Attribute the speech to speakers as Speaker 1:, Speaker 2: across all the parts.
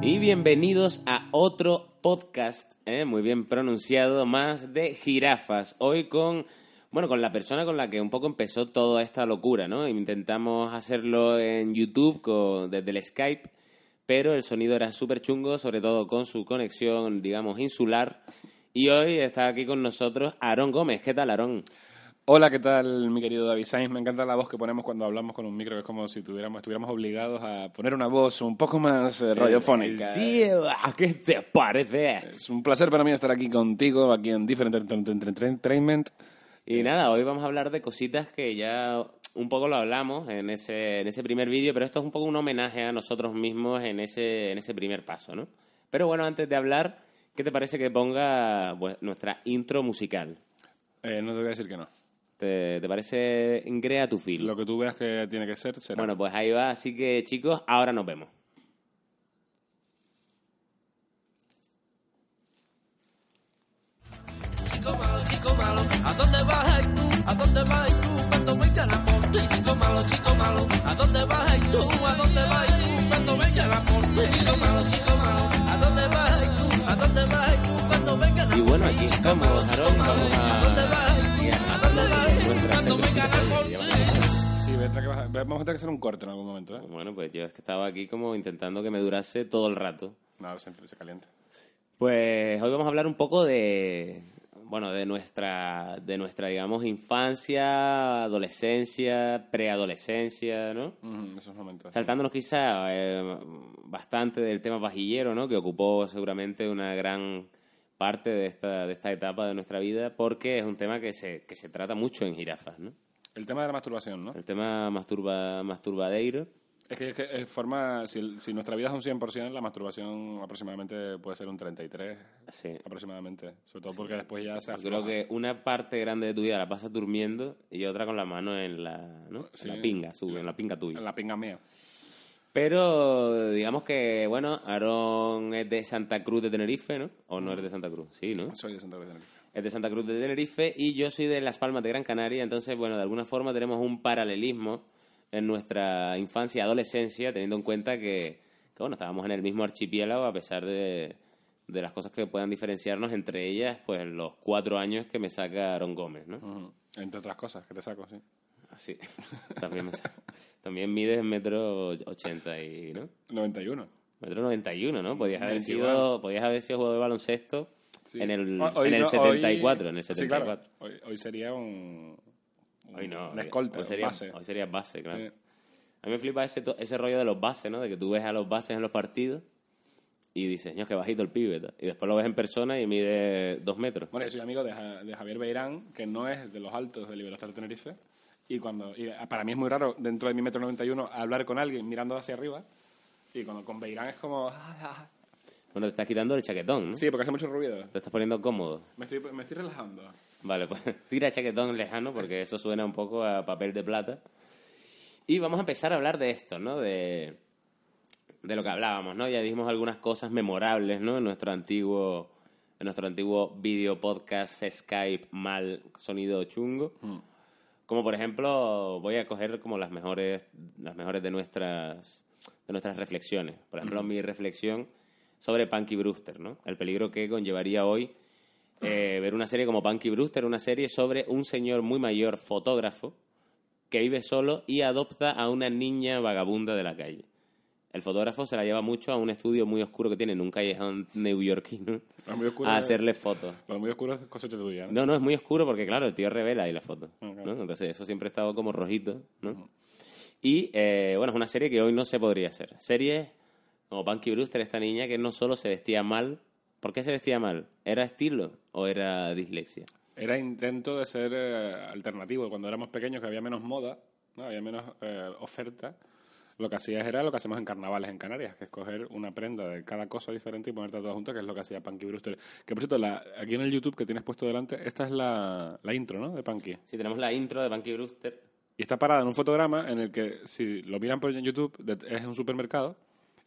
Speaker 1: Y bienvenidos a otro podcast, ¿eh? muy bien pronunciado, más de jirafas. Hoy con, bueno, con la persona con la que un poco empezó toda esta locura, ¿no? Intentamos hacerlo en YouTube con- desde el Skype, pero el sonido era súper chungo, sobre todo con su conexión, digamos, insular. Y hoy está aquí con nosotros Aarón Gómez. ¿Qué tal, Aarón?
Speaker 2: Hola, ¿qué tal, mi querido David Sainz? Me encanta la voz que ponemos cuando hablamos con un micro, que es como si tuviéramos, estuviéramos obligados a poner una voz un poco más eh, radiofónica.
Speaker 1: Sí, ¿a qué te parece?
Speaker 2: Es un placer para mí estar aquí contigo, aquí en Different Ent- Ent- Ent- Entertainment.
Speaker 1: Y nada, hoy vamos a hablar de cositas que ya un poco lo hablamos en ese, en ese primer vídeo, pero esto es un poco un homenaje a nosotros mismos en ese, en ese primer paso, ¿no? Pero bueno, antes de hablar, ¿qué te parece que ponga pues, nuestra intro musical?
Speaker 2: Eh, no te voy a decir que no.
Speaker 1: ¿Te, te parece Crea tu feel?
Speaker 2: Lo que tú veas que tiene que ser, será.
Speaker 1: Bueno, pues ahí va, así que chicos, ahora nos vemos.
Speaker 3: chico malo, chico malo, ¿a dónde vas ay, tú? ¿A dónde vas ay, tú? Cuando vengan a por ti, chico malo, chico malo, ¿a dónde vas ay, tú? ¿A dónde vas ay, tú? Cuando vengan a por ti, chico malo, chico malo, ¿a dónde vas ay, tú? ¿A dónde vas ay, tú? Cuando vengan a
Speaker 1: Y
Speaker 3: por
Speaker 1: bueno,
Speaker 3: ti,
Speaker 1: aquí
Speaker 3: chico
Speaker 1: estamos,
Speaker 3: malo,
Speaker 1: Aarón,
Speaker 3: chico malo,
Speaker 1: vamos a...
Speaker 3: ¿a dónde vas ay, tú?
Speaker 1: y a-
Speaker 3: ¿A dónde vas ay, tú?
Speaker 1: nuestra
Speaker 3: Cuando vengan a
Speaker 1: introducción,
Speaker 3: por ti.
Speaker 1: ya vamos a-
Speaker 2: Sí, voy a tener que bajar- vamos a tener que hacer un corte en algún momento, ¿eh?
Speaker 1: Bueno, pues yo es que estaba aquí como intentando que me durase todo el rato.
Speaker 2: No, se, se calienta.
Speaker 1: Pues hoy vamos a hablar un poco de bueno, de nuestra de nuestra digamos infancia, adolescencia, preadolescencia, ¿no?
Speaker 2: Mm, esos momentos.
Speaker 1: Saltándonos quizá eh, bastante del tema pajillero, ¿no? Que ocupó seguramente una gran parte de esta, de esta etapa de nuestra vida porque es un tema que se, que se trata mucho en jirafas, ¿no?
Speaker 2: El tema de la masturbación, ¿no?
Speaker 1: El tema masturba, masturbadeiro.
Speaker 2: Es que, es que, eh, forma, si, si nuestra vida es un 100%, la masturbación aproximadamente puede ser un 33,
Speaker 1: Sí.
Speaker 2: aproximadamente. Sobre todo porque después ya se
Speaker 1: Yo creo que una parte grande de tu vida la pasas durmiendo y otra con la mano en la, ¿no? En
Speaker 2: Sí.
Speaker 1: la pinga, su- en la pinga tuya.
Speaker 2: En la pinga mía.
Speaker 1: Pero digamos que, bueno, Aarón es de Santa Cruz de Tenerife, ¿no? ¿O no eres de Santa Cruz? Sí, ¿no?
Speaker 2: Soy de Santa Cruz de Tenerife.
Speaker 1: Es de Santa Cruz de Tenerife y yo soy de Las Palmas de Gran Canaria. Entonces, bueno, de alguna forma tenemos un paralelismo en nuestra infancia y adolescencia, teniendo en cuenta que, que, bueno, estábamos en el mismo archipiélago a pesar de, de las cosas que puedan diferenciarnos, entre ellas, pues los cuatro años que me saca Aarón Gómez, ¿no?
Speaker 2: Ujú. Entre otras cosas, que te saco, sí.
Speaker 1: Sí, también, me sa- también mides metro ochenta y, ¿no?
Speaker 2: 91.
Speaker 1: Metro noventa y uno, ¿no? Podías haber,
Speaker 2: 21.
Speaker 1: sido, podías haber sido jugador de baloncesto
Speaker 2: Sí.
Speaker 1: en el,
Speaker 2: Ah, hoy
Speaker 1: en el
Speaker 2: no, hoy-
Speaker 1: 74, en el
Speaker 2: Sí,
Speaker 1: 74.
Speaker 2: claro. hoy, hoy sería un... un-
Speaker 1: Hoy no.
Speaker 2: Una
Speaker 1: hoy-
Speaker 2: escolta,
Speaker 1: hoy
Speaker 2: un
Speaker 1: sería,
Speaker 2: base.
Speaker 1: Hoy sería base, claro.
Speaker 2: Eh,
Speaker 1: A mí me flipa ese, to- ese rollo de los bases, ¿no? De que tú ves a los bases en los partidos y dices, ño, que bajito el pibe. tal". Y después lo ves en persona y mide dos metros.
Speaker 2: Bueno, yo soy amigo de, Ja- de Javier Beirán, que no es de los altos del Libertad de Tenerife. Y cuando y ah, para mí es muy raro, dentro de mi metro 91, hablar con alguien mirando hacia arriba. Y cuando con Beirán es como... ah, ah, ah.
Speaker 1: Bueno, te estás quitando el chaquetón, ¿no?
Speaker 2: Sí, porque hace mucho ruido.
Speaker 1: Te estás poniendo cómodo.
Speaker 2: Me estoy, me estoy relajando.
Speaker 1: Vale, pues tira chaquetón lejano porque eso suena un poco a papel de plata. Y vamos a empezar a hablar de esto, ¿no? De, de lo que hablábamos, ¿no? Ya dijimos algunas cosas memorables, ¿no? En nuestro antiguo, en nuestro antiguo video podcast Skype mal sonido chungo. Como por ejemplo, voy a coger como las mejores, las mejores de nuestras, de nuestras reflexiones. Por ejemplo, mi reflexión sobre Punky Brewster, ¿no? El peligro que conllevaría hoy eh, ver una serie como Punky Brewster, una serie sobre un señor muy mayor, fotógrafo, que vive solo y adopta a una niña vagabunda de la calle. El fotógrafo se la lleva mucho a un estudio muy oscuro que tiene en un callejón neoyorquino
Speaker 2: Es Ah, muy oscuro.
Speaker 1: a hacerle fotos.
Speaker 2: Lo muy oscuro es cosecha tuya, ¿no?
Speaker 1: No, no, es muy oscuro porque, claro, el tío revela ahí la foto.
Speaker 2: Ah, claro.
Speaker 1: ¿no? Entonces, eso siempre ha estado como rojito, ¿no? Y, eh, bueno, es una serie que hoy no se podría hacer. Series como Punky Brewster, esta niña que no solo se vestía mal. ¿Por qué se vestía mal? ¿Era estilo o era dislexia?
Speaker 2: Era intento de ser eh, alternativo. Cuando éramos pequeños, que había menos moda, ¿no? había menos eh, oferta, lo que hacías era lo que hacemos en carnavales en Canarias, que es coger una prenda de cada cosa diferente y ponerte todas juntas, que es lo que hacía Punky Brewster. Que por cierto, la- aquí en el YouTube que tienes puesto delante, esta es la, la intro ¿no? de Punky.
Speaker 1: Si tenemos la intro de Punky Brewster,
Speaker 2: Y está parada en un fotograma en el que, si lo miran por YouTube, de- es un supermercado.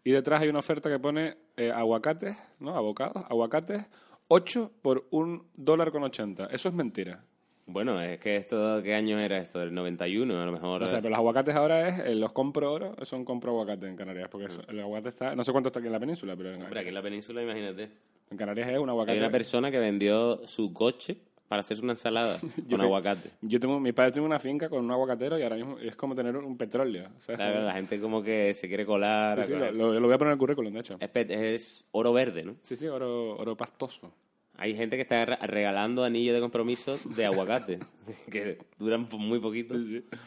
Speaker 2: Y detrás hay una oferta que pone eh, aguacates, ¿no? Abocados, aguacates, 8 por un dólar con 80. Eso es mentira.
Speaker 1: Bueno, es que esto, ¿qué año era esto? El 91, a lo mejor.
Speaker 2: O sea, pero los aguacates ahora es, eh, los compro oro, son compro aguacate en Canarias, porque eso- el aguacate está, no sé cuánto está aquí en la península, pero en,
Speaker 1: Hombre, aquí en la península, imagínate.
Speaker 2: en Canarias es un aguacate.
Speaker 1: Hay una persona que vendió su coche para hacerse una ensalada
Speaker 2: Yo
Speaker 1: con
Speaker 2: que-
Speaker 1: aguacate.
Speaker 2: Yo tengo, mi padre tiene una finca con un aguacatero y ahora mismo es como tener un petróleo. ¿sabes?
Speaker 1: Claro, la gente como que se quiere colar.
Speaker 2: Sí, sí,
Speaker 1: claro.
Speaker 2: lo, lo- lo voy a poner en el currículum, de hecho.
Speaker 1: Es, pet- es oro verde, ¿no?
Speaker 2: Sí, sí, oro, oro pastoso.
Speaker 1: Hay gente que está re- regalando anillos de compromiso de aguacate, que duran po- muy poquito.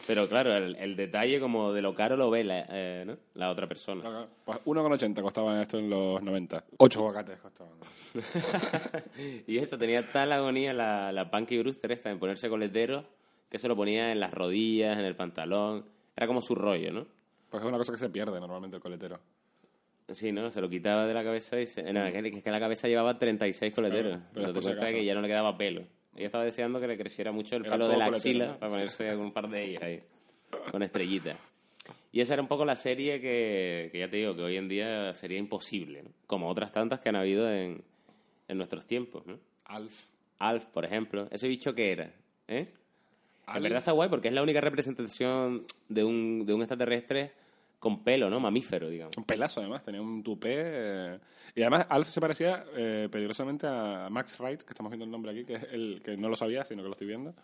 Speaker 1: Pero claro, el, el detalle como de lo caro lo ve la, eh, ¿no? la otra persona.
Speaker 2: Claro, claro. Pues 1,80 costaban esto en los 90. 8 aguacates costaban.
Speaker 1: Y eso, tenía tal agonía la, la Punky Brewster esta en ponerse coletero, que se lo ponía en las rodillas, en el pantalón. Era como su rollo, ¿no?
Speaker 2: Pues es una cosa que se pierde normalmente el coletero.
Speaker 1: Sí, ¿no? Se lo quitaba de la cabeza y se... no, es que es que en la cabeza llevaba 36 coleteros.
Speaker 2: Claro, pero
Speaker 1: pero
Speaker 2: es
Speaker 1: te
Speaker 2: por si
Speaker 1: cuenta
Speaker 2: acaso.
Speaker 1: que ya no le quedaba pelo. Ella estaba deseando que le creciera mucho el
Speaker 2: Era
Speaker 1: pelo
Speaker 2: todo
Speaker 1: de la
Speaker 2: coletero,
Speaker 1: axila
Speaker 2: ¿no?
Speaker 1: para ponerse un par de ellas ahí, con estrellitas. Y esa era un poco la serie que, que ya te digo, que hoy en día sería imposible, ¿no? Como otras tantas que han habido en, en nuestros tiempos, ¿no?
Speaker 2: Alf.
Speaker 1: Alf, por ejemplo. ¿Ese bicho qué era? ¿Eh?
Speaker 2: Alf.
Speaker 1: En verdad está guay porque es la única representación de un, de un extraterrestre con pelo, ¿no? Mamífero, digamos.
Speaker 2: Un pelazo, además, tenía un tupé. eh, Y además, Alf se parecía eh, peligrosamente a Max Wright, que estamos viendo el nombre aquí, que es el que no lo sabía, sino que lo estoy viendo.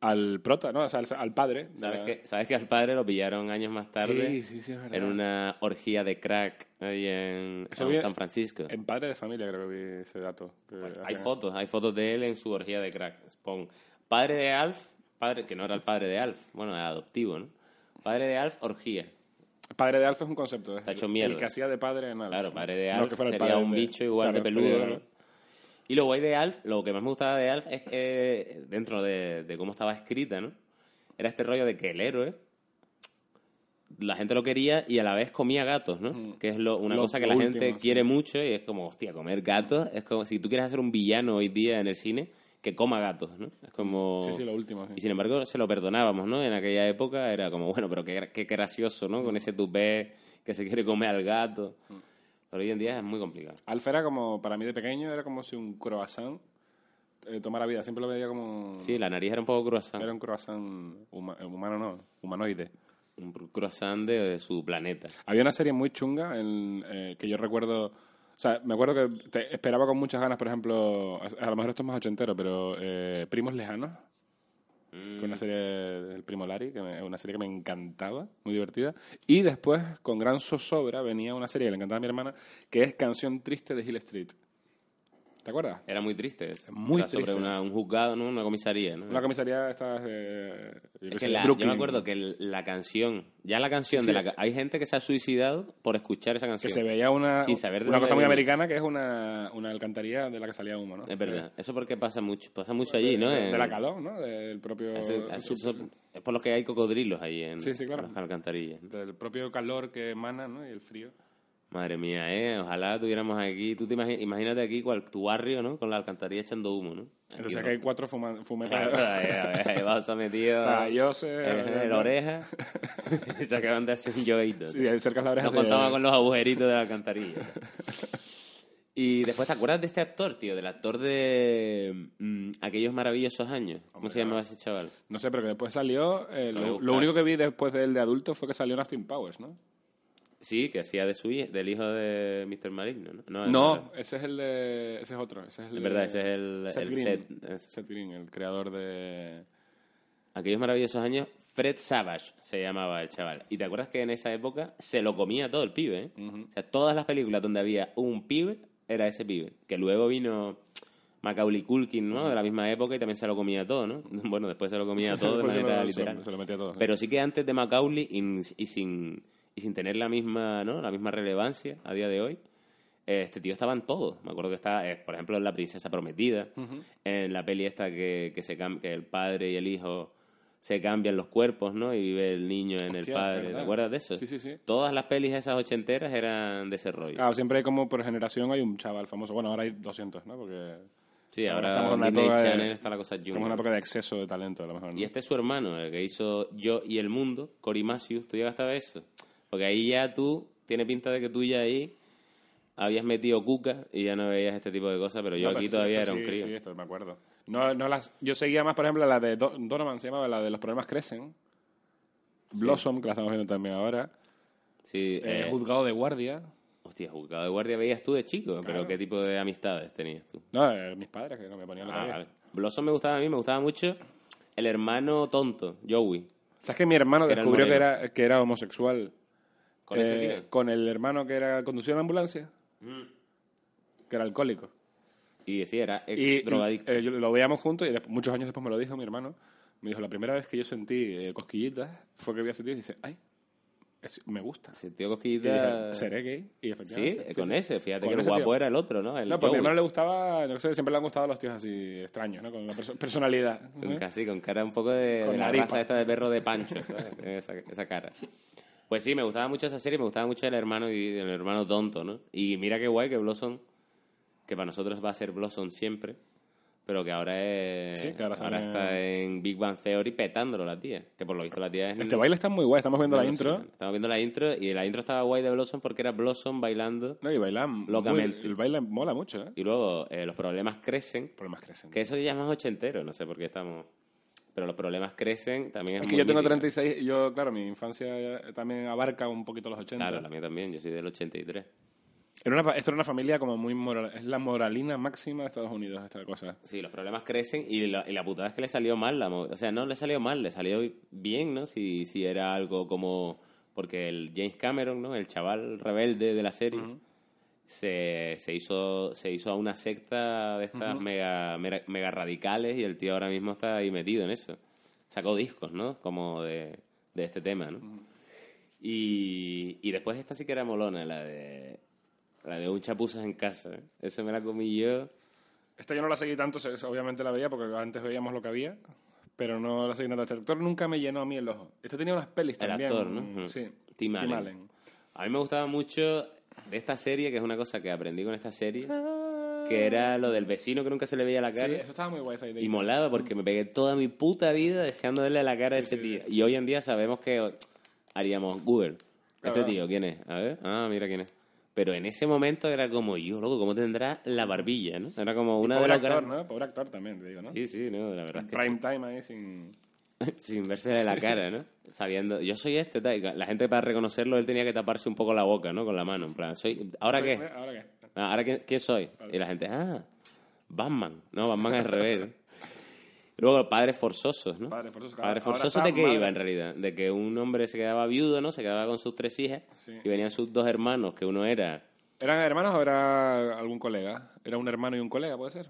Speaker 2: Al prota, ¿no? O sea, al, al padre. de
Speaker 1: ¿Sabes
Speaker 2: la-
Speaker 1: que, ¿Sabes que al padre lo pillaron años más tarde?
Speaker 2: Sí, sí, sí, es verdad.
Speaker 1: En una orgía de crack ahí en,
Speaker 2: Eso
Speaker 1: en
Speaker 2: vi-
Speaker 1: San Francisco.
Speaker 2: En padre de familia, creo que vi ese dato. que
Speaker 1: hay
Speaker 2: hacían-
Speaker 1: fotos, hay fotos de él en su orgía de crack. Pon padre de Alf, padre que no era el padre de Alf, bueno, era adoptivo, ¿no? Padre de Alf, orgía.
Speaker 2: Padre de Alf es un concepto. Está
Speaker 1: hecho
Speaker 2: El
Speaker 1: mierda.
Speaker 2: que hacía de padre en Alf.
Speaker 1: Claro, padre de
Speaker 2: No
Speaker 1: Alf
Speaker 2: que fuera el
Speaker 1: sería
Speaker 2: padre
Speaker 1: un
Speaker 2: de-
Speaker 1: bicho igual de
Speaker 2: claro,
Speaker 1: peludo.
Speaker 2: sería-
Speaker 1: ¿no? Y lo guay de Alf, lo que más me gustaba de Alf es que, dentro de, de cómo estaba escrita, ¿no? Era este rollo de que el héroe, la gente lo quería y a la vez comía gatos, ¿no? Que es lo- una
Speaker 2: Lo-
Speaker 1: cosa que
Speaker 2: lo
Speaker 1: la
Speaker 2: último,
Speaker 1: gente
Speaker 2: Mm. sí.
Speaker 1: quiere mucho y es como, hostia, comer gatos. Es como si tú quieres hacer un villano hoy día en el cine, que coma gatos, ¿no? Es como...
Speaker 2: Sí, sí, lo último. sí.
Speaker 1: Y sin embargo, se lo perdonábamos, ¿no? En aquella época era como, bueno, pero qué, qué gracioso, ¿no? Con ese tupé que se quiere comer al gato.
Speaker 2: Mm.
Speaker 1: Pero hoy en día es muy complicado.
Speaker 2: Alf era como, para mí de pequeño, era como si un croissant eh, tomara vida. Siempre lo veía como...
Speaker 1: Sí, la nariz era un poco croissant.
Speaker 2: Mm. Era un croissant huma- eh, humano, no, humanoide.
Speaker 1: Un cru- croissant de, de su planeta.
Speaker 2: Había una serie muy chunga en, eh, que yo recuerdo... O sea, me acuerdo que te esperaba con muchas ganas, por ejemplo, a, a lo mejor esto es más ochentero, pero eh, Primos Lejanos, que
Speaker 1: Mm.
Speaker 2: es una serie del primo Larry, que me- una serie que me encantaba, muy divertida. Y después, con gran zozobra, venía una serie que le encantaba a mi hermana, que es Canción Triste de Hill Street. ¿Te acuerdas?
Speaker 1: Era muy triste. eso.
Speaker 2: Muy
Speaker 1: Era sobre
Speaker 2: triste.
Speaker 1: una- un juzgado, ¿no? Una comisaría, ¿no?
Speaker 2: Una comisaría esta eh, yo qué
Speaker 1: Mm. Es
Speaker 2: sé,
Speaker 1: que la- yo
Speaker 2: Brooklyn.
Speaker 1: me acuerdo que el- la canción, ya la canción de la ca- hay gente que se ha suicidado por escuchar esa
Speaker 2: que
Speaker 1: canción.
Speaker 2: se veía una,
Speaker 1: Sin saber de
Speaker 2: una
Speaker 1: dónde
Speaker 2: cosa muy
Speaker 1: venía.
Speaker 2: americana que es una, una alcantarilla de la que salía humo, ¿no?
Speaker 1: Es verdad. Eso porque pasa mucho, pasa mucho allí, ¿no?
Speaker 2: Pues De, de
Speaker 1: En-
Speaker 2: la calor, ¿no? Del propio,
Speaker 1: eso- eso-
Speaker 2: su-
Speaker 1: eso- es por lo que hay cocodrilos ahí en,
Speaker 2: Sí, sí, claro.
Speaker 1: en las alcantarillas. ¿no?
Speaker 2: del propio calor que emana, ¿no? Y el frío.
Speaker 1: Madre mía, eh, ojalá tuviéramos aquí, tú te imagi- imagínate aquí cual, tu barrio, ¿no? Con la alcantarilla echando humo, ¿no?
Speaker 2: Pero, o
Speaker 1: Aquí,
Speaker 2: sea
Speaker 1: ¿no?
Speaker 2: que hay cuatro fuma- fumetas.
Speaker 1: Claro, eh, ahí, ahí, ahí vas a metido
Speaker 2: Ah, yo sé.
Speaker 1: en la oreja y se acaban de hacer un yoguito.
Speaker 2: Sí, ahí cerca de la oreja.
Speaker 1: No
Speaker 2: se-
Speaker 1: contaba con los agujeritos de la alcantarilla. Y después, ¿te acuerdas de este actor, tío? Del actor de mm, aquellos maravillosos años. ¿Cómo se llamaba ese chaval?
Speaker 2: No sé, pero que después salió...
Speaker 1: Lo voy a
Speaker 2: eh, lo,
Speaker 1: buscar.
Speaker 2: lo único que vi después de él de adulto fue que salió en Austin Powers, ¿no?
Speaker 1: Sí, que hacía de su hij- del hijo de Mr. Maligno, ¿no? No, es
Speaker 2: No,
Speaker 1: verdad.
Speaker 2: ese es el de... Ese es otro. Ese es
Speaker 1: Ah,
Speaker 2: el
Speaker 1: Es
Speaker 2: de-
Speaker 1: verdad, ese es el-
Speaker 2: Seth
Speaker 1: el
Speaker 2: Green.
Speaker 1: Seth, eh, es-
Speaker 2: Seth Green, el creador de...
Speaker 1: Aquellos maravillosos años, Fred Savage se llamaba el chaval. Y te acuerdas que en esa época se lo comía todo el pibe, ¿eh? O sea, todas las películas donde había un pibe era ese pibe. Que luego vino Macaulay Culkin, ¿no? De la misma época y también se lo comía todo, ¿no? Bueno, después se lo comía todo de
Speaker 2: Después Pues se
Speaker 1: manera
Speaker 2: lo- se lo-
Speaker 1: literal.
Speaker 2: se lo metía todo, sí.
Speaker 1: Pero sí que antes de Macaulay y, y sin, y sin tener la misma, ¿no? la misma relevancia a día de hoy, eh, este tío estaba en todo. Me acuerdo que estaba, eh, por ejemplo, en La Princesa Prometida, en la peli esta que, que, se cam- que el padre y el hijo se cambian los cuerpos, ¿no? Y vive el niño en el
Speaker 2: Hostia,
Speaker 1: padre.
Speaker 2: ¿verdad?
Speaker 1: ¿Te acuerdas de eso?
Speaker 2: Sí, sí, Ah, sí.
Speaker 1: Todas las pelis esas ochenteras eran de ese rollo.
Speaker 2: Claro, siempre hay como por generación hay un chaval famoso. Bueno, ahora hay 200, ¿no? Porque
Speaker 1: sí, ahora
Speaker 2: estamos
Speaker 1: en
Speaker 2: en una
Speaker 1: Disney
Speaker 2: época de-
Speaker 1: Channel está la cosa
Speaker 2: estamos en una
Speaker 1: yunga.
Speaker 2: época de exceso de talento, a lo mejor. ¿no?
Speaker 1: Y este es su hermano, el que hizo Yo y el Mundo, Cory Masius. ¿Tú llegaste a ver eso? Porque ahí ya tú, tiene pinta de que tú ya ahí habías metido cuca y ya no veías este tipo de cosas, pero yo
Speaker 2: No,
Speaker 1: aquí
Speaker 2: pero
Speaker 1: todavía
Speaker 2: esto
Speaker 1: era un
Speaker 2: sí,
Speaker 1: crío.
Speaker 2: Sí, esto me acuerdo. No, no las, yo seguía más, por ejemplo, la de Do- Donovan, se llamaba la de Los problemas crecen. Blossom, que la estamos viendo también ahora.
Speaker 1: Sí,
Speaker 2: Eh,
Speaker 1: eh,
Speaker 2: juzgado de guardia.
Speaker 1: hostia, juzgado de guardia veías tú de chico, pero ¿qué tipo de amistades tenías tú?
Speaker 2: No, eh, mis padres que me ponían la
Speaker 1: Ah,
Speaker 2: cabeza.
Speaker 1: vale. Blossom me gustaba a mí, me gustaba mucho el hermano tonto, Joey.
Speaker 2: ¿Sabes que mi hermano
Speaker 1: Que era el
Speaker 2: descubrió que
Speaker 1: moreno.
Speaker 2: era, que era homosexual?
Speaker 1: Con ese
Speaker 2: Eh,
Speaker 1: tío. Mm.
Speaker 2: Con el hermano que era conducía la ambulancia. Que era alcohólico.
Speaker 1: Y sí, era ex
Speaker 2: Y
Speaker 1: drogadicto.
Speaker 2: eh, yo- lo veíamos juntos y después- muchos años después me lo dijo mi hermano. Me dijo, la primera vez que yo sentí eh, cosquillitas fue que vi a ese tío y dice, ay, es- me gusta.
Speaker 1: Ese tío
Speaker 2: Y dije,
Speaker 1: cosquillita.
Speaker 2: ¿seré gay? Y
Speaker 1: Sí,
Speaker 2: efectivamente.
Speaker 1: con ese, fíjate
Speaker 2: Con
Speaker 1: que el
Speaker 2: ese
Speaker 1: guapo
Speaker 2: tío.
Speaker 1: era el otro, ¿no? El
Speaker 2: No, pues a mi
Speaker 1: Joey.
Speaker 2: hermano le gustaba, no sé, siempre le han gustado los tíos así extraños, ¿no? Con la perso- personalidad.
Speaker 1: Con, casi, con cara un poco de,
Speaker 2: Con
Speaker 1: de la
Speaker 2: naripa.
Speaker 1: raza esta de perro de pancho, ¿sabes? esa, esa cara. Pues sí, me gustaba mucho esa serie, me gustaba mucho el hermano y el hermano tonto, ¿no? Y mira qué guay que Blossom, que para nosotros va a ser Blossom siempre, pero que ahora es
Speaker 2: Sí, que ahora sale en-
Speaker 1: está en Big Bang Theory petándolo la tía, que por lo visto la tía es
Speaker 2: Este baile está muy guay, estamos viendo la
Speaker 1: Blossom.
Speaker 2: intro.
Speaker 1: Estamos viendo la intro y la intro estaba guay de Blossom porque era Blossom bailando
Speaker 2: No, y bailan.
Speaker 1: Locamente.
Speaker 2: muy- el baile mola mucho, ¿eh?
Speaker 1: y luego eh, los problemas crecen
Speaker 2: Problemas crecen.
Speaker 1: Que eso ya es más ochentero, no sé por qué estamos. Pero los problemas crecen, también es,
Speaker 2: Es que
Speaker 1: muy
Speaker 2: yo tengo
Speaker 1: mítica.
Speaker 2: 36, y yo, claro, mi infancia eh, también abarca un poquito los 80.
Speaker 1: Claro, la mía también, yo soy del 83.
Speaker 2: Era una, esto era una familia como muy moral. Es la moralina máxima de Estados Unidos, esta cosa.
Speaker 1: Sí, los problemas crecen y la, y la putada es que le salió mal la mo- O sea, no le salió mal, le salió bien, ¿no? Si, si era algo como... Porque el James Cameron, ¿no? El chaval rebelde de la serie, se, se, hizo, se hizo a una secta de estas mega, mera- mega radicales y el tío ahora mismo está ahí metido en eso. Sacó discos, ¿no? Como de, de este tema, ¿no? Y, y después esta sí que era molona, la de... La de un chapuzas en casa. ¿eh? Eso me la comí yo.
Speaker 2: Esta yo no la seguí tanto, se- obviamente la veía porque antes veíamos lo que había, pero no la seguí tanto. Este actor nunca me llenó a mí el ojo. Este tenía unas pelis
Speaker 1: El
Speaker 2: también.
Speaker 1: actor, ¿no?
Speaker 2: Sí.
Speaker 1: Tim Allen. A mí me gustaba mucho de esta serie, que es una cosa que aprendí con esta serie, que era lo del vecino que nunca se le veía la
Speaker 2: Ah. Sí,
Speaker 1: cara.
Speaker 2: eso estaba muy guay esa idea.
Speaker 1: y molaba porque me pegué toda mi puta vida deseando verle la cara a ese tío. Y hoy en día sabemos que haríamos Google. Este
Speaker 2: Claro.
Speaker 1: tío, ¿quién es? A ver, ah, mira quién es. Pero en ese momento era como, yo, loco, ¿cómo tendrá la barbilla, no? Era como una de
Speaker 2: Pobre
Speaker 1: las
Speaker 2: actor,
Speaker 1: gran-
Speaker 2: ¿no? Pobre actor también, te digo, ¿no?
Speaker 1: Sí, sí, no, la verdad es que sí.
Speaker 2: Prime time ahí sin...
Speaker 1: Sin verse de la cara, ¿no? Sabiendo, yo soy este, tal, y la gente para reconocerlo, él tenía que taparse un poco la boca, ¿no? Con la mano, en plan, soy, ¿ahora
Speaker 2: Sí,
Speaker 1: qué?
Speaker 2: ¿eh? ¿Ahora qué?
Speaker 1: Ah, ¿Ahora qué, qué soy? Y la gente, ah, Batman. No, Batman al revés. ¿no? Luego, padres forzosos, ¿no?
Speaker 2: Padres forzosos, claro.
Speaker 1: Padres
Speaker 2: Ahora
Speaker 1: forzosos,
Speaker 2: está
Speaker 1: ¿de qué
Speaker 2: mal.
Speaker 1: iba en realidad? De que un hombre se quedaba viudo, ¿no? Se quedaba con sus tres hijas
Speaker 2: Sí.
Speaker 1: y venían sus dos hermanos, que uno era,
Speaker 2: ¿Eran hermanos o era algún colega? ¿Era un hermano y un colega, puede ser?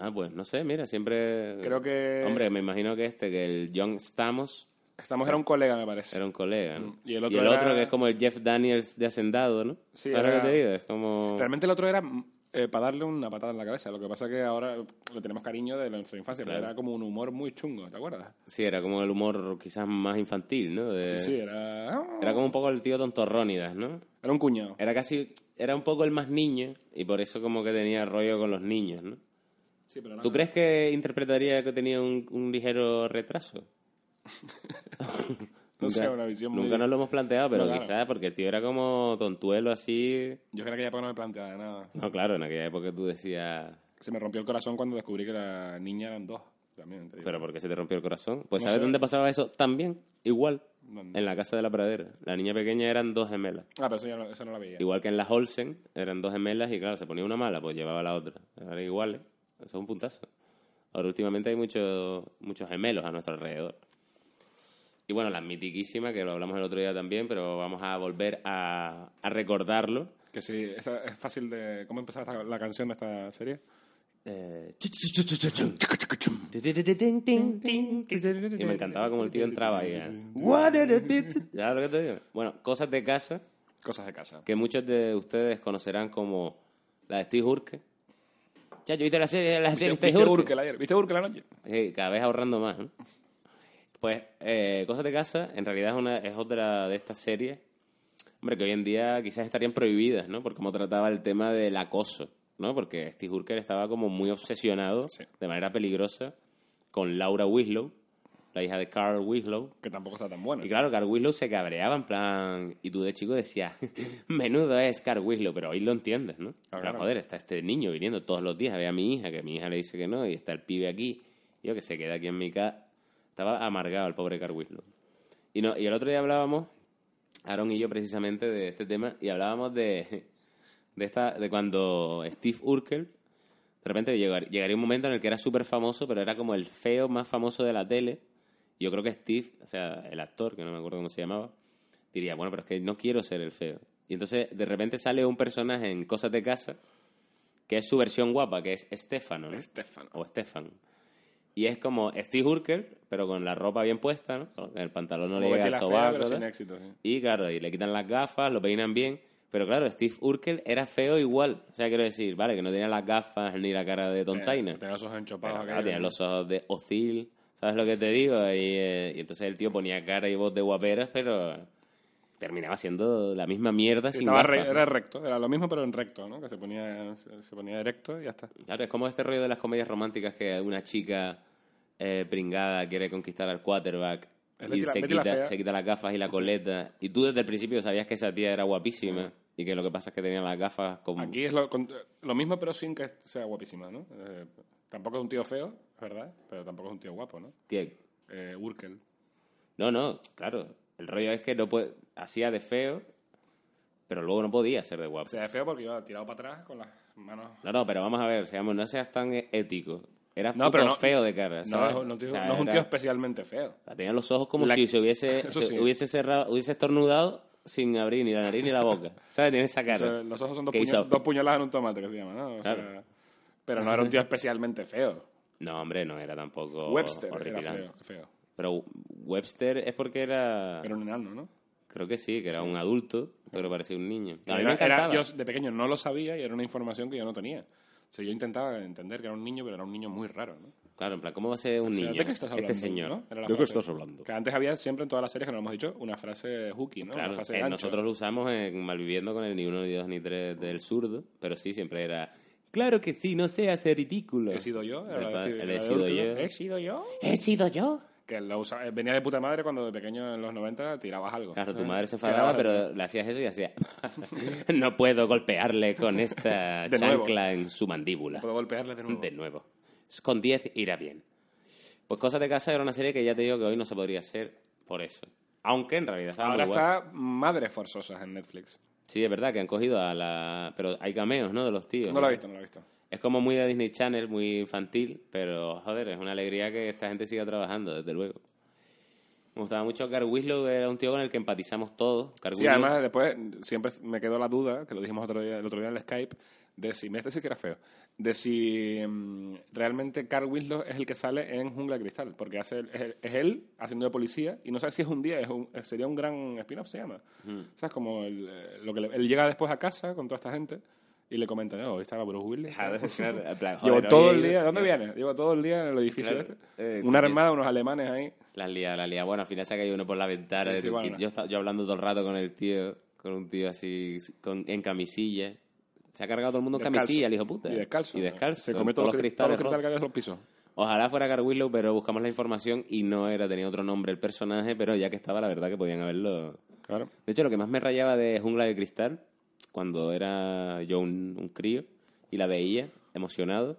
Speaker 1: ah, pues no sé, mira, siempre...
Speaker 2: Creo que-
Speaker 1: Hombre, me imagino que este, que el John Stamos
Speaker 2: Estamos, era un colega, me parece.
Speaker 1: Era un colega, ¿no?
Speaker 2: Mm, Y el otro era-
Speaker 1: que es como el Jeff Daniels de Hacendado, ¿no?
Speaker 2: Sí,
Speaker 1: ¿Sabes lo
Speaker 2: era-
Speaker 1: que te digo? Es como...
Speaker 2: Realmente el otro era para darle una patada en la cabeza. Lo que pasa que ahora le tenemos cariño de nuestra infancia, pero
Speaker 1: Claro.
Speaker 2: era como un humor muy chungo, ¿te acuerdas?
Speaker 1: Sí, era como el humor quizás más infantil, ¿no? De-
Speaker 2: Sí, sí, Eh, era...
Speaker 1: Era como un poco el tío tontorrónidas, ¿no?
Speaker 2: Era un cuñado.
Speaker 1: Era casi... Era un poco el más niño y por eso como que tenía rollo con los niños, ¿no?
Speaker 2: Sí, pero no-
Speaker 1: ¿Tú crees que interpretaría que tenía un, un ligero retraso?
Speaker 2: No sé,
Speaker 1: Nunca-
Speaker 2: una visión muy-
Speaker 1: Nunca nos lo hemos planteado, pero
Speaker 2: No, claro.
Speaker 1: quizás porque el tío era como tontuelo así...
Speaker 2: Yo creo que ya no me planteaba nada.
Speaker 1: No, claro, en aquella época tú decías...
Speaker 2: Se me rompió el corazón cuando descubrí que la niña eran dos. También, te digo.
Speaker 1: ¿Pero por qué se te rompió el corazón? Pues
Speaker 2: No
Speaker 1: ¿sabes
Speaker 2: sé.
Speaker 1: dónde pasaba eso? También, igual,
Speaker 2: ¿Dónde?
Speaker 1: en la casa de la pradera. La niña pequeña eran dos gemelas.
Speaker 2: Ah, pero eso, ya no, eso no la veía.
Speaker 1: Igual que en las Olsen, eran dos gemelas y claro, se ponía una mala, pues llevaba la otra. Eran iguales. Eso es un puntazo. Ahora últimamente hay muchos muchos gemelos a nuestro alrededor. Y bueno, la mitiquísima, que lo hablamos el otro día también, pero vamos a volver a, a recordarlo.
Speaker 2: Que sí, esa- es fácil de... ¿Cómo empezaba esta- la canción de esta serie?
Speaker 1: Eh, Y me encantaba como el tío entraba ahí. ¿eh? What did it be to- ¿Sabes lo que te digo? Bueno, cosas de casa
Speaker 2: Cosas de casa.
Speaker 1: que muchos de ustedes conocerán como la de Steve Urke. Chacho, ¿viste la serie, la serie
Speaker 2: ¿Viste
Speaker 1: Steve Urke?
Speaker 2: Urkel ayer? ¿Viste Urkel anoche?
Speaker 1: Sí, cada vez ahorrando más. ¿no? Pues eh, Cosas de Casa en realidad es, una, es otra de estas series, hombre, que hoy en día quizás estarían prohibidas, ¿no? Por cómo trataba el tema del acoso, ¿no? Porque Steve Urkel estaba como muy obsesionado
Speaker 2: Sí.
Speaker 1: de manera peligrosa con Laura Winslow, la hija de Carl Winslow.
Speaker 2: que tampoco está tan bueno.
Speaker 1: Y claro, Carl Winslow se cabreaba en plan... Y tú de chico decías, menudo es Carl Winslow, pero hoy lo entiendes, ¿no?
Speaker 2: Claro,
Speaker 1: Claro,
Speaker 2: claro.
Speaker 1: joder, está este niño viniendo todos los días a ver a mi hija, que mi hija le dice que no, y está el pibe aquí. Yo que se queda aquí en mi casa. Estaba amargado el pobre Carl Winslow. Y, no, y el otro día hablábamos, Aaron y yo precisamente, de este tema, y hablábamos de, de, esta, de cuando Steve Urkel... De repente llegar- llegaría un momento en el que era súper famoso, pero era como el feo más famoso de la tele. Yo creo que Steve, o sea, el actor, que no me acuerdo cómo se llamaba, diría, bueno, pero es que no quiero ser el feo. Y entonces de repente sale un personaje en Cosas de Casa, que es su versión guapa, que es Estefano, ¿no?
Speaker 2: Estefano.
Speaker 1: O Stefan. Y es como Steve Urkel, pero con la ropa bien puesta, ¿no? Con el pantalón no
Speaker 2: Como
Speaker 1: le llega
Speaker 2: Betty
Speaker 1: al
Speaker 2: la fea,
Speaker 1: sobaco.
Speaker 2: pero
Speaker 1: ¿no?
Speaker 2: sin éxito, sí.
Speaker 1: Y claro, y le quitan las gafas, lo peinan bien. Pero claro, Steve Urkel era feo igual. O sea, quiero decir, vale, que no tenía las gafas ni la cara de tontaina.
Speaker 2: Tenía los ojos
Speaker 1: Pero,
Speaker 2: enchopados.
Speaker 1: claro,
Speaker 2: aquellos.
Speaker 1: tenía Ah, los ojos de Ozil. ¿Sabes lo que te digo? Y, eh, y entonces el tío ponía cara y voz de guaperas, pero terminaba siendo la misma mierda
Speaker 2: Sí,
Speaker 1: sin
Speaker 2: estaba
Speaker 1: gafas,
Speaker 2: re-
Speaker 1: ¿no?
Speaker 2: era recto, era lo mismo pero en recto, ¿no? Que se ponía, se se ponía erecto y ya está.
Speaker 1: Claro, es como este rollo de las comedias románticas que una chica eh, pringada quiere conquistar al quarterback
Speaker 2: Es
Speaker 1: y
Speaker 2: Betty la-
Speaker 1: se
Speaker 2: Betty la
Speaker 1: quita,
Speaker 2: fea.
Speaker 1: se quita las gafas y la coleta. Y tú desde el principio sabías que esa tía era guapísima y que lo que pasa es que tenía las gafas como...
Speaker 2: Aquí es lo, con- lo mismo pero sin que sea guapísima, ¿no? Eh, tampoco es un tío feo, es ¿verdad? Pero tampoco es un tío guapo, ¿no?
Speaker 1: Tía,
Speaker 2: Eh, Urkel.
Speaker 1: No, no, claro. El rollo es que no puede... hacía de feo, pero luego no podía ser de guapo.
Speaker 2: O sea, es feo porque iba tirado para atrás con las manos...
Speaker 1: No, no, pero vamos a ver, seamos, no seas tan e-, ético. Eras
Speaker 2: No,
Speaker 1: poco
Speaker 2: pero no-
Speaker 1: feo de cara.
Speaker 2: No,
Speaker 1: ¿sabes?
Speaker 2: no, no, tío-
Speaker 1: O sea,
Speaker 2: no es un
Speaker 1: era-
Speaker 2: tío especialmente feo.
Speaker 1: Tenía los ojos como
Speaker 2: La-
Speaker 1: si se hubiese,
Speaker 2: Eso
Speaker 1: se
Speaker 2: sí.
Speaker 1: hubiese cerrado, hubiese estornudado sin abrir ni la nariz ni la boca. ¿Sabes? Tiene esa
Speaker 2: O sea,
Speaker 1: cara.
Speaker 2: los ojos son dos,
Speaker 1: que hizo-
Speaker 2: puñal- dos puñaladas en un tomate, que se llama, ¿no? O sea,
Speaker 1: Claro.
Speaker 2: pero no era un tío especialmente feo.
Speaker 1: No, hombre, no era tampoco.
Speaker 2: Webster era
Speaker 1: horripilante.
Speaker 2: feo, feo.
Speaker 1: Pero Webster es porque era.
Speaker 2: Era un enano, ¿no?
Speaker 1: Creo que sí, que era un adulto, pero parecía un niño. A mí
Speaker 2: Era-
Speaker 1: me
Speaker 2: era-
Speaker 1: encantaba.
Speaker 2: yo de pequeño no lo sabía y era una información que yo no tenía. O sea, yo intentaba entender que era un niño, pero era un niño muy raro, ¿no?
Speaker 1: Claro, en plan, ¿cómo va a ser un
Speaker 2: O sea,
Speaker 1: niño?
Speaker 2: ¿De qué estás hablando?
Speaker 1: este señor.
Speaker 2: ¿no? Era la
Speaker 1: ¿De qué
Speaker 2: frase.
Speaker 1: estás hablando?
Speaker 2: Que antes había siempre en todas las series, que no lo hemos dicho, una frase hooky, ¿no?
Speaker 1: Claro,
Speaker 2: una frase
Speaker 1: eh,
Speaker 2: gancho.
Speaker 1: nosotros lo usamos en Malviviendo con el ni uno, ni dos, ni tres del zurdo, pero sí, siempre era... Claro que sí, no seas ridículo.
Speaker 2: He sido yo.
Speaker 1: El
Speaker 2: era
Speaker 1: pa-
Speaker 2: de-
Speaker 1: el
Speaker 2: era
Speaker 1: he
Speaker 2: de
Speaker 1: sido
Speaker 2: Úrsula.
Speaker 1: yo.
Speaker 2: He sido yo.
Speaker 1: ¿He sido yo?
Speaker 2: Que lo usa- eh, venía de puta madre cuando de pequeño, en los 90, tirabas
Speaker 1: Pues
Speaker 2: algo.
Speaker 1: Claro, tu
Speaker 2: ¿sabes?
Speaker 1: madre se
Speaker 2: Tirabas
Speaker 1: enfadaba,
Speaker 2: algo.
Speaker 1: pero le hacías eso y hacía... no puedo golpearle con esta
Speaker 2: De nuevo.
Speaker 1: chancla en su mandíbula.
Speaker 2: Puedo golpearle de nuevo.
Speaker 1: De nuevo. Con 10 irá bien. Pues Cosas de Casa era una serie que ya te digo que hoy no se podría hacer por eso. Aunque en realidad estaba
Speaker 2: Ahora
Speaker 1: muy guay.
Speaker 2: está Madres Forzosas en Netflix.
Speaker 1: Sí, es verdad que han cogido a la... Pero hay cameos, ¿no? De los tíos.
Speaker 2: No lo he visto, no lo he visto.
Speaker 1: Es como muy de Disney Channel, muy infantil, pero joder, es una alegría que esta gente siga trabajando, desde luego. Me gustaba mucho Carl Winslow, era un tío con el que empatizamos todos. Carl
Speaker 2: Sí,
Speaker 1: Winslow-
Speaker 2: además después siempre me quedó la duda, que lo dijimos otro día, el otro día en el Skype, de si, este sí que era feo, de si mm, realmente Carl Winslow es el que sale en Jungla de Cristal, porque hace, el- es, el- es él haciendo de policía y no sabes si es un día, es un- sería un gran spin-off, se llama. ¿Sabes? Como el, eh, lo que le- él llega después a casa con toda esta gente y le comentan, oh, hoy estaba Bruce Willis.
Speaker 1: Joder, claro, en plan,
Speaker 2: Llevo
Speaker 1: joder, hoy
Speaker 2: todo
Speaker 1: he
Speaker 2: el
Speaker 1: ido-
Speaker 2: día, ¿de dónde viene? Llevo todo el día en el edificio
Speaker 1: Claro,
Speaker 2: este.
Speaker 1: eh,
Speaker 2: una
Speaker 1: que-
Speaker 2: armada, unos alemanes ahí.
Speaker 1: La lía, la lía. Bueno, al final se ha caído uno por la ventana.
Speaker 2: Sí,
Speaker 1: de
Speaker 2: sí,
Speaker 1: tu
Speaker 2: bueno.
Speaker 1: kit. yo, esta- yo hablando todo el rato con el tío, con un tío así, con, en camisilla. Se ha cargado todo el mundo en
Speaker 2: descalzo.
Speaker 1: camisilla, el hijo puta.
Speaker 2: Y descalzo.
Speaker 1: Y descalzo.
Speaker 2: Se
Speaker 1: con
Speaker 2: comió
Speaker 1: todos los
Speaker 2: cri-
Speaker 1: cristales.
Speaker 2: todos los cristales
Speaker 1: rotos.
Speaker 2: que había en los pisos.
Speaker 1: Ojalá fuera Carl Winslow, pero buscamos la información y no era, tenía otro nombre el personaje, pero ya que estaba, la verdad que podían haberlo.
Speaker 2: Claro.
Speaker 1: De hecho, lo que más me rayaba de Jungla de Cristal, cuando era yo un, un crío y la veía emocionado,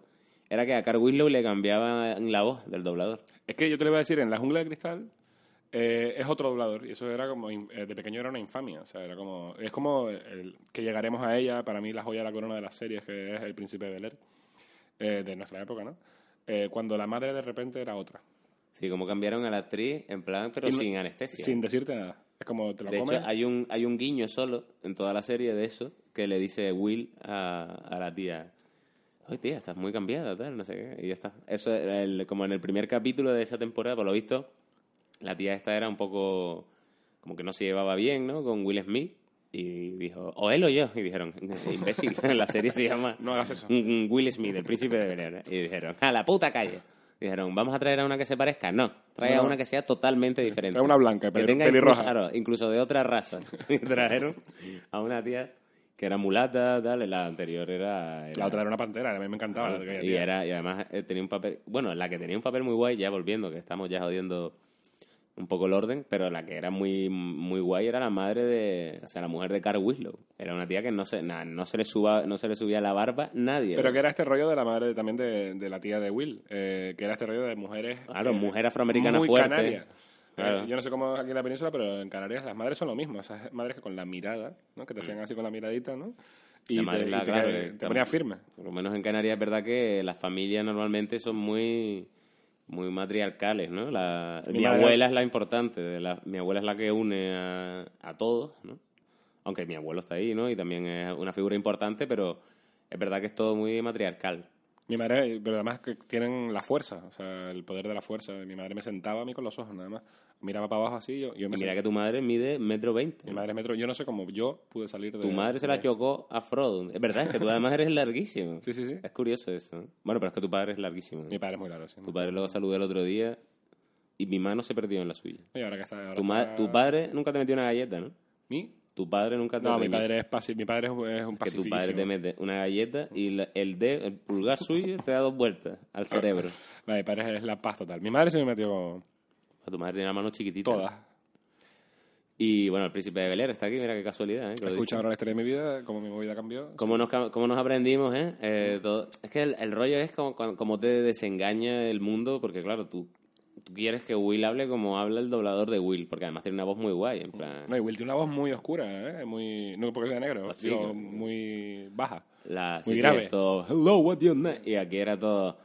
Speaker 1: era que a Carl Winslow le cambiaban la voz del doblador.
Speaker 2: Es que yo te lo iba a decir, en La Jungla de Cristal eh, es otro doblador. Y eso era como, in- eh, de pequeño era una infamia. O sea, era como, es como el- que llegaremos a ella, para mí la joya de la corona de las series, que es El Príncipe de Bel-Air, eh, de nuestra época, ¿no? Eh, cuando la madre de repente era otra.
Speaker 1: Sí, como cambiaron a la actriz, en plan, pero
Speaker 2: Y no-
Speaker 1: sin anestesia.
Speaker 2: Sin decirte nada. Es como te lo
Speaker 1: de
Speaker 2: comes.
Speaker 1: hecho, hay un, hay un guiño solo en toda la serie de eso que le dice Will a, a la tía. Oye, tía, estás muy cambiada, tal, no sé qué. Y ya está. Eso, era el- como en el primer capítulo de esa temporada, por lo visto, la tía esta era un poco... Como que no se llevaba bien, ¿no? Con Will Smith. Y dijo, o él o yo. Y dijeron, imbécil, la serie se llama...
Speaker 2: No hagas eso.
Speaker 1: Mm, mm, Will Smith, el príncipe de Belén. Y dijeron, a la puta calle. Dijeron, ¿vamos a traer a una que se parezca? No, trae
Speaker 2: No.
Speaker 1: a una que sea totalmente diferente.
Speaker 2: Trae una blanca,
Speaker 1: que
Speaker 2: peli-
Speaker 1: tenga
Speaker 2: pelirroja.
Speaker 1: Incluso, claro, incluso de otra raza. Y trajeron a una tía que era mulata, tal, la anterior era... era-
Speaker 2: La otra era una pantera, a mí me encantaba. la que
Speaker 1: y,
Speaker 2: ella
Speaker 1: era, y además eh, tenía un papel... Bueno, la que tenía un papel muy guay, ya volviendo, que estamos ya jodiendo un poco el orden, pero la que era muy, muy guay era la madre de, o sea, la mujer de Carl Winslow. Era una tía que no se, na- no se le suba, no se le subía la barba nadie.
Speaker 2: Pero que era este rollo de la madre también de, de la tía de Will, eh, que era este rollo de mujeres.
Speaker 1: Claro,
Speaker 2: eh,
Speaker 1: mujer afroamericana
Speaker 2: muy
Speaker 1: fuerte.
Speaker 2: canaria. Eh,
Speaker 1: Claro.
Speaker 2: Yo no sé cómo es aquí en la península, pero en Canarias las madres son lo mismo. Esas madres que con la mirada, ¿no? Que te hacían así con la miradita, ¿no? Y
Speaker 1: Mm. La
Speaker 2: te,
Speaker 1: madre,
Speaker 2: y
Speaker 1: la-
Speaker 2: te-
Speaker 1: claro,
Speaker 2: te
Speaker 1: que-
Speaker 2: ponía firme.
Speaker 1: Por lo menos en Canarias es verdad que las familias normalmente son muy muy matriarcales, ¿no? La- mi
Speaker 2: Mi madre-
Speaker 1: abuela es la importante, de la- mi abuela es la que une a, a todos, ¿no? Aunque mi abuelo está ahí, ¿no? Y también es una figura importante, pero es verdad que es todo muy matriarcal.
Speaker 2: Mi madre, pero además que tienen la fuerza, o sea, el poder de la fuerza. Mi madre me sentaba a mí con los ojos, nada más. Miraba para abajo así, yo, yo
Speaker 1: Y
Speaker 2: me
Speaker 1: mira
Speaker 2: sentaba.
Speaker 1: que tu madre mide metro veinte.
Speaker 2: Mi madre es metro. Yo no sé cómo yo pude salir de.
Speaker 1: Tu madre se la
Speaker 2: de-
Speaker 1: chocó a Frodo. Es verdad, es que tú además eres larguísimo.
Speaker 2: Sí, sí, sí.
Speaker 1: Es curioso eso. Bueno, pero es que tu padre es larguísimo.
Speaker 2: Mi padre es muy largo, sí.
Speaker 1: Tu padre lo saludé el otro día y mi mano se perdió en la suya.
Speaker 2: Oye, ahora que está. ahora
Speaker 1: Tu, ma-
Speaker 2: está-
Speaker 1: tu padre nunca te metió una galleta, ¿no?
Speaker 2: ¿Mi?
Speaker 1: Tu padre nunca te
Speaker 2: No, mi
Speaker 1: reñía.
Speaker 2: padre es, paci- mi padre es un- es un
Speaker 1: Que tu padre te
Speaker 2: pacificísimo.
Speaker 1: mete una galleta y la- el de, el pulgar suyo te da dos vueltas al cerebro. Pues
Speaker 2: La de padres es la paz total. Mi madre se me metió
Speaker 1: A tu madre tiene la mano chiquitita.
Speaker 2: todas.
Speaker 1: Y bueno, el príncipe de Bel-Air está aquí, mira qué casualidad, ¿eh? que lo dice.
Speaker 2: Escucha ahora la historia de mi vida, cómo mi movida cambió.
Speaker 1: ¿Cómo nos, cam- cómo nos aprendimos, eh? Eh, todo- Es que el, el rollo es como, cuan- como te desengaña el mundo, porque claro, tú, tú quieres que Will hable como habla el doblador de Will, porque además tiene una voz muy guay, en plan...
Speaker 2: No, y Will tiene una voz muy oscura, ¿eh? Muy, no porque sea negro,
Speaker 1: Así,
Speaker 2: digo,
Speaker 1: ¿no?
Speaker 2: muy baja.
Speaker 1: La, sí,
Speaker 2: Muy
Speaker 1: sí,
Speaker 2: grave.
Speaker 1: es todo, Hello, what's your name? Y aquí era todo...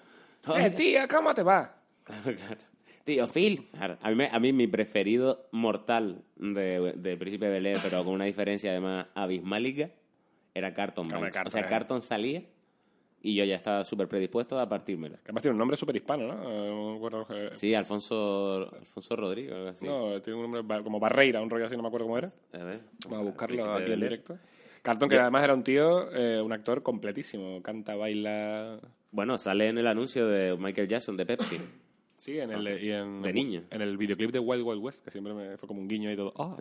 Speaker 2: Eh, tía, ¿cómo te va?
Speaker 1: Claro, claro. Tío, Phil. Claro, a, mí, me- a mí mi preferido mortal de, de Príncipe Belé, pero con una diferencia además abismálica, era Carton
Speaker 2: Hombre,
Speaker 1: Banks. O
Speaker 2: Carlton,
Speaker 1: sea,
Speaker 2: eh.
Speaker 1: Carton salía y yo ya estaba súper predispuesto a partírmela.
Speaker 2: Que además tiene un nombre súper hispano, ¿no? Eh, no me acuerdo, eh,
Speaker 1: Sí, Alfonso, Alfonso Rodrigo, algo así.
Speaker 2: No, tiene un nombre ba- como Barreira, un rollo así, no me acuerdo cómo era.
Speaker 1: A ver.
Speaker 2: Vamos a buscarlo
Speaker 1: Príncipe de
Speaker 2: aquí en
Speaker 1: Bel-Air.
Speaker 2: directo. Carlton, que además era un tío, eh, un actor completísimo. Canta, baila...
Speaker 1: Bueno, sale en el anuncio de Michael Jackson de Pepsi.
Speaker 2: Sí, en el, y en,
Speaker 1: De niño.
Speaker 2: En el videoclip de Wild Wild West, que siempre me fue como un guiño y todo. Ah,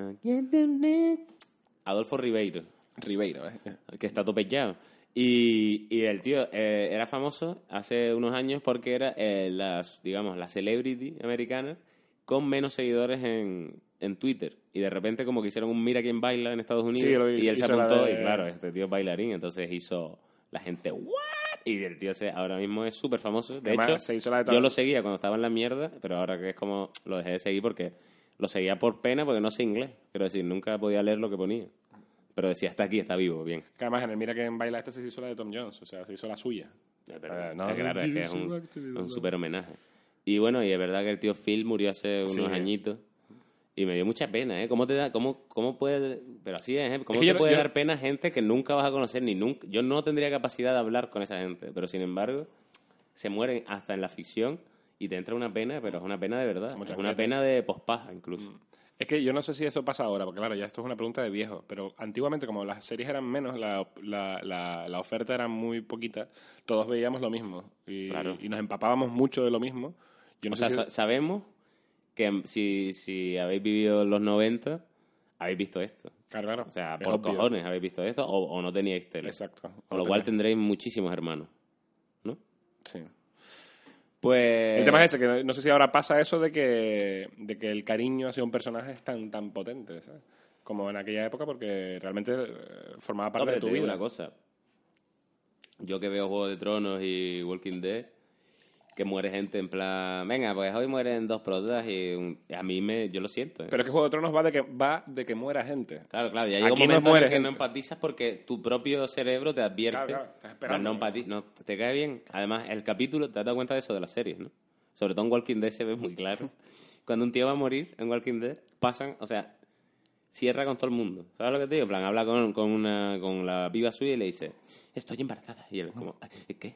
Speaker 1: Adolfo Ribeiro.
Speaker 2: Ribeiro, ¿eh?
Speaker 1: que está atropellado. Y, y el tío eh, era famoso hace unos años porque era eh, la, digamos, la celebrity americana con menos seguidores en, en Twitter. Y de repente como que hicieron un Mira quién baila en Estados Unidos
Speaker 2: Sí, lo hizo-
Speaker 1: y él se
Speaker 2: hizo la
Speaker 1: apuntó
Speaker 2: de-
Speaker 1: y claro, este tío es bailarín, entonces hizo la gente ¿What? Y el tío se, ahora mismo es súper famoso. De
Speaker 2: Además,
Speaker 1: hecho,
Speaker 2: se hizo la de todo.
Speaker 1: yo lo seguía cuando estaba en la mierda, pero ahora que es como lo dejé de seguir porque lo seguía por pena porque no sé inglés. Quiero decir, nunca podía leer lo que ponía. Pero decía, está aquí, está vivo, bien.
Speaker 2: Que además en el Mira que baila este se hizo la de Tom Jones, o sea, se hizo la suya.
Speaker 1: Eh, pero
Speaker 2: Ah,
Speaker 1: no,
Speaker 2: no,
Speaker 1: claro, es que es
Speaker 2: Reduce
Speaker 1: un,
Speaker 2: Activism.
Speaker 1: un super homenaje. Y bueno, y es verdad que el tío Phil murió hace unos
Speaker 2: Sí. ¿eh?
Speaker 1: añitos. Y me dio mucha pena, ¿eh? ¿Cómo te da, cómo, cómo puede, pero así es, ¿eh? ¿Cómo
Speaker 2: Es que
Speaker 1: te
Speaker 2: yo no-
Speaker 1: puede
Speaker 2: yo-
Speaker 1: dar pena gente que nunca vas a conocer ni nunca? Yo no tendría capacidad de hablar con esa gente, pero sin embargo, se mueren hasta en la ficción y te entra una pena, pero es una pena de verdad.
Speaker 2: Mucha
Speaker 1: es una
Speaker 2: pena.
Speaker 1: pena de pospaja, incluso.
Speaker 2: Es que yo no sé si eso pasa ahora, porque claro, ya esto es una pregunta de viejo, pero antiguamente como las series eran menos, la, la, la, la oferta era muy poquita, todos veíamos lo mismo y,
Speaker 1: Claro.
Speaker 2: y nos empapábamos mucho de lo mismo. Yo no
Speaker 1: O sea,
Speaker 2: sé
Speaker 1: sa- sabemos que mm, si, si habéis vivido los 90, habéis visto esto.
Speaker 2: si... Claro, claro.
Speaker 1: O sea,
Speaker 2: es
Speaker 1: por
Speaker 2: obvio.
Speaker 1: cojones habéis visto esto o, o no teníais tele.
Speaker 2: Exacto.
Speaker 1: Con lo cual tendréis muchísimos hermanos. ¿No?
Speaker 2: Sí.
Speaker 1: Eh. Pues.
Speaker 2: El tema es ese, que no sé si ahora pasa eso de que, de que el cariño hacia un personaje es tan, tan potente, ¿sabes? Como en aquella época, porque realmente eh, formaba
Speaker 1: No,
Speaker 2: parte
Speaker 1: pero
Speaker 2: de
Speaker 1: te
Speaker 2: tu
Speaker 1: digo
Speaker 2: vida.
Speaker 1: una cosa. Yo que veo Juego de Tronos y Walking Dead, que muere gente en plan. Venga, pues hoy mueren dos protas y un- a mí me. Yo lo siento. ¿eh?
Speaker 2: Pero es que Juego de Tronos va de que, va de que muera gente.
Speaker 1: Claro, claro, ya llega un
Speaker 2: Aquí no
Speaker 1: momento en
Speaker 2: muere
Speaker 1: el que no
Speaker 2: gente.
Speaker 1: empatizas porque tu propio cerebro te advierte.
Speaker 2: Claro, claro, estás
Speaker 1: pero no
Speaker 2: esperando.
Speaker 1: empatizas, no, te cae bien. Además, el capítulo, te has dado cuenta de eso de las series, ¿no? Sobre todo en Walking Dead se ve muy claro. Cuando un tío va a morir en Walking Dead, pasan, o sea, cierra con todo el mundo. ¿Sabes lo que te digo? En plan, habla con, con una, con la viva suya y le dice, estoy embarazada. Y él es como, "¿Eh, ¿qué?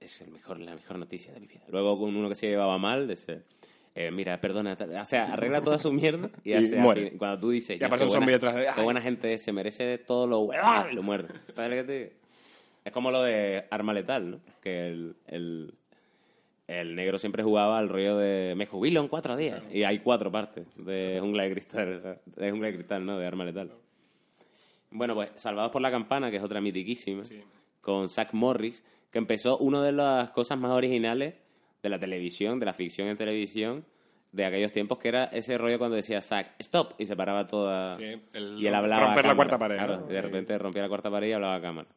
Speaker 1: Es el mejor, la mejor noticia de mi vida. Luego con uno que se llevaba mal, dice, "Eh, mira, perdona, tal". o sea, arregla toda su mierda y,
Speaker 2: Y
Speaker 1: hace-
Speaker 2: muere.
Speaker 1: y Cuando tú dices,
Speaker 2: Y aparece
Speaker 1: qué
Speaker 2: un
Speaker 1: buena-
Speaker 2: zombie detrás de- ¡Ah!
Speaker 1: qué buena gente es, se merece todo lo bueno y lo muerde. ¿Sabes lo que te digo? Es como lo de arma letal, ¿no? Que el, el, el negro siempre jugaba al rollo de me jubilo en cuatro días. Y hay cuatro partes de jungla de cristal, o sea, de jungla de cristal, ¿no? De arma letal. Bueno, pues Salvados por la Campana, que es otra mitiquísima, con Zach Morris, que empezó una de las cosas más originales de la televisión, de la ficción en televisión, de aquellos tiempos que era ese rollo cuando decía Zack, stop, y se paraba toda.
Speaker 2: Sí, el
Speaker 1: y él hablaba.
Speaker 2: romper
Speaker 1: a
Speaker 2: la
Speaker 1: cámara.
Speaker 2: cuarta pared,
Speaker 1: Claro,
Speaker 2: ¿no?
Speaker 1: y de
Speaker 2: Sí.
Speaker 1: repente rompía la cuarta pared y hablaba a cámara.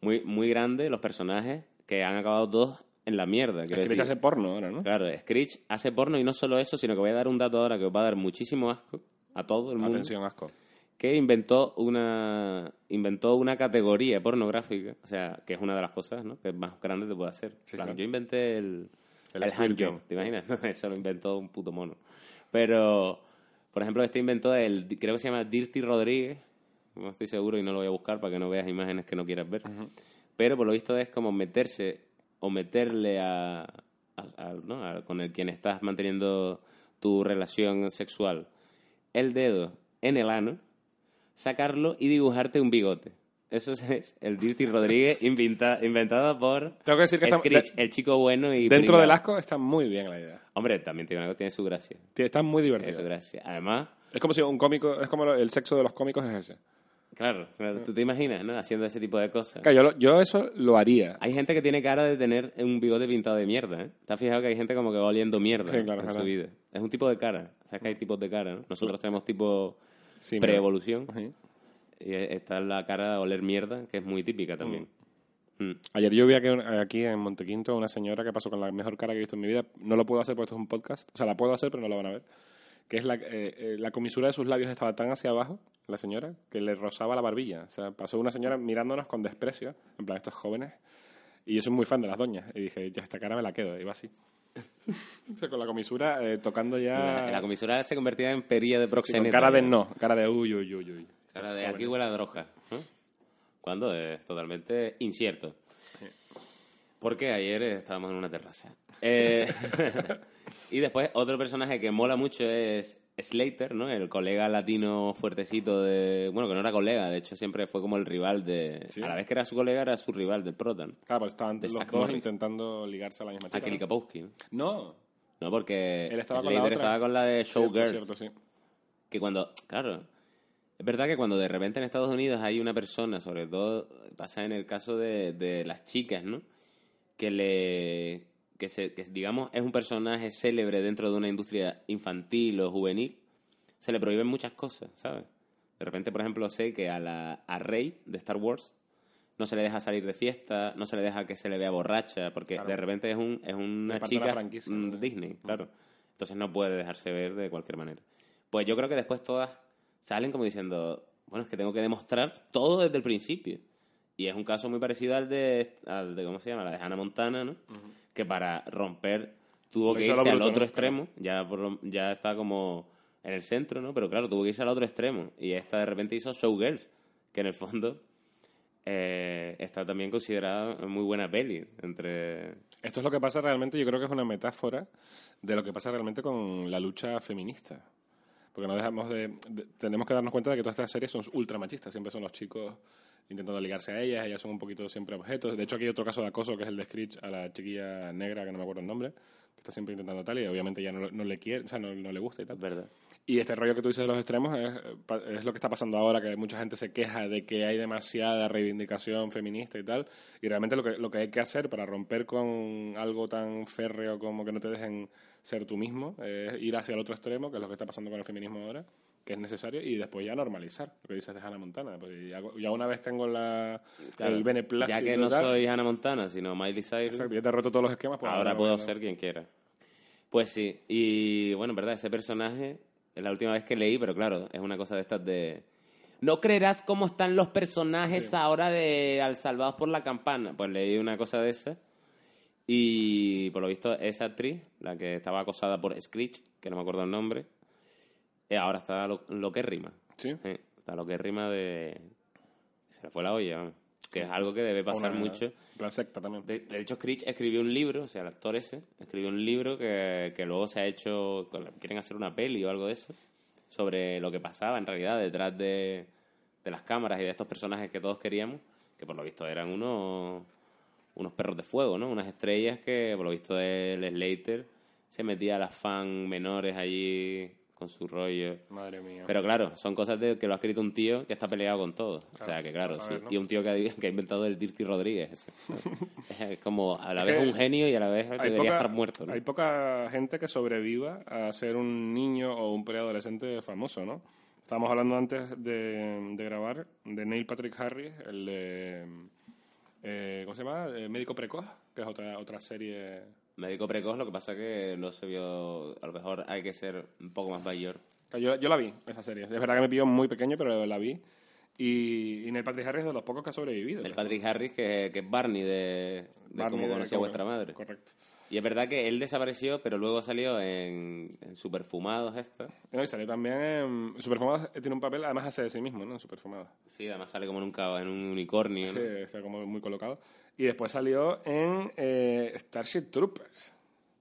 Speaker 1: Muy, muy grande los personajes que han acabado dos en la mierda. quiero
Speaker 2: Screech
Speaker 1: decir.
Speaker 2: hace porno ahora, ¿no?
Speaker 1: Claro, Screech hace porno y no solo eso, sino que voy a dar un dato ahora que os va a dar muchísimo asco a todo el mundo.
Speaker 2: Atención, asco.
Speaker 1: Que inventó una, inventó una categoría pornográfica, o sea, que es una de las cosas ¿no? que más grande te puede hacer. En plan,
Speaker 2: claro.
Speaker 1: Yo inventé el,
Speaker 2: El
Speaker 1: el
Speaker 2: squirt
Speaker 1: handjob,
Speaker 2: job.
Speaker 1: ¿te imaginas? No, eso lo inventó un puto mono. Pero, por ejemplo, este inventó el, creo que se llama Dirty Rodríguez, no estoy seguro y no lo voy a buscar para que no veas imágenes que no quieras ver. Pero por lo visto es como meterse o meterle a, a- a- ¿no? a- con el quien estás manteniendo tu relación sexual el dedo en el ano, sacarlo y dibujarte un bigote. Eso es el Dirty Rodríguez inventa- inventado por
Speaker 2: Tengo que decir que estamos-
Speaker 1: Screech, el chico bueno y
Speaker 2: Dentro
Speaker 1: pringao.
Speaker 2: del asco está muy bien la idea.
Speaker 1: Hombre, también tiene algo, tiene su gracia.
Speaker 2: Tiene- Está muy
Speaker 1: Tiene su
Speaker 2: divertido.
Speaker 1: gracia. Además,
Speaker 2: Es como si un cómico, es como lo- el sexo de los cómicos es ese.
Speaker 1: claro, claro, tú te imaginas, ¿no? Haciendo ese tipo de cosas.
Speaker 2: Claro, yo, lo- yo eso lo haría.
Speaker 1: Hay gente que tiene cara de tener un bigote pintado de mierda, ¿eh? ¿Te has fijado que hay gente como que va oliendo mierda
Speaker 2: Sí, claro,
Speaker 1: en
Speaker 2: claro.
Speaker 1: su vida? Es un tipo de cara. O sea, que hay tipos de cara, ¿no? Nosotros tenemos tipo
Speaker 2: Sí, me-
Speaker 1: preevolución
Speaker 2: Ujú.
Speaker 1: y e- está la cara de oler mierda, que es muy típica también. Mm.
Speaker 2: Ayer yo vi aquí, aquí en Montequinto una señora que pasó con la mejor cara que he visto en mi vida. No lo puedo hacer porque esto es un podcast. O sea, la puedo hacer, pero no la van a ver. Que es la, eh, eh, la comisura de sus labios estaba tan hacia abajo, la señora, que le rozaba la barbilla. O sea, pasó una señora mirándonos con desprecio, en plan, estos jóvenes. Y yo soy muy fan de las doñas. Y dije, ya esta cara me la quedo. Y va así. O sea, con la comisura eh, tocando ya.
Speaker 1: La, la comisura se convertía en perilla de
Speaker 2: sí, con
Speaker 1: proxeneta.
Speaker 2: cara de no, cara de uy, uy, uy, uy.
Speaker 1: Cara de aquí huele a droga. ¿no? Cuando es totalmente incierto. Porque ayer estábamos en una terraza. Eh, y después otro personaje que mola mucho es Slater, ¿no? El colega latino fuertecito de... Bueno, que no era colega, de hecho siempre fue como el rival de...
Speaker 2: Sí.
Speaker 1: A la vez que era su colega, era su rival del Proton.
Speaker 2: Claro, pues estaban
Speaker 1: De
Speaker 2: los
Speaker 1: Zach
Speaker 2: dos
Speaker 1: Morris.
Speaker 2: intentando ligarse a la misma chica.
Speaker 1: Aquel
Speaker 2: ¿no?
Speaker 1: Kapowski. ¿no?
Speaker 2: No.
Speaker 1: No, porque
Speaker 2: Él estaba con la
Speaker 1: Slater
Speaker 2: otra.
Speaker 1: estaba con la de Showgirls.
Speaker 2: Cierto, cierto, sí.
Speaker 1: que cuando, claro, es verdad que cuando de repente en Estados Unidos hay una persona, sobre todo pasa en el caso de, de las chicas, ¿no? Que le, que, se, que digamos es un personaje célebre dentro de una industria infantil o juvenil, se le prohíben muchas cosas, ¿sabes? De repente, por ejemplo, sé que a la a Rey de Star Wars no se le deja salir de fiesta, no se le deja que se le vea borracha, porque
Speaker 2: Claro.
Speaker 1: de repente es un es una
Speaker 2: parte de la
Speaker 1: chica
Speaker 2: franquicia,
Speaker 1: mm,
Speaker 2: ¿no?
Speaker 1: de Disney, claro. Entonces no puede dejarse ver de cualquier manera. Pues yo creo que después todas salen como diciendo, bueno, es que tengo que demostrar todo desde el principio. Y es un caso muy parecido al de, al de ¿cómo se llama? La de Hannah Montana, ¿no? Que para romper tuvo
Speaker 2: Lo
Speaker 1: que
Speaker 2: hizo a
Speaker 1: irse
Speaker 2: lo
Speaker 1: al
Speaker 2: bruto,
Speaker 1: otro
Speaker 2: ¿no?
Speaker 1: extremo, ya, por lo- ya está como en el centro, ¿no? Pero claro, tuvo que irse al otro extremo. Y esta de repente hizo Showgirls, que en el fondo eh, está también considerada muy buena peli. Entre...
Speaker 2: Esto es lo que pasa realmente, yo creo que es una metáfora de lo que pasa realmente con la lucha feminista. Porque no dejamos de, de- Tenemos que darnos cuenta de que todas estas series son ultra machistas. Siempre son los chicos intentando ligarse a ellas, ellas son un poquito siempre objetos. De hecho, aquí hay otro caso de acoso que es el de Screech a la chiquilla negra, que no me acuerdo el nombre, que está siempre intentando tal y obviamente ya no, lo- no le quiere, o sea, no, no le gusta y tal.
Speaker 1: Es verdad.
Speaker 2: Y este rollo que tú dices de los extremos es, eh, pa- es lo que está pasando ahora, que mucha gente se queja de que hay demasiada reivindicación feminista y tal. Y realmente lo que, lo que hay que hacer para romper con algo tan férreo como que no te dejen ser tú mismo es ir hacia el otro extremo, que es lo que está pasando con el feminismo ahora, que es necesario, y después ya normalizar, lo que dices de Hannah Montana. Pues ya, ya una vez tengo la,
Speaker 1: Claro,
Speaker 2: el beneplácito
Speaker 1: ya que
Speaker 2: y
Speaker 1: no
Speaker 2: tal,
Speaker 1: soy Hannah Montana, sino Miley Cyrus,
Speaker 2: exacto, ya te he roto todos los esquemas. pues
Speaker 1: ahora
Speaker 2: no,
Speaker 1: puedo
Speaker 2: no.
Speaker 1: ser quien quiera. Pues sí, y bueno, en verdad, ese personaje es la última vez que leí, pero claro, es una cosa de estas de... No creerás cómo están los personajes ahora de Al Salvados por la Campana. Pues leí una cosa de esa. Y por lo visto, esa actriz, la que estaba acosada por Screech, que no me acuerdo el nombre, eh, ahora está lo, lo que rima.
Speaker 2: Sí.
Speaker 1: Sí, está lo que rima de. Se le fue la olla, vamos. Que es algo que debe pasar
Speaker 2: Una-
Speaker 1: mucho.
Speaker 2: en plan secta también.
Speaker 1: De, de hecho, Screech escribió un libro, o sea, el actor ese, escribió un libro que, que luego se ha hecho, quieren hacer una peli o algo de eso, sobre lo que pasaba en realidad detrás de, de las cámaras y de estos personajes que todos queríamos, que por lo visto eran unos, unos perros de fuego, ¿no? Unas estrellas que por lo visto el Slater se metía a las fan menores allí con su rollo.
Speaker 2: Madre mía.
Speaker 1: Pero claro, son cosas de que lo ha escrito un tío que está peleado con todo. o sea, que claro,
Speaker 2: a
Speaker 1: sí.
Speaker 2: ver, ¿no?
Speaker 1: y un tío que ha, que ha inventado el Dirty Rodríguez. es como a la
Speaker 2: Es
Speaker 1: vez
Speaker 2: que
Speaker 1: un genio y a la vez debería estar muerto. ¿no?
Speaker 2: hay poca gente que sobreviva a ser un niño o un preadolescente famoso, ¿no? Estábamos hablando antes de, de grabar de Neil Patrick Harris, el de... eh, ¿Cómo se llama? Eh, Médico Precoz, que es otra, otra serie...
Speaker 1: Médico precoz, lo que pasa que no se vio. A lo mejor hay que ser un poco más mayor.
Speaker 2: que Ah, Yo, yo la vi, esa serie. Es verdad que me pilló muy pequeño, pero la vi. Y, y Neil Patrick Harris es de los pocos que ha sobrevivido.
Speaker 1: El Patrick Harris, que, que es Barney de, de
Speaker 2: Barney
Speaker 1: cómo
Speaker 2: de-
Speaker 1: conocía vuestra madre.
Speaker 2: Correcto.
Speaker 1: Y es verdad que él desapareció, pero luego salió en, en Superfumados esto.
Speaker 2: No, y salió también en... Superfumados eh, tiene un papel, además hace de sí mismo, ¿no? En Superfumados.
Speaker 1: Sí, además sale como en un, cab- en un unicornio.
Speaker 2: Sí,
Speaker 1: ¿no?
Speaker 2: está como muy colocado. Y después salió en eh, Starship Troopers,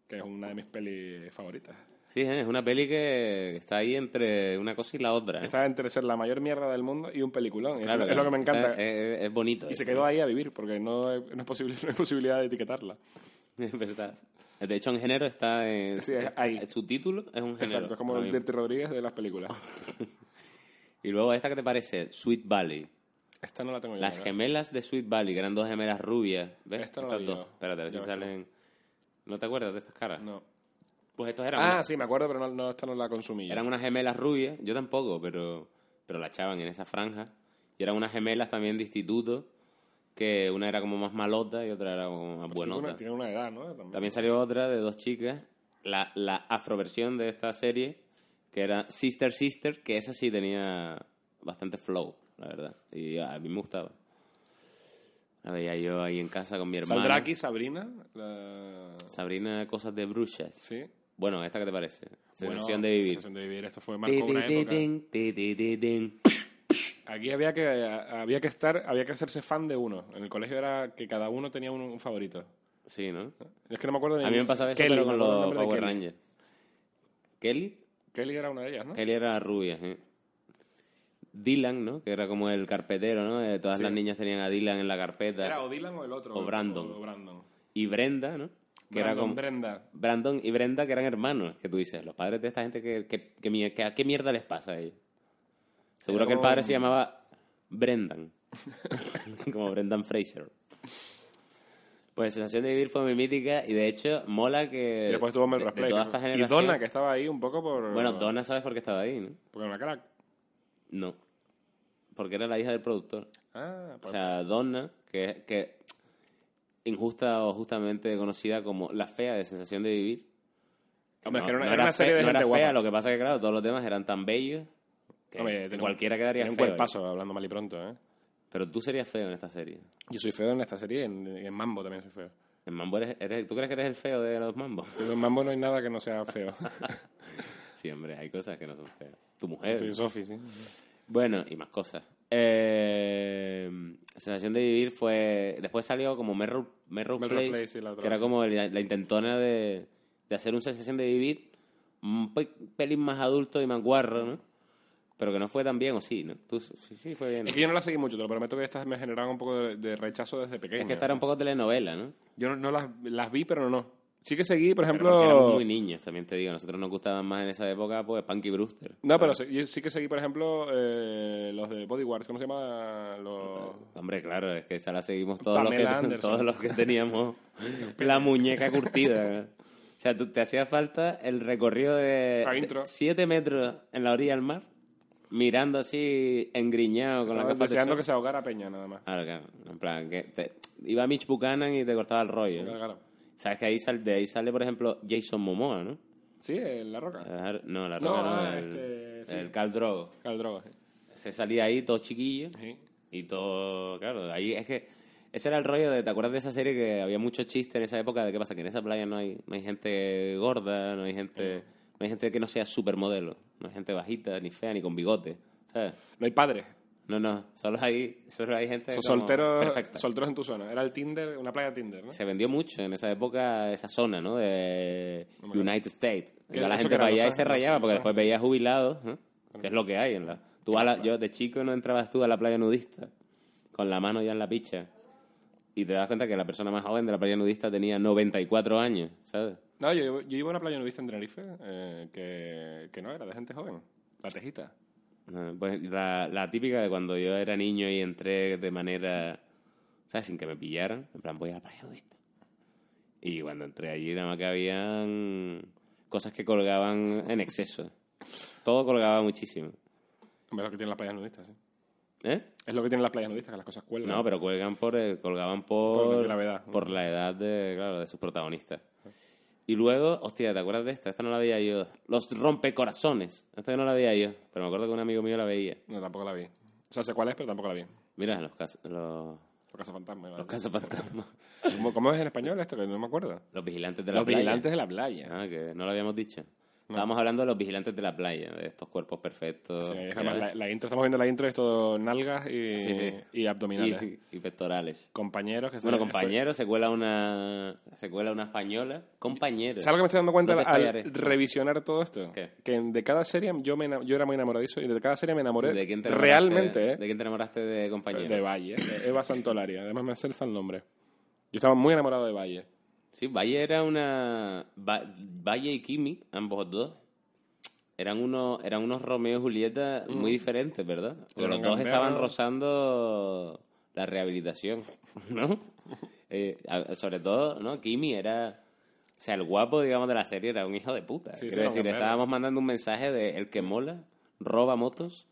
Speaker 2: que es una de mis pelis favoritas.
Speaker 1: Sí, ¿eh? es una peli que está ahí entre una cosa y la otra. ¿eh?
Speaker 2: Está entre ser la mayor mierda del mundo y un peliculón. y eso
Speaker 1: Claro, eh,
Speaker 2: es lo que me
Speaker 1: está-
Speaker 2: encanta.
Speaker 1: es, es bonito.
Speaker 2: y se
Speaker 1: eso,
Speaker 2: quedó ahí a vivir, porque no, hay- no es posible, no hay posibilidad de etiquetarla.
Speaker 1: ¿no? Es verdad. De hecho, en género está. en-
Speaker 2: Sí, es ahí.
Speaker 1: Su título es un género.
Speaker 2: Exacto, es como
Speaker 1: ahora
Speaker 2: el
Speaker 1: mismo.
Speaker 2: Dirty Rodríguez de las películas.
Speaker 1: Y luego, ¿esta que te parece? Sweet Valley.
Speaker 2: Esta no la tengo yo.
Speaker 1: Las
Speaker 2: ¿verdad?
Speaker 1: gemelas de Sweet Valley, que eran dos gemelas rubias. ¿Ves?
Speaker 2: Esta no
Speaker 1: Estas
Speaker 2: la vi
Speaker 1: dos.
Speaker 2: yo.
Speaker 1: Espérate, a ver
Speaker 2: Ya
Speaker 1: si
Speaker 2: ves tú.
Speaker 1: salen. ¿No te acuerdas de estas caras?
Speaker 2: No.
Speaker 1: Pues estos eran,
Speaker 2: Ah,
Speaker 1: unas-
Speaker 2: sí, me acuerdo, pero no, no, esta no la consumí. yo.
Speaker 1: eran unas gemelas rubias. Yo tampoco, pero, pero la echaban en esa franja. Y eran unas gemelas también de instituto, que una era como más malota y otra era como más
Speaker 2: Tiene
Speaker 1: buenota.
Speaker 2: Pues una- Tiene una edad, ¿no? También.
Speaker 1: También salió otra de dos chicas, la, la afroversión de esta serie, que era Sister Sister, que esa sí tenía bastante flow, la verdad. Y a mí me gustaba. La veía yo ahí en casa con mi hermana.
Speaker 2: Saldrá aquí Sabrina. la-
Speaker 1: Sabrina, cosas de brujas.
Speaker 2: Sí.
Speaker 1: Bueno, ¿esta qué te parece? Sensación
Speaker 2: Bueno,
Speaker 1: de vivir.
Speaker 2: Sensación de vivir. Esto fue marcó una
Speaker 1: Ti, ti,
Speaker 2: época.
Speaker 1: tin, ti, ti, ti, tin.
Speaker 2: Aquí había que había que estar, había que hacerse fan de uno. En el colegio era que cada uno tenía un, un favorito.
Speaker 1: Sí, ¿no?
Speaker 2: Es que no me acuerdo de
Speaker 1: A mí me pasaba eso,
Speaker 2: Kelly,
Speaker 1: pero
Speaker 2: me
Speaker 1: con
Speaker 2: acuerdo el
Speaker 1: los
Speaker 2: nombre de
Speaker 1: Power
Speaker 2: Kelly.
Speaker 1: Rangers. ¿Kelly?
Speaker 2: Kelly era una de ellas, ¿no?
Speaker 1: Kelly era rubia, sí. Dylan, ¿no? Que era como el carpetero, ¿no? Eh, todas las niñas tenían a Dylan en la carpeta.
Speaker 2: Era o Dylan o el otro.
Speaker 1: O Brandon.
Speaker 2: O Brandon.
Speaker 1: Y Brenda, ¿no? Que
Speaker 2: Brandon,
Speaker 1: era como...
Speaker 2: Brenda.
Speaker 1: Brandon y Brenda, que eran hermanos. Que tú dices, los padres de esta gente, que, que, que mier- que- ¿a qué mierda les pasa a ellos? Seguro
Speaker 2: Era
Speaker 1: que el
Speaker 2: como-
Speaker 1: padre se llamaba Brendan. como Brendan Fraser. Pues Sensación de Vivir fue muy mítica y de hecho mola que...
Speaker 2: Y después tuvo Mel
Speaker 1: de- de
Speaker 2: Rasplay.
Speaker 1: toda esta
Speaker 2: Y
Speaker 1: generación-
Speaker 2: Donna, que estaba ahí un poco por.
Speaker 1: Bueno, Donna sabes por qué estaba ahí, ¿no?
Speaker 2: Porque era una crack.
Speaker 1: No. Porque era la hija del productor.
Speaker 2: Ah,
Speaker 1: O
Speaker 2: pues,
Speaker 1: sea, Donna, que, que injusta o justamente conocida como la fea de sensación de vivir.
Speaker 2: hombre, es que era una,
Speaker 1: no
Speaker 2: era una
Speaker 1: fe-
Speaker 2: serie de
Speaker 1: no
Speaker 2: gente
Speaker 1: era
Speaker 2: guapa.
Speaker 1: fea, lo que pasa que, claro, todos los temas eran tan bellos que
Speaker 2: Hombre, tenía un-
Speaker 1: cualquiera quedaría
Speaker 2: tenía un
Speaker 1: feo.
Speaker 2: cuerpazo, hablando mal y pronto, ¿eh?
Speaker 1: Pero tú serías feo en esta serie.
Speaker 2: Yo soy feo en esta serie y en, y en Mambo también soy feo.
Speaker 1: En Mambo eres, eres- ¿Tú crees que eres el feo de los mambos?
Speaker 2: Pero en Mambo no hay nada que no sea feo.
Speaker 1: sí, hombre, hay cosas que no son feas. Tu mujer.
Speaker 2: Soy Sophie, sí.
Speaker 1: Bueno, y más cosas. Eh, Sensación de Vivir fue... Después salió como Merrow, Merrow
Speaker 2: Melrose
Speaker 1: Place,
Speaker 2: Place y la otra.
Speaker 1: que era como la, la intentona de, de hacer un Sensación de Vivir un pe- pelín más adulto y más guarro, ¿no? Pero que no fue tan bien, o sí, ¿no? Tú- sí, sí, fue bien. ¿no?
Speaker 2: Es que yo no la seguí mucho, te lo prometo que estas me generaban un poco de, de rechazo desde pequeño.
Speaker 1: Es que esta era un poco telenovela, ¿no?
Speaker 2: Yo no, no las, las vi, pero no. Sí que seguí, por
Speaker 1: Pero porque éramos
Speaker 2: ejemplo...
Speaker 1: muy niños, también te digo. Nosotros nos gustaban más en esa época, pues, Punky Brewster.
Speaker 2: No, pero sí, yo sí que seguí, por ejemplo, eh, los de Bodyguards, ¿cómo se llama? Los...
Speaker 1: Hombre, claro, es que esa la seguimos todos los que,
Speaker 2: Pamela Anderson.
Speaker 1: todos los que teníamos la muñeca curtida. O sea, tú- te hacía falta el recorrido de
Speaker 2: La intro.
Speaker 1: 7 metros en la orilla del mar, mirando así engriñado con la
Speaker 2: Estaban
Speaker 1: gafa de
Speaker 2: deseando
Speaker 1: sol. Ah,
Speaker 2: que se ahogara Peña, nada más.
Speaker 1: Claro, claro, en plan, que te- iba Mitch Buchanan y te cortaba el rollo.
Speaker 2: Claro,
Speaker 1: ¿no?
Speaker 2: claro.
Speaker 1: Sabes que ahí sal- de ahí sale, por ejemplo, Jason Momoa, ¿no?
Speaker 2: Sí, en La Roca.
Speaker 1: Ah, No, la
Speaker 2: No,
Speaker 1: roca no,
Speaker 2: ah,
Speaker 1: el,
Speaker 2: este, sí.
Speaker 1: el Khal Drogo.
Speaker 2: Caldroga, sí.
Speaker 1: Se salía ahí todo chiquillo.
Speaker 2: Sí.
Speaker 1: Y todo, claro, ahí es que ese era el rollo de, ¿te acuerdas de esa serie que había mucho chiste en esa época de qué pasa? Que en esa playa no hay, no hay gente gorda, no hay gente, no hay gente que no sea supermodelo, no hay gente bajita, ni fea, ni con bigote, ¿sabes?
Speaker 2: No hay padres.
Speaker 1: No, no, solo hay, solo hay gente
Speaker 2: Son
Speaker 1: como
Speaker 2: solteros,
Speaker 1: perfecta.
Speaker 2: solteros en tu zona. Era el Tinder, una playa Tinder, ¿no?
Speaker 1: Se vendió mucho en esa época esa zona, ¿no? De
Speaker 2: Hombre.
Speaker 1: United States.
Speaker 2: ¿Qué
Speaker 1: Iba la
Speaker 2: eso
Speaker 1: gente
Speaker 2: que era
Speaker 1: para allá y
Speaker 2: Los
Speaker 1: se
Speaker 2: Ángeles?
Speaker 1: rayaba porque
Speaker 2: Los
Speaker 1: después veía jubilados, ¿no? Que es lo que hay en la... Tú a la- Yo de chico no entrabas tú a la playa nudista con la mano ya en la picha. y te das cuenta que la persona más joven de la playa nudista tenía 94 años, ¿sabes?
Speaker 2: No, yo, yo iba a una playa nudista en Tenerife eh, que, que no era de gente joven. La tejita.
Speaker 1: No, Pues la, la típica de cuando yo era niño y entré de manera, ¿sabes? Sin que me pillaran. En plan, voy a la playa nudista. Y cuando entré allí, nada más que habían cosas que colgaban en exceso. Todo colgaba muchísimo.
Speaker 2: Es lo que tienen las playas nudistas, ¿eh?
Speaker 1: ¿Eh?
Speaker 2: Es lo que tienen las playas nudistas, que las cosas cuelgan.
Speaker 1: No, pero cuelgan por, eh, colgaban por,
Speaker 2: Por gravedad.
Speaker 1: por la edad de, claro, de sus protagonistas. Y luego, hostia, ¿te acuerdas de esta? Esta no la veía yo. Los rompecorazones. Esta no la veía yo, pero me acuerdo que un amigo mío la veía.
Speaker 2: No, tampoco la vi. O sea, sé cuál es, pero tampoco la vi.
Speaker 1: Mira, los, cas- los,
Speaker 2: Los cazafantasmas. iba a
Speaker 1: los
Speaker 2: decir.
Speaker 1: cazafantasmas.
Speaker 2: ¿Cómo, cómo es en español esto? Que no me acuerdo.
Speaker 1: Los vigilantes de la
Speaker 2: Los
Speaker 1: playa.
Speaker 2: vigilantes de la playa.
Speaker 1: Ah, que no lo habíamos dicho. Estábamos hablando de los vigilantes de la playa, de estos cuerpos perfectos.
Speaker 2: Sí, es
Speaker 1: Mira,
Speaker 2: además, la, la intro, estamos viendo la intro, es todo nalgas y,
Speaker 1: Sí, sí.
Speaker 2: y abdominales.
Speaker 1: y, y pectorales.
Speaker 2: Compañeros que se-
Speaker 1: Bueno,
Speaker 2: esto-
Speaker 1: compañero, se cuela una, se cuela una española. Compañero.
Speaker 2: ¿Sabes lo que me estoy dando cuenta
Speaker 1: No te
Speaker 2: al- al,
Speaker 1: fallaré.
Speaker 2: revisionar todo esto?
Speaker 1: ¿Qué?
Speaker 2: Que en- de cada serie yo, me, ena- yo era muy enamoradizo y de cada serie me enamoré
Speaker 1: ¿De quién te enamoraste-
Speaker 2: realmente, ¿eh?
Speaker 1: ¿De quién te enamoraste de compañero?
Speaker 2: De Valle, de Eva Santolaria. Además me acerza el nombre. Yo estaba muy enamorado de Valle.
Speaker 1: Sí, Valle era una... Va- Valle y Kimi, ambos dos, eran, unos eran unos Romeo y Julieta muy
Speaker 2: Mm.
Speaker 1: diferentes, ¿verdad? Porque los
Speaker 2: Eran
Speaker 1: dos
Speaker 2: gamberos.
Speaker 1: estaban rozando la rehabilitación, ¿no? Eh, a- sobre todo, ¿no? Kimi era... O sea, el guapo, digamos, de la serie era un hijo de puta.
Speaker 2: Sí, sí,
Speaker 1: Quiero
Speaker 2: era un
Speaker 1: decir,
Speaker 2: gambero.
Speaker 1: estábamos mandando un mensaje de el que mola, roba motos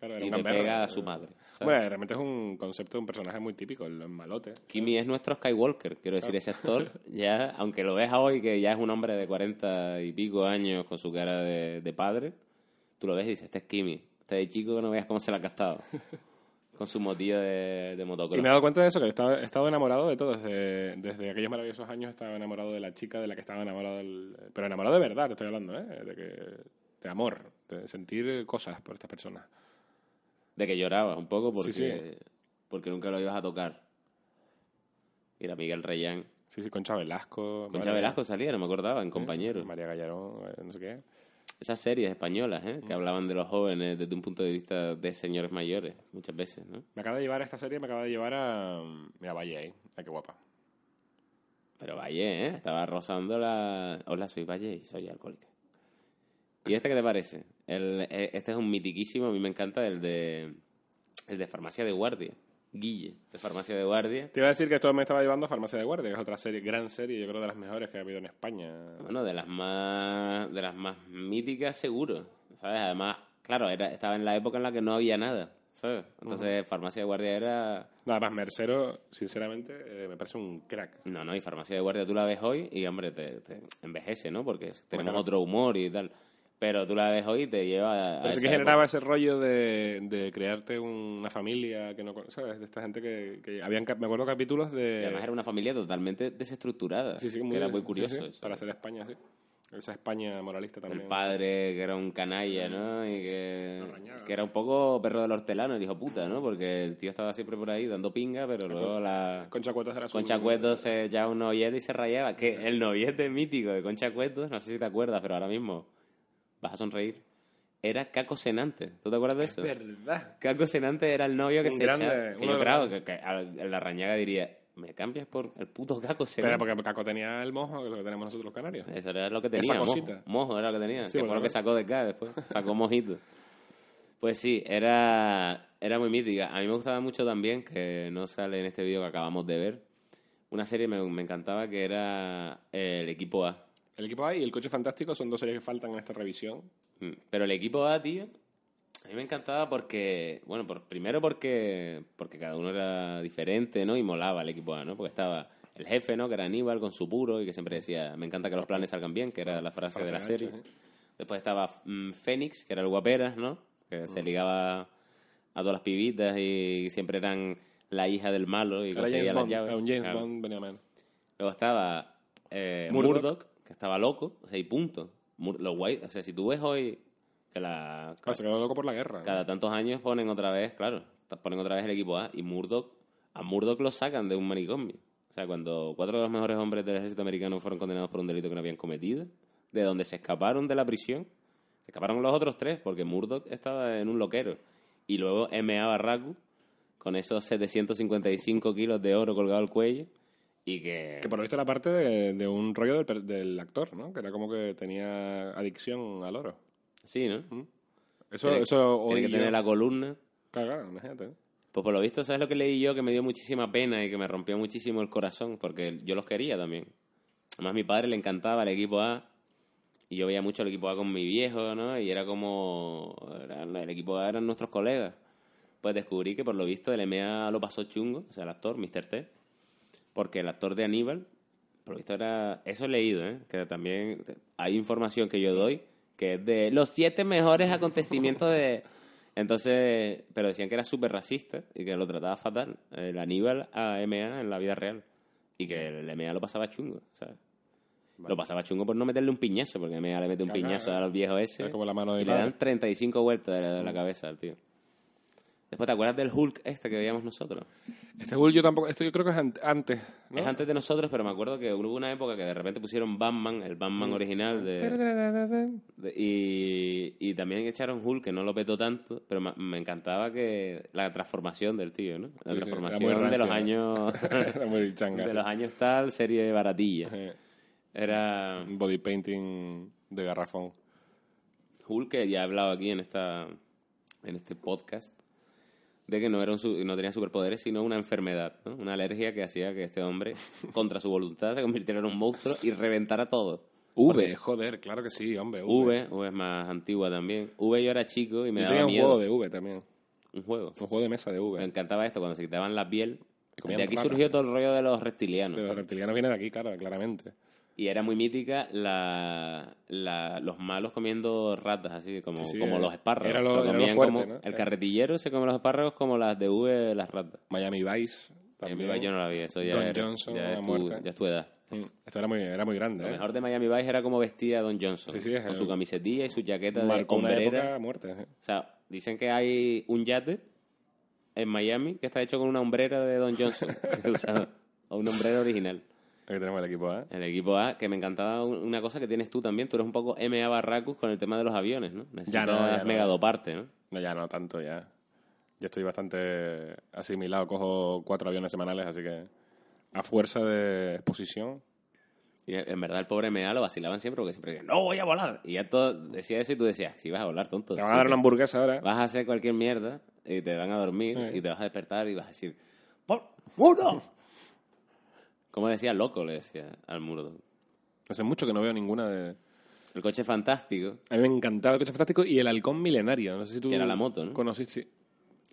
Speaker 2: Claro, era
Speaker 1: y
Speaker 2: una
Speaker 1: le
Speaker 2: perra.
Speaker 1: pega a su madre. ¿sabes?
Speaker 2: Bueno, realmente es un concepto de un personaje muy típico, el malote.
Speaker 1: Kimi es nuestro Skywalker, quiero decir, ese actor, ya, aunque lo ves hoy, que ya es un hombre de cuarenta y pico años con su cara de, de padre, tú lo ves y dices, este es Kimi, este de chico que no veas cómo se la ha gastado, con su motillo de, de motocross.
Speaker 2: Y me he dado cuenta de eso, que he estado, he estado enamorado de todo. Desde, desde aquellos maravillosos años estaba enamorado de la chica de la que estaba enamorado. el- pero enamorado de verdad, te estoy hablando, ¿eh? De, que, de amor, de sentir cosas por estas personas.
Speaker 1: De que llorabas un poco porque,
Speaker 2: Sí,
Speaker 1: porque nunca lo ibas a tocar. Mira, Miguel Reyán.
Speaker 2: Sí, sí, Concha Velasco.
Speaker 1: Concha
Speaker 2: María-
Speaker 1: Velasco salía, no me acordaba,
Speaker 2: Eh,
Speaker 1: en Compañeros.
Speaker 2: María Gallarón, eh, no sé qué.
Speaker 1: Esas series españolas, ¿eh?
Speaker 2: Mm.
Speaker 1: que hablaban de los jóvenes desde un punto de vista de señores mayores, muchas veces, ¿no?
Speaker 2: Me acaba de llevar a esta serie, me acaba de llevar a. Mira, Valle ahí. Ah, qué guapa.
Speaker 1: Pero Valle, ¿eh? Estaba rozando la... Hola, soy Valle y soy alcohólica. ¿Y este qué te parece? El- eh, este es un mitiquísimo, a mí me encanta, el de, el de Farmacia de Guardia. Guille, de Farmacia de Guardia.
Speaker 2: Te iba a decir que esto me estaba llevando a Farmacia de Guardia, que es otra serie, gran serie, yo creo de las mejores que ha habido en España.
Speaker 1: Bueno, de las más, de las más míticas, seguro. ¿Sabes? Además, claro, era, estaba en la época en la que no había nada. ¿Sabes? Entonces, Farmacia de Guardia era...
Speaker 2: Nada más, Mercero, sinceramente, eh, me parece un crack.
Speaker 1: No, no, y farmacia de guardia tú la ves hoy y, hombre, te, te envejece, ¿no? Porque tenemos
Speaker 2: Bueno.
Speaker 1: otro humor y tal. Pero tú la ves hoy y te lleva a...
Speaker 2: Pero sí
Speaker 1: esa
Speaker 2: que generaba
Speaker 1: época.
Speaker 2: ese rollo de, de crearte una familia que no con- ¿sabes? De esta gente que, que habían, cap- me acuerdo, capítulos
Speaker 1: Y Además
Speaker 2: de...
Speaker 1: era una familia totalmente desestructurada.
Speaker 2: Eh, Sí, sí,
Speaker 1: que
Speaker 2: muy,
Speaker 1: era muy
Speaker 2: sí,
Speaker 1: curioso
Speaker 2: sí,
Speaker 1: eso.
Speaker 2: para hacer España, sí. Esa España moralista
Speaker 1: El
Speaker 2: también.
Speaker 1: padre que era un canalla, ¿no? Y que,
Speaker 2: arañaba.
Speaker 1: que era un poco perro del hortelano, el hijo puta, ¿no? Porque el tío estaba siempre por ahí dando pinga, pero luego la...
Speaker 2: Concha Cuetos era su...
Speaker 1: Concha Cuetos se echaba un novillete y se rayaba. Que el novillete mítico de Concha Cuetos, no sé si te acuerdas, pero ahora mismo vas a sonreír, era Caco Senante. ¿Tú te acuerdas de eso?
Speaker 2: ¿Verdad?
Speaker 1: Caco Senante era el novio que
Speaker 2: Un
Speaker 1: se
Speaker 2: grande,
Speaker 1: echaba. Que
Speaker 2: uno
Speaker 1: yo
Speaker 2: de
Speaker 1: creo
Speaker 2: los-
Speaker 1: que, que a la rañaga diría, ¿me cambias por el puto Caco Senante?
Speaker 2: Pero porque Caco tenía el mojo, que es lo que tenemos nosotros los canarios.
Speaker 1: Eso era lo que tenía.
Speaker 2: Esa
Speaker 1: mojo.
Speaker 2: cosita.
Speaker 1: Mojo, era lo que tenía.
Speaker 2: Sí,
Speaker 1: que fue
Speaker 2: bueno,
Speaker 1: lo que
Speaker 2: bueno.
Speaker 1: sacó de acá después. Sacó mojito. Pues sí, era, era muy mítica. A mí me gustaba mucho también, que no sale en este vídeo que acabamos de ver, una serie me, me encantaba que era eh, El Equipo A.
Speaker 2: El equipo A y El Coche Fantástico son dos series que faltan en esta revisión.
Speaker 1: Mm, Pero El Equipo A, tío, a mí me encantaba porque, bueno, por, primero porque, porque cada uno era diferente, ¿no? Y molaba el Equipo A, ¿no? Porque estaba el jefe, ¿no? Que era Aníbal con su puro y que siempre decía, me encanta que los planes salgan bien, que era la frase de la
Speaker 2: Frase
Speaker 1: serie.
Speaker 2: gancho, ¿eh?
Speaker 1: Después estaba mm, Fénix, que era el guaperas, ¿no? Que se
Speaker 2: Mm.
Speaker 1: ligaba a todas las pibitas y siempre eran la hija del malo y
Speaker 2: Era James
Speaker 1: conseguía las
Speaker 2: Bond,
Speaker 1: llaves.
Speaker 2: era un James
Speaker 1: Claro.
Speaker 2: Bond venía menos.
Speaker 1: Luego estaba eh,
Speaker 2: Murdoch.
Speaker 1: Murdoch, que estaba loco, o sea, y punto. Mur- lo guay, o sea, si tú ves hoy que la,
Speaker 2: Claro, Ah, se quedó loco por la guerra.
Speaker 1: cada tantos años ponen otra vez, claro, t- ponen otra vez el equipo A y Murdoch, a Murdoch lo sacan de un manicomio. O sea, cuando cuatro de los mejores hombres del ejército americano fueron condenados por un delito que no habían cometido, de donde se escaparon de la prisión, se escaparon los otros tres porque Murdoch estaba en un loquero. Y luego M.A. Barracu con esos 755 kilos de oro colgado al cuello y que...
Speaker 2: Que por lo visto era parte de, de un rollo del, per- del actor, ¿no? Que era como que tenía adicción al oro.
Speaker 1: Sí, ¿no?
Speaker 2: Eso,
Speaker 1: Tiene-
Speaker 2: eso hoy...
Speaker 1: tiene que tener
Speaker 2: yo-
Speaker 1: la columna.
Speaker 2: Claro, claro, imagínate. ¿eh?
Speaker 1: Pues por lo visto, ¿sabes lo que leí yo? Que me dio muchísima pena y que me rompió muchísimo el corazón, porque yo los quería también. Además, mi padre le encantaba el equipo A, y yo veía mucho el equipo A con mi viejo, ¿no? Y era como... era- el equipo A eran nuestros colegas. Pues descubrí que por lo visto el MA lo pasó chungo, o sea, el actor, Mr. T, porque el actor de Aníbal, por lo visto era... Eso he leído, ¿eh? Que también hay información que yo doy que es de los siete mejores acontecimientos de... Entonces, pero decían que era súper racista y que lo trataba fatal. El Aníbal a MA en la vida real. Y que el MA lo pasaba chungo, ¿sabes? Lo pasaba chungo por no meterle un piñazo, porque MA le mete un
Speaker 2: Claro,
Speaker 1: piñazo
Speaker 2: claro.
Speaker 1: a los viejos ese.
Speaker 2: Es como la mano de
Speaker 1: y le
Speaker 2: Ibarra.
Speaker 1: dan 35 vueltas de la,
Speaker 2: Mm.
Speaker 1: de la cabeza al tío. Después, ¿te acuerdas del Hulk este que veíamos nosotros?
Speaker 2: Este Hulk yo tampoco... Esto yo creo que es an- antes, ¿no?
Speaker 1: Es antes de nosotros, pero me acuerdo que hubo una época que de repente pusieron Batman, el Batman
Speaker 2: Mm.
Speaker 1: original de... De- Y, y también echaron Hulk, que no lo petó tanto, pero ma- me, encantaba que la transformación del tío, ¿no? La
Speaker 2: sí,
Speaker 1: transformación
Speaker 2: era muy
Speaker 1: de los
Speaker 2: rancio.
Speaker 1: años...
Speaker 2: Era muy changa.
Speaker 1: de
Speaker 2: sí.
Speaker 1: los años tal, serie baratilla.
Speaker 2: Eh,
Speaker 1: Era
Speaker 2: un body painting de garrafón.
Speaker 1: Hulk, que ya he hablado aquí en, esta, en este podcast, de que no, era un su- no tenía superpoderes, sino una enfermedad, ¿no? Una alergia que hacía que este hombre, contra su voluntad, se convirtiera en un monstruo y reventara todo.
Speaker 2: V, joder, claro que sí, hombre.
Speaker 1: V, V es más antigua también. V yo era chico y me
Speaker 2: Yo
Speaker 1: daba
Speaker 2: tenía un
Speaker 1: miedo.
Speaker 2: juego de V también.
Speaker 1: Un juego.
Speaker 2: Un juego de mesa de
Speaker 1: Me
Speaker 2: V.
Speaker 1: encantaba esto, cuando se quitaban la piel.
Speaker 2: Y comían
Speaker 1: De aquí
Speaker 2: ratas.
Speaker 1: surgió todo el rollo de los reptilianos.
Speaker 2: Los reptilianos vienen de aquí, claro, claramente.
Speaker 1: Y era muy mítica la, la- los malos comiendo ratas, así como,
Speaker 2: Sí, sí,
Speaker 1: como
Speaker 2: eh.
Speaker 1: los espárragos.
Speaker 2: Era lo-
Speaker 1: Se
Speaker 2: era lo
Speaker 1: comían
Speaker 2: fuerte,
Speaker 1: como-
Speaker 2: ¿no?
Speaker 1: El
Speaker 2: Eh.
Speaker 1: carretillero se come los espárragos como las de V, las ratas.
Speaker 2: Miami Vice.
Speaker 1: Miami
Speaker 2: También.
Speaker 1: Vice yo no la vi, eso ya,
Speaker 2: Don
Speaker 1: era-
Speaker 2: Johnson,
Speaker 1: ya, es
Speaker 2: la
Speaker 1: tu,
Speaker 2: muerte.
Speaker 1: ya es tu edad.
Speaker 2: Mm, Esto era muy, era muy grande,
Speaker 1: Lo
Speaker 2: ¿eh?
Speaker 1: mejor de Miami Vice era como vestía Don Johnson.
Speaker 2: Sí, sí, es
Speaker 1: con
Speaker 2: el-
Speaker 1: su camisetilla y su chaqueta de
Speaker 2: Marcó una
Speaker 1: hombrera.
Speaker 2: época a muerte. ¿eh?
Speaker 1: O sea, dicen que hay un yate en Miami que está hecho con una hombrera de Don Johnson. o sea, o una hombrera original.
Speaker 2: Aquí tenemos el equipo ¿eh? A.
Speaker 1: El equipo A, que me encantaba un- una cosa que tienes tú también. Tú eres un poco MA Barracus con el tema de los aviones, ¿no? Necesitas
Speaker 2: no, ya no.
Speaker 1: megadoparte, ¿no?
Speaker 2: No, ya no tanto, ya. Yo estoy bastante asimilado, cojo cuatro aviones semanales, así que a fuerza de exposición.
Speaker 1: Y en verdad el pobre MA lo vacilaban siempre porque siempre decía, no voy a volar. Y ya todo decía eso y tú decías, si vas a volar, tonto.
Speaker 2: Te van a
Speaker 1: Sí,
Speaker 2: dar
Speaker 1: que
Speaker 2: una hamburguesa ahora.
Speaker 1: Vas a hacer cualquier mierda y te van a dormir
Speaker 2: Sí.
Speaker 1: y te vas a despertar y vas a decir, ¡Por muro! Como decía loco, le decía al muro.
Speaker 2: Hace mucho que no veo ninguna de...
Speaker 1: El coche fantástico.
Speaker 2: A mí me encantaba el coche fantástico y el halcón milenario. No sé si tú...
Speaker 1: Que era la moto, ¿no?
Speaker 2: Conociste, sí.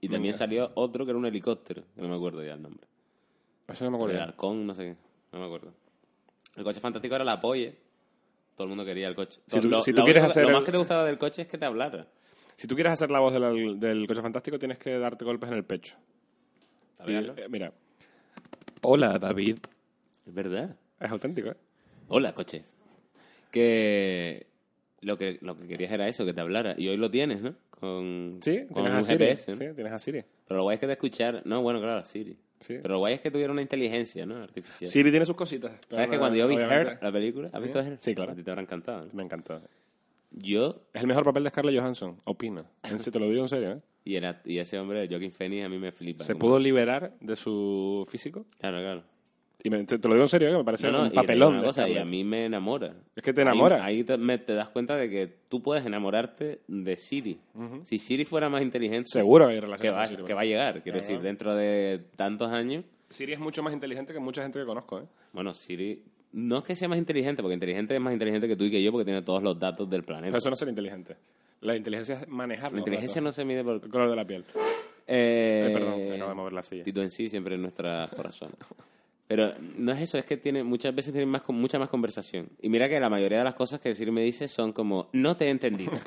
Speaker 1: Y
Speaker 2: Mm.
Speaker 1: también salió otro que era un helicóptero, que no me acuerdo ya el nombre.
Speaker 2: Eso no me acuerdo.
Speaker 1: El
Speaker 2: ya.
Speaker 1: halcón, no sé qué, no me acuerdo. El coche fantástico era la polla. Todo el mundo quería el coche.
Speaker 2: Si tú-
Speaker 1: lo,
Speaker 2: si tú
Speaker 1: lo
Speaker 2: quieres
Speaker 1: único-
Speaker 2: hacer
Speaker 1: lo
Speaker 2: el-
Speaker 1: más que te gustaba del coche es que te hablara.
Speaker 2: Si tú quieres hacer la voz del, hal- del coche fantástico, tienes que darte golpes en el pecho. Y,
Speaker 1: ¿Sabías?
Speaker 2: eh, mira. Hola, David.
Speaker 1: Es verdad.
Speaker 2: Es auténtico, ¿eh?
Speaker 1: Hola, coche. Que lo que lo que querías era eso, que te hablara. Y hoy lo tienes, ¿no? Con,
Speaker 2: Sí,
Speaker 1: con
Speaker 2: tienes a
Speaker 1: un
Speaker 2: Siri.
Speaker 1: GPS. ¿no?
Speaker 2: Sí, tienes a Siri.
Speaker 1: Pero lo guay es que te escuchar. No, bueno, claro, Siri.
Speaker 2: Sí.
Speaker 1: Pero lo guay es que tuviera una inteligencia, ¿no? Artificial.
Speaker 2: Siri tiene sus cositas.
Speaker 1: ¿Sabes
Speaker 2: Claro,
Speaker 1: que cuando yo vi
Speaker 2: obviamente.
Speaker 1: Her, la película, ¿has visto
Speaker 2: Sí.
Speaker 1: Her?
Speaker 2: Sí, claro.
Speaker 1: A ti te habrá encantado. ¿no?
Speaker 2: Me encantó.
Speaker 1: Yo
Speaker 2: Es el mejor papel de Scarlett Johansson, opino. En serio, te lo digo en serio, ¿eh?
Speaker 1: y, era, y ese hombre, Joaquin Phoenix, a mí me flipa.
Speaker 2: Se
Speaker 1: como-
Speaker 2: pudo liberar de su físico.
Speaker 1: Claro, claro.
Speaker 2: Y me- te, te lo digo en serio, ¿eh? que me parece
Speaker 1: No, no, y
Speaker 2: un
Speaker 1: te digo
Speaker 2: papelón.
Speaker 1: una
Speaker 2: de
Speaker 1: cosa, y a
Speaker 2: Scarlett.
Speaker 1: mí me enamora.
Speaker 2: Es que te enamora.
Speaker 1: Ahí, ahí te, me- te das cuenta de que tú puedes enamorarte de Siri. Si Siri fuera más inteligente,
Speaker 2: Seguro hay relación
Speaker 1: que
Speaker 2: con
Speaker 1: va,
Speaker 2: Siri.
Speaker 1: que va a llegar. Quiero
Speaker 2: Claro.
Speaker 1: decir, dentro de tantos años,
Speaker 2: Siri es mucho más inteligente que mucha gente que conozco, ¿eh?
Speaker 1: bueno, Siri no es que sea más inteligente, porque inteligente es más inteligente que tú y que yo, porque tiene todos los datos del planeta.
Speaker 2: Pero eso no es ser inteligente. La inteligencia es manejar
Speaker 1: La inteligencia no se mide por...
Speaker 2: El color de la piel.
Speaker 1: Eh,
Speaker 2: Ay, perdón, me acabo de mover la silla.
Speaker 1: Tito en sí siempre en nuestras corazones. Pero no es eso, es que tiene, muchas veces tienen más, con- mucha más conversación. Y mira que la mayoría de las cosas que Siri me dice son como, no te he entendido. O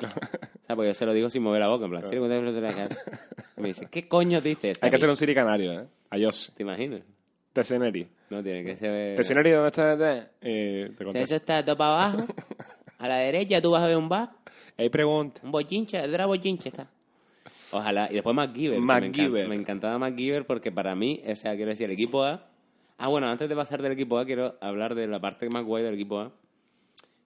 Speaker 1: sea, porque yo se lo digo sin mover la boca, en plan, Siri, ¿cuántas veces te la cara? Y me dice, ¿qué coño dices?
Speaker 2: Hay que
Speaker 1: David?".
Speaker 2: hacer un Siri canario, ¿eh? Adiós.
Speaker 1: ¿Te imaginas?
Speaker 2: Teceneri.
Speaker 1: No, tiene que ser...
Speaker 2: Teceneri, ¿dónde estás? Eh, te
Speaker 1: O sea,
Speaker 2: contesto.
Speaker 1: eso está todo para abajo. A la derecha tú vas a ver un bar,
Speaker 2: Hay pregunta.
Speaker 1: un bochinche, el drag bochinche está. Ojalá. Y después MacGyver. que Me,
Speaker 2: MacGyver.
Speaker 1: encan- me encantaba MacGyver porque para mí, o sea, quiero decir, el equipo A... Ah, bueno, antes de pasar del equipo A, quiero hablar de la parte más guay del equipo A.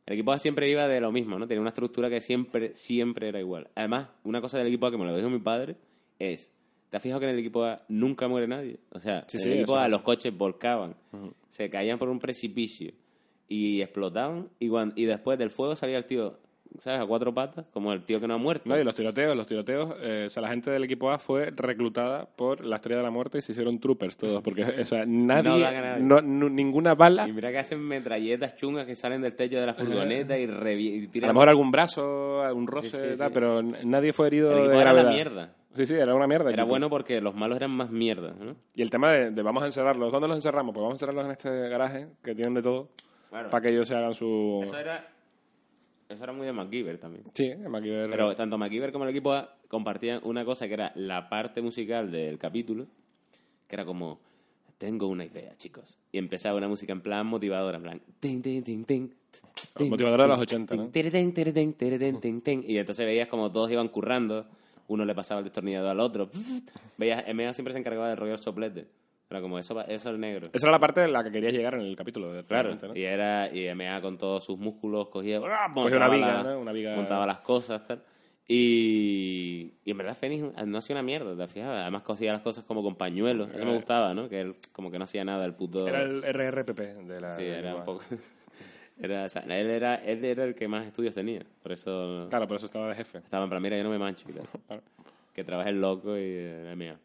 Speaker 1: El equipo A siempre iba de lo mismo, ¿no? Tenía una estructura que siempre, siempre era igual. Además, una cosa del equipo A que me lo dijo mi padre es... ¿Te has fijado que en el equipo A nunca muere nadie? O sea,
Speaker 2: Sí,
Speaker 1: en
Speaker 2: sí,
Speaker 1: el equipo
Speaker 2: eso
Speaker 1: A
Speaker 2: es.
Speaker 1: los coches volcaban, se caían por un precipicio y explotaban. Y, cuan- y después del fuego salía el tío, ¿sabes? A cuatro patas, como el tío que no ha muerto.
Speaker 2: No, y los tiroteos, los tiroteos, eh, o sea, la gente del equipo A fue reclutada por la Estrella de la Muerte y se hicieron troopers todos, porque, o sea,
Speaker 1: No
Speaker 2: nadie,
Speaker 1: dan a nadie.
Speaker 2: no- nu- ninguna bala,
Speaker 1: Y mira que hacen metralletas chungas que salen del techo de la furgoneta y, revi- y
Speaker 2: a
Speaker 1: tiran.
Speaker 2: lo mejor algún brazo, algún roce,
Speaker 1: Ah, Sí, sí,
Speaker 2: tal,
Speaker 1: sí.
Speaker 2: pero n- nadie fue herido
Speaker 1: El equipo
Speaker 2: de
Speaker 1: era la
Speaker 2: gravedad.
Speaker 1: mierda.
Speaker 2: Sí, sí, era una mierda. el
Speaker 1: Era
Speaker 2: equipo.
Speaker 1: bueno porque los malos eran más mierda, ¿no?
Speaker 2: Y el tema de, de vamos a encerrarlos, ¿dónde los encerramos? Pues vamos a encerrarlos en este garaje, que tienen de todo,
Speaker 1: Claro.
Speaker 2: para que ellos se hagan su...
Speaker 1: Eso era, eso era muy de MacGyver también.
Speaker 2: Sí, el MacGyver.
Speaker 1: Pero tanto MacGyver como el equipo A compartían una cosa que era la parte musical del capítulo, que era como, tengo una idea, chicos. Y empezaba una música en plan motivadora, en plan... "Tin, tin, tin, tin, tin,
Speaker 2: Motivadora de los
Speaker 1: tin,
Speaker 2: 80,
Speaker 1: tin,
Speaker 2: ¿no?
Speaker 1: tiritín, tiritín, tiritín, tin, tin". Y entonces veías como todos iban currando, uno le pasaba el destornillador al otro. Veías, Emea siempre se encargaba de rollar soplete. Era como, eso, va- eso es negro.
Speaker 2: Esa era la parte en la que querías llegar en el capítulo, de-
Speaker 1: Claro,
Speaker 2: realmente, ¿no?
Speaker 1: y era y MA con todos sus músculos cogía,
Speaker 2: Cogía una viga,
Speaker 1: la-
Speaker 2: ¿no? Una viga.
Speaker 1: montaba las cosas, tal. Y, y en verdad Fénix no hacía una mierda, ¿te fijabas? Además cogía las cosas como con pañuelos, eso me gustaba, ¿no? Que él como que no hacía nada, el puto...
Speaker 2: Era el RRPP de la...
Speaker 1: Sí,
Speaker 2: del
Speaker 1: era
Speaker 2: equipo
Speaker 1: un
Speaker 2: A.
Speaker 1: poco... Era, o sea, él, era, él era el que más estudios tenía, por eso
Speaker 2: Claro, por eso estaba de jefe.
Speaker 1: estaba en plan, mira, yo no me mancho y tal.
Speaker 2: Claro.
Speaker 1: Que trabaje el loco y eh, la mía.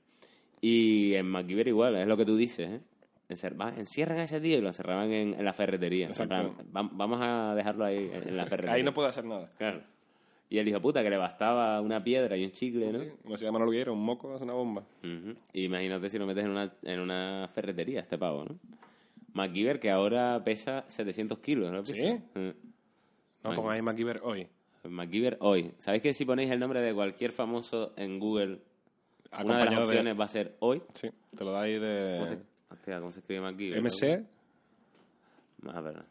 Speaker 1: Y en MacGyver igual, es lo que tú dices, ¿eh? Encer- va- encierran a ese tío y lo encerraban en, en la ferretería. En
Speaker 2: Exacto.
Speaker 1: plan, vam- vamos a dejarlo ahí, en, en la ferretería.
Speaker 2: Ahí no puedo hacer nada.
Speaker 1: Claro. Y el hijo puta que le bastaba una piedra y un chicle, ¿no?
Speaker 2: Como se llama Manolo Guillero, un moco hace una bomba.
Speaker 1: Ujú. Imagínate si lo metes en una, en una ferretería, este pavo, ¿no? MacGyver que ahora pesa 700 kilos, ¿no?
Speaker 2: ¿Sí?
Speaker 1: Eh,
Speaker 2: No pongáis MacGyver hoy.
Speaker 1: MacGyver hoy. ¿Sabéis que si ponéis el nombre de cualquier famoso en Google, una de las
Speaker 2: Acompañado de- Eh.
Speaker 1: opciones va a ser hoy?
Speaker 2: Sí, te lo dais
Speaker 1: ¿Cómo se,
Speaker 2: de
Speaker 1: hostia, ¿cómo se escribe MacGyver?
Speaker 2: MC.
Speaker 1: Ah, verdad.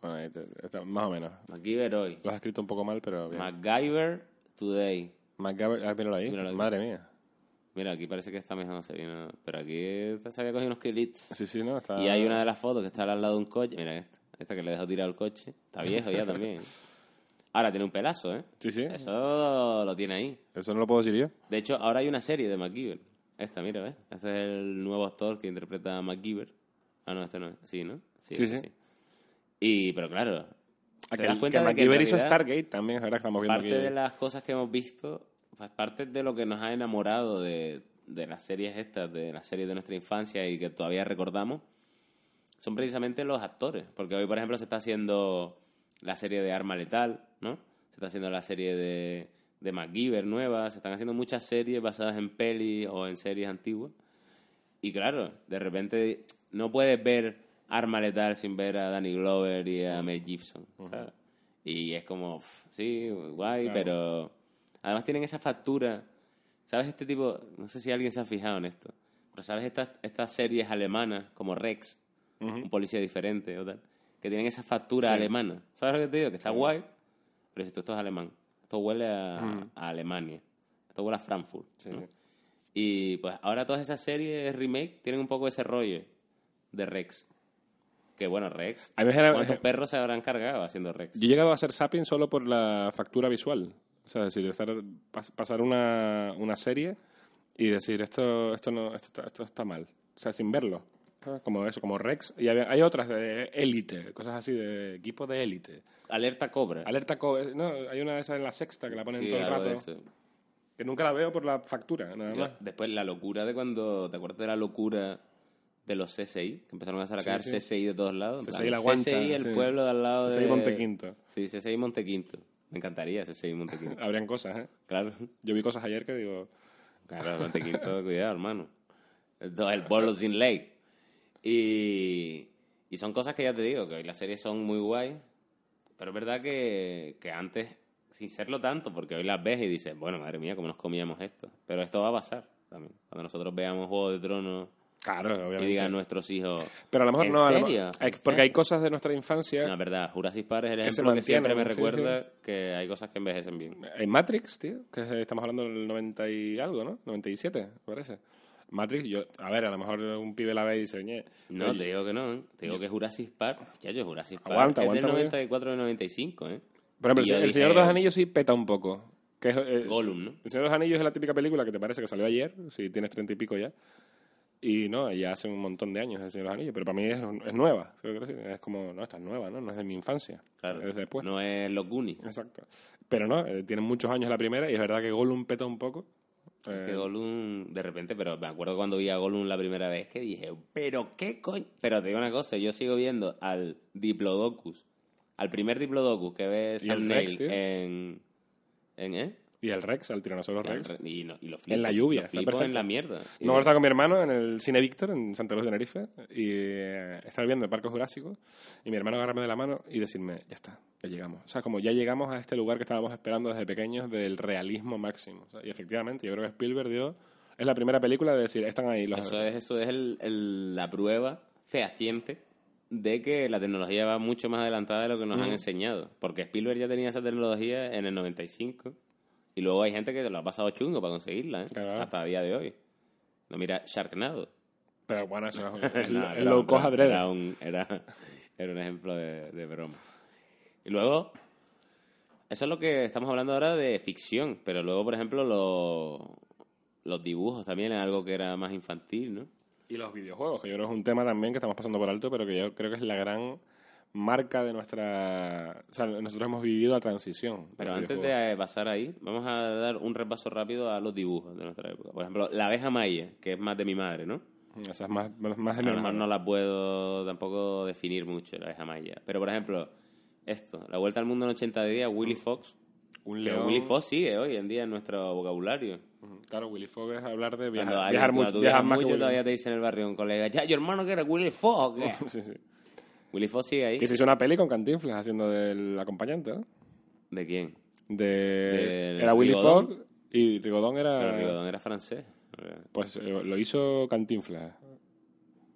Speaker 2: Bueno, ahí te- está- más o menos.
Speaker 1: MacGyver hoy.
Speaker 2: Lo has escrito un poco mal, pero bien.
Speaker 1: MacGyver today.
Speaker 2: MacGyver, ah, míralo ahí.
Speaker 1: Míralo ahí.
Speaker 2: Madre mía.
Speaker 1: Mira, aquí parece que está mejor, se vino- Pero aquí se había cogido unos kilits.
Speaker 2: Sí, sí, no, está...
Speaker 1: Y hay una de las fotos que está al lado de un coche. Mira esta, esta que le dejó tirado el coche. Está viejo ya también. Ahora tiene un pelazo, ¿eh?
Speaker 2: Sí, sí.
Speaker 1: Eso lo tiene ahí.
Speaker 2: Eso no lo puedo decir yo.
Speaker 1: De hecho, ahora hay una serie de MacGyver. Esta, mira, ¿ves? Este es el nuevo actor que interpreta a MacGyver. Ah, no, este no es. Sí, ¿no?
Speaker 2: Sí,
Speaker 1: este
Speaker 2: sí.
Speaker 1: Y, pero claro,
Speaker 2: Ah,
Speaker 1: das
Speaker 2: el-
Speaker 1: cuenta de que en
Speaker 2: MacGyver hizo
Speaker 1: realidad-
Speaker 2: Stargate también, ahora que estamos viendo
Speaker 1: parte
Speaker 2: aquí.
Speaker 1: de las cosas que hemos visto, pues, parte de lo que nos ha enamorado de, de las series estas, de las series de nuestra infancia y que todavía recordamos, son precisamente los actores. Porque hoy, por ejemplo, se está haciendo la serie de Arma Letal, ¿no? Se está haciendo la serie de, de MacGyver nueva, se están haciendo muchas series basadas en pelis o en series antiguas. Y claro, de repente no puedes ver Arma Letal sin ver a Danny Glover y a Mel Gibson, ¿sabes? Y es como, pf, sí, guay,
Speaker 2: Claro.
Speaker 1: pero... Además tienen esa factura, ¿sabes? Este tipo, no sé si alguien se ha fijado en esto, pero ¿sabes estas, estas series alemanas como Rex, un policía diferente o tal, que tienen esa factura
Speaker 2: Sí.
Speaker 1: alemana? ¿Sabes lo que te digo? Que está guay, pero si tú esto es alemán, esto huele a, a Alemania, esto huele a Frankfurt.
Speaker 2: Mm. Sí,
Speaker 1: ¿no?
Speaker 2: sí.
Speaker 1: Y pues ahora todas esas series remake tienen un poco ese rollo de Rex. Que bueno, Rex.
Speaker 2: A mí me genera-
Speaker 1: ¿Cuántos perros se habrán cargado haciendo Rex?
Speaker 2: Yo he llegado a hacer Sapping solo por la factura visual. O sea, es decir, estar- pas- pasar una, una serie y decir, esto esto no esto, está- esto está mal. O sea, sin verlo. ¿sabes? Como eso, como Rex. Y había- hay otras de élite, cosas así de equipo de élite.
Speaker 1: Alerta Cobra.
Speaker 2: Alerta Co. No, hay una de esas en la sexta que la ponen
Speaker 1: Sí,
Speaker 2: todo el
Speaker 1: algo de
Speaker 2: rato.
Speaker 1: eso.
Speaker 2: Que nunca la veo por la factura, nada
Speaker 1: Tío,
Speaker 2: más.
Speaker 1: Después la locura de cuando. ¿Te acuerdas de la locura de los CSI? Que empezaron a sacar
Speaker 2: Sí, sí.
Speaker 1: CSI de todos lados. en
Speaker 2: CSI
Speaker 1: plan,
Speaker 2: La Guancha,
Speaker 1: CSI, el
Speaker 2: sí.
Speaker 1: pueblo de al lado
Speaker 2: CSI
Speaker 1: de.
Speaker 2: Montequinto.
Speaker 1: Sí, CSI Montequinto. Me encantaría CSI Montequinto.
Speaker 2: Habrían cosas, ¿eh?
Speaker 1: claro.
Speaker 2: Yo vi cosas ayer que digo,
Speaker 1: Claro, Montequinto, cuidado, hermano. Entonces, el Bolo sin ley. Y, y son cosas que ya te digo, que hoy las series son muy guay, pero es verdad que, que antes, sin serlo tanto, porque hoy las ves y dices, bueno, madre mía, cómo nos comíamos esto. Pero esto va a pasar también. Cuando nosotros veamos Juego de Tronos
Speaker 2: claro,
Speaker 1: y
Speaker 2: obviamente.
Speaker 1: digan nuestros hijos...
Speaker 2: Pero a lo mejor
Speaker 1: ¿En
Speaker 2: no. a lo
Speaker 1: serio?
Speaker 2: mejor-
Speaker 1: ¿En
Speaker 2: eh, porque hay
Speaker 1: serio?
Speaker 2: cosas de nuestra infancia.
Speaker 1: No, es verdad, Jurassic Park es el
Speaker 2: Que se
Speaker 1: ejemplo que siempre me
Speaker 2: mantienen, sí,
Speaker 1: recuerda que hay cosas que envejecen bien.
Speaker 2: En Matrix, tío, que es- estamos hablando del 90 y algo, ¿no? 97, me parece. Matrix, yo, a ver, a lo mejor un pibe la ve y dice, ñe.
Speaker 1: No,
Speaker 2: pero-
Speaker 1: te digo que no, ¿eh? Te digo que Jurassic Park... Ya yo, Jurassic Park
Speaker 2: Aguanta,
Speaker 1: es
Speaker 2: aguanta,
Speaker 1: del
Speaker 2: muy bien.
Speaker 1: 94 al 95, ¿eh?
Speaker 2: Por ejemplo,
Speaker 1: Y yo
Speaker 2: el
Speaker 1: dije,
Speaker 2: Señor de los Anillos sí peta un poco. Que es, eh,
Speaker 1: Gollum, ¿no?
Speaker 2: El Señor de los Anillos es la típica película que te parece que salió ayer, si tienes treinta y pico ya. Y no, ya hace un montón de años el Señor de los Anillos, pero para mí es, es nueva. ¿sí lo que quiero decir? Es como, no, esta es nueva, ¿no? No es de mi infancia.
Speaker 1: Claro.
Speaker 2: Es de después.
Speaker 1: No es los Goonies.
Speaker 2: Exacto. Pero no, eh, tiene muchos años la primera y es verdad que Gollum peta un poco. Eh,
Speaker 1: Que Gollum, de repente, pero me acuerdo cuando vi a Gollum la primera vez que dije, pero qué coño. Pero te digo una cosa, yo sigo viendo al Diplodocus, al primer Diplodocus que ve
Speaker 2: ¿Y el
Speaker 1: Sam
Speaker 2: Rex,
Speaker 1: Neill
Speaker 2: tío?
Speaker 1: en. ¿En eh?
Speaker 2: y el Rex, el Tiranosaurio
Speaker 1: En
Speaker 2: Rex.
Speaker 1: re- Y, no, y lo flipo,
Speaker 2: En la lluvia,
Speaker 1: lo
Speaker 2: está
Speaker 1: flipo en
Speaker 2: perfecto.
Speaker 1: la mierda.
Speaker 2: No, ahora estaba con mi hermano en el Cine Víctor, en Santa Cruz de Tenerife, y eh, estaba viendo el Parque Jurásico, y mi hermano agarrarme de la mano y decirme, ya está, ya llegamos. O sea, como ya llegamos a este lugar que estábamos esperando desde pequeños del realismo máximo. O sea, y efectivamente, yo creo que Spielberg dio... Es la primera película de decir, están ahí los...
Speaker 1: Eso es, eso es el- el- la prueba fehaciente de que la tecnología va mucho más adelantada de lo que nos han enseñado. Porque Spielberg ya tenía esa tecnología en el 95 y luego hay gente que se lo ha pasado chungo para conseguirla, ¿eh?
Speaker 2: Claro.
Speaker 1: hasta día de hoy. No mira Sharknado.
Speaker 2: Pero bueno, eso es, es
Speaker 1: No,
Speaker 2: es
Speaker 1: era
Speaker 2: low
Speaker 1: un-
Speaker 2: cost adrede.
Speaker 1: Era un, era, era un ejemplo de, de broma. Y luego, eso es lo que estamos hablando ahora de ficción, pero luego, por ejemplo, lo- los dibujos también es algo que era más infantil, ¿no?
Speaker 2: Y los videojuegos, que yo creo que es un tema también que estamos pasando por alto, pero que yo creo que es la gran marca de nuestra... O sea, nosotros hemos vivido la transición. de
Speaker 1: Pero
Speaker 2: los
Speaker 1: antes
Speaker 2: videojuegos.
Speaker 1: de eh, pasar ahí, vamos a dar un repaso rápido a los dibujos de nuestra época. Por ejemplo, la abeja maya, que es más de mi madre, ¿no?
Speaker 2: O sea, Mm, es más, más de
Speaker 1: A
Speaker 2: mi
Speaker 1: lo mejor
Speaker 2: hermano.
Speaker 1: no la puedo tampoco definir mucho, la abeja maya. Pero, por ejemplo, esto, La Vuelta al Mundo en 80 días, Willy Fox.
Speaker 2: Un
Speaker 1: Que
Speaker 2: león.
Speaker 1: Willy Fox sigue hoy en día en nuestro vocabulario.
Speaker 2: Ujú. Claro, Willy Fogg es hablar de viajar,
Speaker 1: Cuando alguien-
Speaker 2: viajar
Speaker 1: cuando
Speaker 2: mucho,
Speaker 1: tú
Speaker 2: viajar
Speaker 1: viajas
Speaker 2: más
Speaker 1: mucho,
Speaker 2: que Willy.
Speaker 1: todavía te dice en el barrio un colega, ya, yo hermano que era Willy Fox. ¿qué?".
Speaker 2: Sí, sí.
Speaker 1: Willy Fox sigue ahí.
Speaker 2: Que se hizo una peli con Cantinflas haciendo del acompañante, ¿no?
Speaker 1: ¿De quién?
Speaker 2: De...
Speaker 1: Del
Speaker 2: era Willy
Speaker 1: Rigodón.
Speaker 2: Fogg y Rigodón
Speaker 1: Pero
Speaker 2: era...
Speaker 1: Rigodón era francés.
Speaker 2: Pues eh, lo hizo Cantinflas.
Speaker 1: Ah.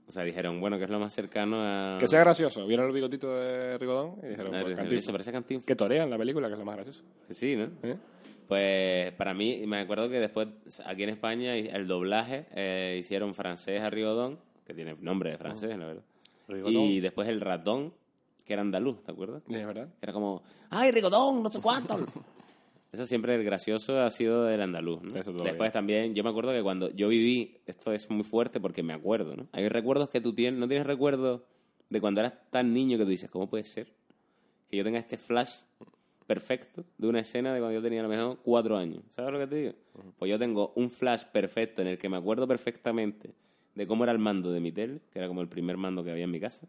Speaker 1: O sea, dijeron, bueno, que es lo más cercano a...
Speaker 2: Que sea gracioso. Vieron el bigotito de Rigodón y dijeron,
Speaker 1: a-
Speaker 2: pues,
Speaker 1: a-
Speaker 2: Cantinflas.
Speaker 1: se Ah, parece a Cantinflas.
Speaker 2: Que torean la película, que es lo más gracioso.
Speaker 1: Sí, ¿no?
Speaker 2: ¿eh?
Speaker 1: Pues para mí, me acuerdo que después aquí en España el doblaje eh, hicieron francés a Rigodón, que tiene nombre de francés, la verdad.
Speaker 2: Rigodón.
Speaker 1: Y después el ratón, que era andaluz, ¿te acuerdas?
Speaker 2: Y Es verdad.
Speaker 1: Que era como, ¡ay, Rigodón, no sé cuánto! Eso siempre el gracioso ha sido del andaluz. ¿no?
Speaker 2: Eso todavía.
Speaker 1: Después también, yo me acuerdo que cuando yo viví, esto es muy fuerte porque me acuerdo, ¿no? Hay recuerdos que tú tienes, no tienes recuerdos de cuando eras tan niño que tú dices, ¿cómo puede ser que yo tenga este flash perfecto de una escena de cuando yo tenía a lo mejor cuatro años? ¿Sabes lo que te digo? Pues yo tengo un flash perfecto en el que me acuerdo perfectamente de cómo era el mando de mi tele, que era como el primer mando que había en mi casa.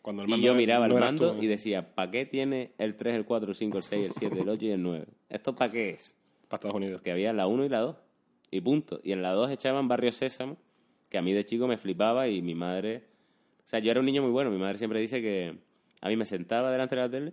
Speaker 2: Cuando el
Speaker 1: Y
Speaker 2: mando
Speaker 1: yo miraba
Speaker 2: no
Speaker 1: el
Speaker 2: eras
Speaker 1: mando
Speaker 2: tú, ¿eh?
Speaker 1: y decía, ¿para qué tiene el 3, el 4, el 5, el 6, el 7, el 8 y el 9? ¿Esto para qué es?
Speaker 2: Para Estados Unidos.
Speaker 1: Porque había la 1 y la 2. Y punto. Y en la 2 echaban Barrio Sésamo, que a mí de chico me flipaba y mi madre... O sea, yo era un niño muy bueno. Mi madre siempre dice que a mí me sentaba delante de la tele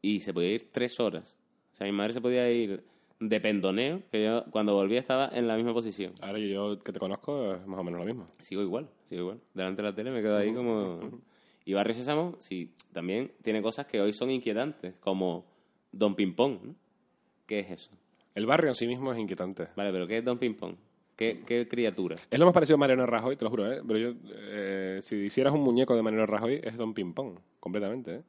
Speaker 1: y se podía ir tres horas. O sea, mi madre se podía ir de pendoneo, que yo cuando volvía estaba en la misma posición.
Speaker 2: Ahora yo que te conozco es más o menos lo mismo.
Speaker 1: Sigo igual, sigo igual. Delante de la tele me quedo ahí como... Y Barrio Sésamo, sí, también tiene cosas que hoy son inquietantes, como Don Ping Pong. ¿no? ¿Qué es eso?
Speaker 2: El barrio en sí mismo es inquietante.
Speaker 1: Vale, pero ¿qué es Don Ping Pong? ¿Qué, qué criatura?
Speaker 2: Es lo más parecido a Mariano Rajoy, te lo juro, ¿eh? Pero yo, eh, si hicieras un muñeco de Mariano Rajoy, es Don Ping Pong, completamente, ¿eh?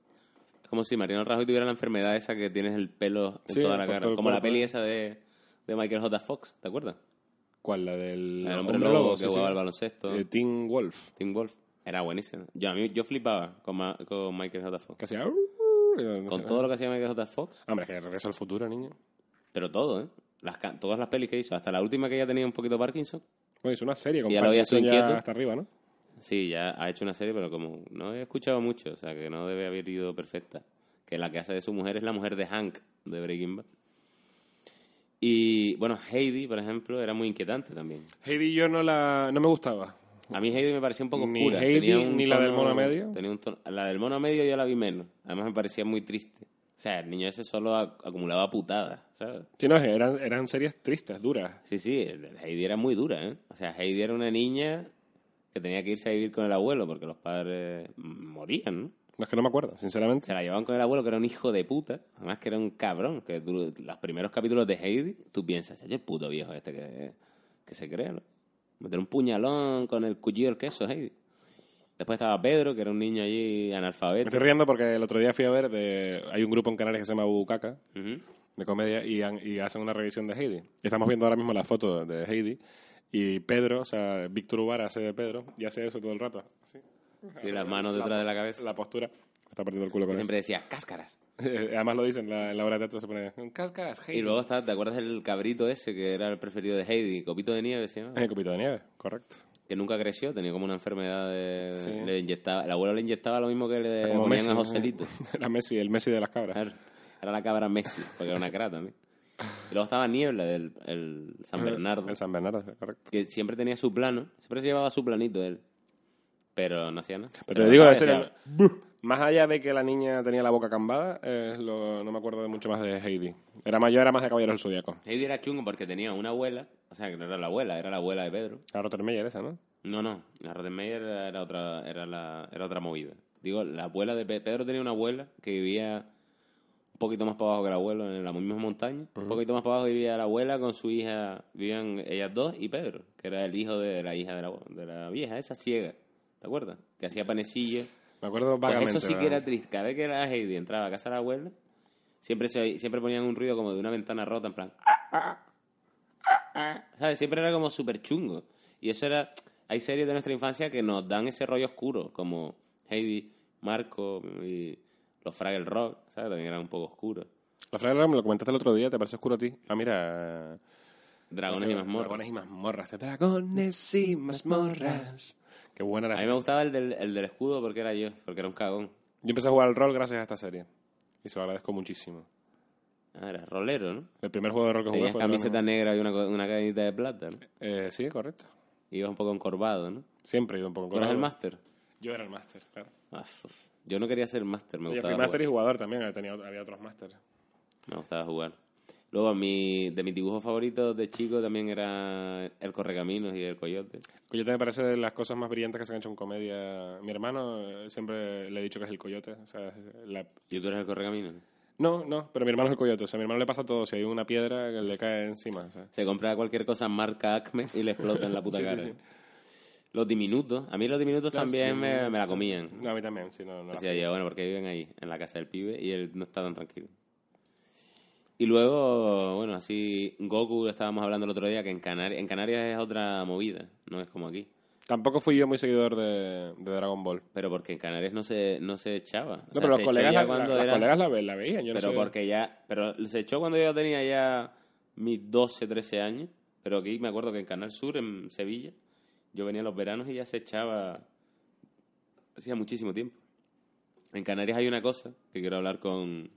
Speaker 1: Es como si Mariano Rajoy tuviera la enfermedad esa que tienes el pelo en
Speaker 2: Sí,
Speaker 1: toda la
Speaker 2: por
Speaker 1: cara.
Speaker 2: todo el
Speaker 1: Como la
Speaker 2: cuerpo.
Speaker 1: peli esa de, de Michael J. Fox, ¿te acuerdas?
Speaker 2: ¿Cuál? La del
Speaker 1: El hombre lobo que jugaba al baloncesto.
Speaker 2: De Eh, Tim Wolf.
Speaker 1: Tim Wolf. Era buenísimo. Yo, a mí, yo flipaba con, Ma- con Michael J. Fox.
Speaker 2: Que hacía... uh,
Speaker 1: Con todo lo que hacía Michael J. Fox,
Speaker 2: Hombre, que regreso al futuro, niño.
Speaker 1: pero todo, ¿eh? Las, ca- todas las pelis que hizo, hasta la última que ya tenía un poquito Parkinson.
Speaker 2: Bueno, hizo una serie con
Speaker 1: ya lo había
Speaker 2: Pattinson
Speaker 1: sido inquieto.
Speaker 2: hasta arriba, ¿no?
Speaker 1: Sí, ya ha hecho una serie, pero como no he escuchado mucho, o sea, que no debe haber ido perfecta. Que la que hace de su mujer es la mujer de Hank, de Breaking Bad. Y, bueno, Heidi, por ejemplo, era muy inquietante también.
Speaker 2: Heidi yo no la... no me gustaba.
Speaker 1: A mí Heidi me parecía un poco
Speaker 2: Ni
Speaker 1: oscura.
Speaker 2: Heidi,
Speaker 1: tenía un
Speaker 2: ni la del
Speaker 1: tono-
Speaker 2: mono medio.
Speaker 1: tenía un tono- la del mono medio yo la vi menos. Además me parecía muy triste. O sea, el niño ese solo ac- acumulaba putadas, ¿sabes?
Speaker 2: Sí, no, eran, eran series tristes, duras.
Speaker 1: Sí, sí, Heidi era muy dura, ¿eh? O sea, Heidi era una niña que tenía que irse a vivir con el abuelo porque los padres mm, morían, ¿no?
Speaker 2: No, es que no me acuerdo, sinceramente.
Speaker 1: Se la llevaban con el abuelo, que era un hijo de puta. Además, que era un cabrón. Que tú- los primeros capítulos de Heidi, tú piensas, "Oye, el puto viejo este que, que se cree, ¿no? Meter un puñalón con el cuchillo del queso, Heidi. Después estaba Pedro, que era un niño allí
Speaker 2: Me
Speaker 1: analfabeto.
Speaker 2: estoy riendo porque el otro día fui a ver de... Hay un grupo en Canarias que se llama Bucaca.
Speaker 1: Ujú.
Speaker 2: de comedia y, han- y hacen una revisión de Heidi. Estamos viendo ahora mismo la foto de Heidi y Pedro, o sea, Víctor Ubar hace de Pedro y hace eso todo el rato. así,
Speaker 1: Sí, las manos detrás de la cabeza.
Speaker 2: La postura. Está partiendo el culo con
Speaker 1: Siempre decía, cáscaras.
Speaker 2: eso. Eh, Además lo dicen, la, en la obra de teatro se pone cáscaras, Heidi.
Speaker 1: Y luego está, ¿te acuerdas del cabrito ese que era el preferido de Heidi? Copito de nieve, se llamaba,
Speaker 2: Eh, Copito de nieve, correcto.
Speaker 1: Que nunca creció, tenía como una enfermedad de...
Speaker 2: Sí.
Speaker 1: Le inyectaba, el abuelo le inyectaba lo mismo que le
Speaker 2: Como
Speaker 1: Eh, ponían
Speaker 2: Messi,
Speaker 1: a
Speaker 2: ¿no?
Speaker 1: Joselito.
Speaker 2: Era Messi, el Messi de las cabras.
Speaker 1: Claro, Era la cabra Messi, porque era una cara también. Y luego estaba Niebla, del el San Bernardo,
Speaker 2: Ah, El San Bernardo, correcto.
Speaker 1: que siempre tenía su plano, siempre se llevaba su planito él. Pero no hacía nada.
Speaker 2: Pero te digo, en
Speaker 1: ese
Speaker 2: serio, ¡buh! más allá de que la niña tenía la boca cambada, eh, lo- no me acuerdo de mucho más de Heidi. Era mayor, era más de Caballero del Zodíaco.
Speaker 1: Heidi era chungo porque tenía una abuela, o sea, que no era la abuela, era la abuela de Pedro.
Speaker 2: La Rottermeier esa, ¿no?
Speaker 1: No, no, la Rottenmeier era, era otra, era, la, era otra movida. Digo, la abuela de Pe- Pedro tenía una abuela que vivía un poquito más para abajo que el abuelo, en la misma montaña. Un poquito más para abajo vivía la abuela con su hija, vivían ellas dos y Pedro, que era el hijo de la hija de la, de la vieja, esa ciega, ¿te acuerdas? Que hacía panecillo.
Speaker 2: Me acuerdo
Speaker 1: Pues
Speaker 2: vagamente.
Speaker 1: eso sí que
Speaker 2: ¿verdad?
Speaker 1: era triste. Cada vez que la Heidi entraba a casa de la abuela, siempre, se oí- siempre ponían un ruido como de una ventana rota, en plan... "Ah, ¿Sabes? Siempre era como súper chungo. Y eso era... Hay series de nuestra infancia que nos dan ese rollo oscuro, como Heidi, Marco y los Fraggle Rock, ¿sabes? También eran un poco oscuros.
Speaker 2: La frase me lo comentaste el otro día, te pareció oscuro a ti. Ah, mira. eh,
Speaker 1: Dragones
Speaker 2: eso,
Speaker 1: y mazmorras.
Speaker 2: Dragones y mazmorras. Dragones y mazmorras. Qué buena
Speaker 1: A
Speaker 2: era.
Speaker 1: mí me gustaba el del, el del escudo porque era yo, porque era un cagón.
Speaker 2: Yo empecé a jugar al rol gracias a esta serie. Y se lo agradezco muchísimo.
Speaker 1: Ah, era rolero, ¿no?
Speaker 2: El primer juego de rol que jugué
Speaker 1: Tenías
Speaker 2: fue. el Dragon-
Speaker 1: camiseta negra y una, co- una cadenita de plata, ¿no?
Speaker 2: Eh, sí, correcto.
Speaker 1: Ibas un poco encorvado, ¿no?
Speaker 2: Siempre he ido un poco
Speaker 1: ¿Tú eras el
Speaker 2: colgado.
Speaker 1: máster?
Speaker 2: Yo era el máster, claro.
Speaker 1: Ah, f- Yo no quería ser máster, me
Speaker 2: Yo
Speaker 1: gustaba
Speaker 2: fui máster y
Speaker 1: jugar.
Speaker 2: jugador también, había, tenido- había otros máster.
Speaker 1: Me gustaba jugar. Luego, mi, de mis dibujos favoritos de chico también era El Correcaminos y El Coyote.
Speaker 2: Coyote me parece de las cosas más brillantes que se han hecho en comedia. Mi hermano eh, siempre le he dicho que es el coyote. O sea, es la-
Speaker 1: ¿Y tú eres El Correcaminos?
Speaker 2: No, no, pero mi hermano es el coyote. O sea, a mi hermano le pasa todo. Si hay una piedra que le cae encima. o sea.
Speaker 1: Se compra cualquier cosa marca Acme y le explota en la puta
Speaker 2: Sí, sí,
Speaker 1: cara.
Speaker 2: sí.
Speaker 1: Los diminutos. A mí los diminutos
Speaker 2: Los
Speaker 1: también me,
Speaker 2: diminutos.
Speaker 1: me la comían.
Speaker 2: No, a mí también. Sí, no, no la
Speaker 1: Decía yo, bueno, porque viven ahí, en la casa del pibe, y él no está tan tranquilo. Y luego, bueno, así, Goku, estábamos hablando el otro día, que en, Canarias en Canarias es otra movida, no es como aquí.
Speaker 2: sé. Tampoco fui yo muy seguidor de, de Dragon Ball. No,
Speaker 1: Pero porque en Canarias no se, no se echaba. O sea,
Speaker 2: pero los
Speaker 1: se
Speaker 2: colegas,
Speaker 1: echó ya
Speaker 2: la,
Speaker 1: cuando
Speaker 2: la- las
Speaker 1: era-
Speaker 2: colegas la, ve- la veían. Yo no
Speaker 1: Pero
Speaker 2: sé.
Speaker 1: porque ya... Pero se echó cuando yo tenía ya mis 12, 13 años. Pero aquí me acuerdo que en Canal Sur, en Sevilla, yo venía los veranos y ya se echaba... Hacía muchísimo tiempo. En Canarias hay una cosa que quiero hablar con,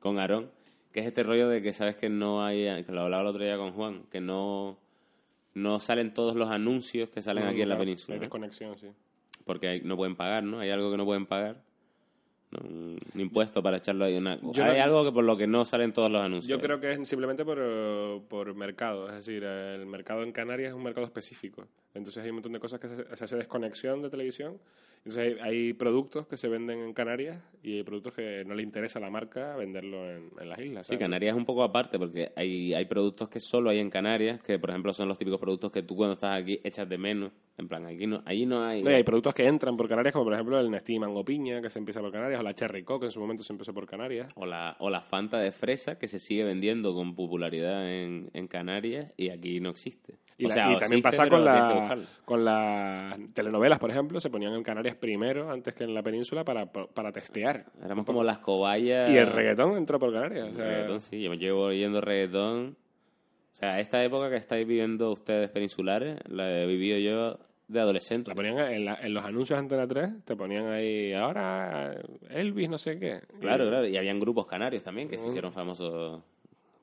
Speaker 1: con Aarón, que es este rollo de que sabes que no hay... Que lo hablaba el otro día con Juan, que no... No salen todos los anuncios que salen
Speaker 2: No,
Speaker 1: aquí en la
Speaker 2: claro,
Speaker 1: península.
Speaker 2: Mm, Hay
Speaker 1: ¿no?
Speaker 2: desconexión, sí.
Speaker 1: porque hay- no pueden pagar, ¿no? Hay algo que no pueden pagar. ¿no? Un un impuesto para echarlo ahí. Una,
Speaker 2: Yo
Speaker 1: hay
Speaker 2: no-
Speaker 1: algo que por lo que no salen todos los anuncios.
Speaker 2: Yo creo que es simplemente por, eh, por mercado, es decir, el mercado en Canarias es un mercado específico. Entonces hay un montón de cosas que se, se hace desconexión de televisión. Entonces hay, hay productos que se venden en Canarias y hay productos que no le interesa a la marca venderlo en, en las islas.
Speaker 1: Sí,
Speaker 2: ¿sabes?
Speaker 1: Canarias es un poco aparte porque hay, hay productos que solo hay en Canarias, que por ejemplo son los típicos productos que tú cuando estás aquí echas de menos. En plan, aquí no, ahí no hay.
Speaker 2: No, y hay productos que entran por Canarias, como por ejemplo el Nestí Mango Piña, que se empieza por Canarias, o la Cherry Coke, que en su momento se empezó por Canarias.
Speaker 1: O la, o la Fanta de fresa que se sigue vendiendo con popularidad en, en Canarias y aquí no existe.
Speaker 2: Y,
Speaker 1: o
Speaker 2: la-
Speaker 1: sea,
Speaker 2: y también
Speaker 1: existe,
Speaker 2: pasa
Speaker 1: pero
Speaker 2: con,
Speaker 1: tienes que
Speaker 2: la,
Speaker 1: buscarlo.
Speaker 2: con las telenovelas, por ejemplo, se ponían en Canarias primero, antes que en la península, para, para testear.
Speaker 1: Éramos como las cobayas.
Speaker 2: Y el reggaetón entró por Canarias. o sea,
Speaker 1: Ah. Reggaetón, sí, yo me llevo oyendo reggaetón. O sea, esta época que estáis viviendo ustedes peninsulares, la he vivido yo de adolescente.
Speaker 2: la ponían en, la- en los anuncios de Antena 3, te ponían ahí, ahora Elvis, no sé qué.
Speaker 1: Claro, claro. Y habían grupos canarios también que se hicieron famosos,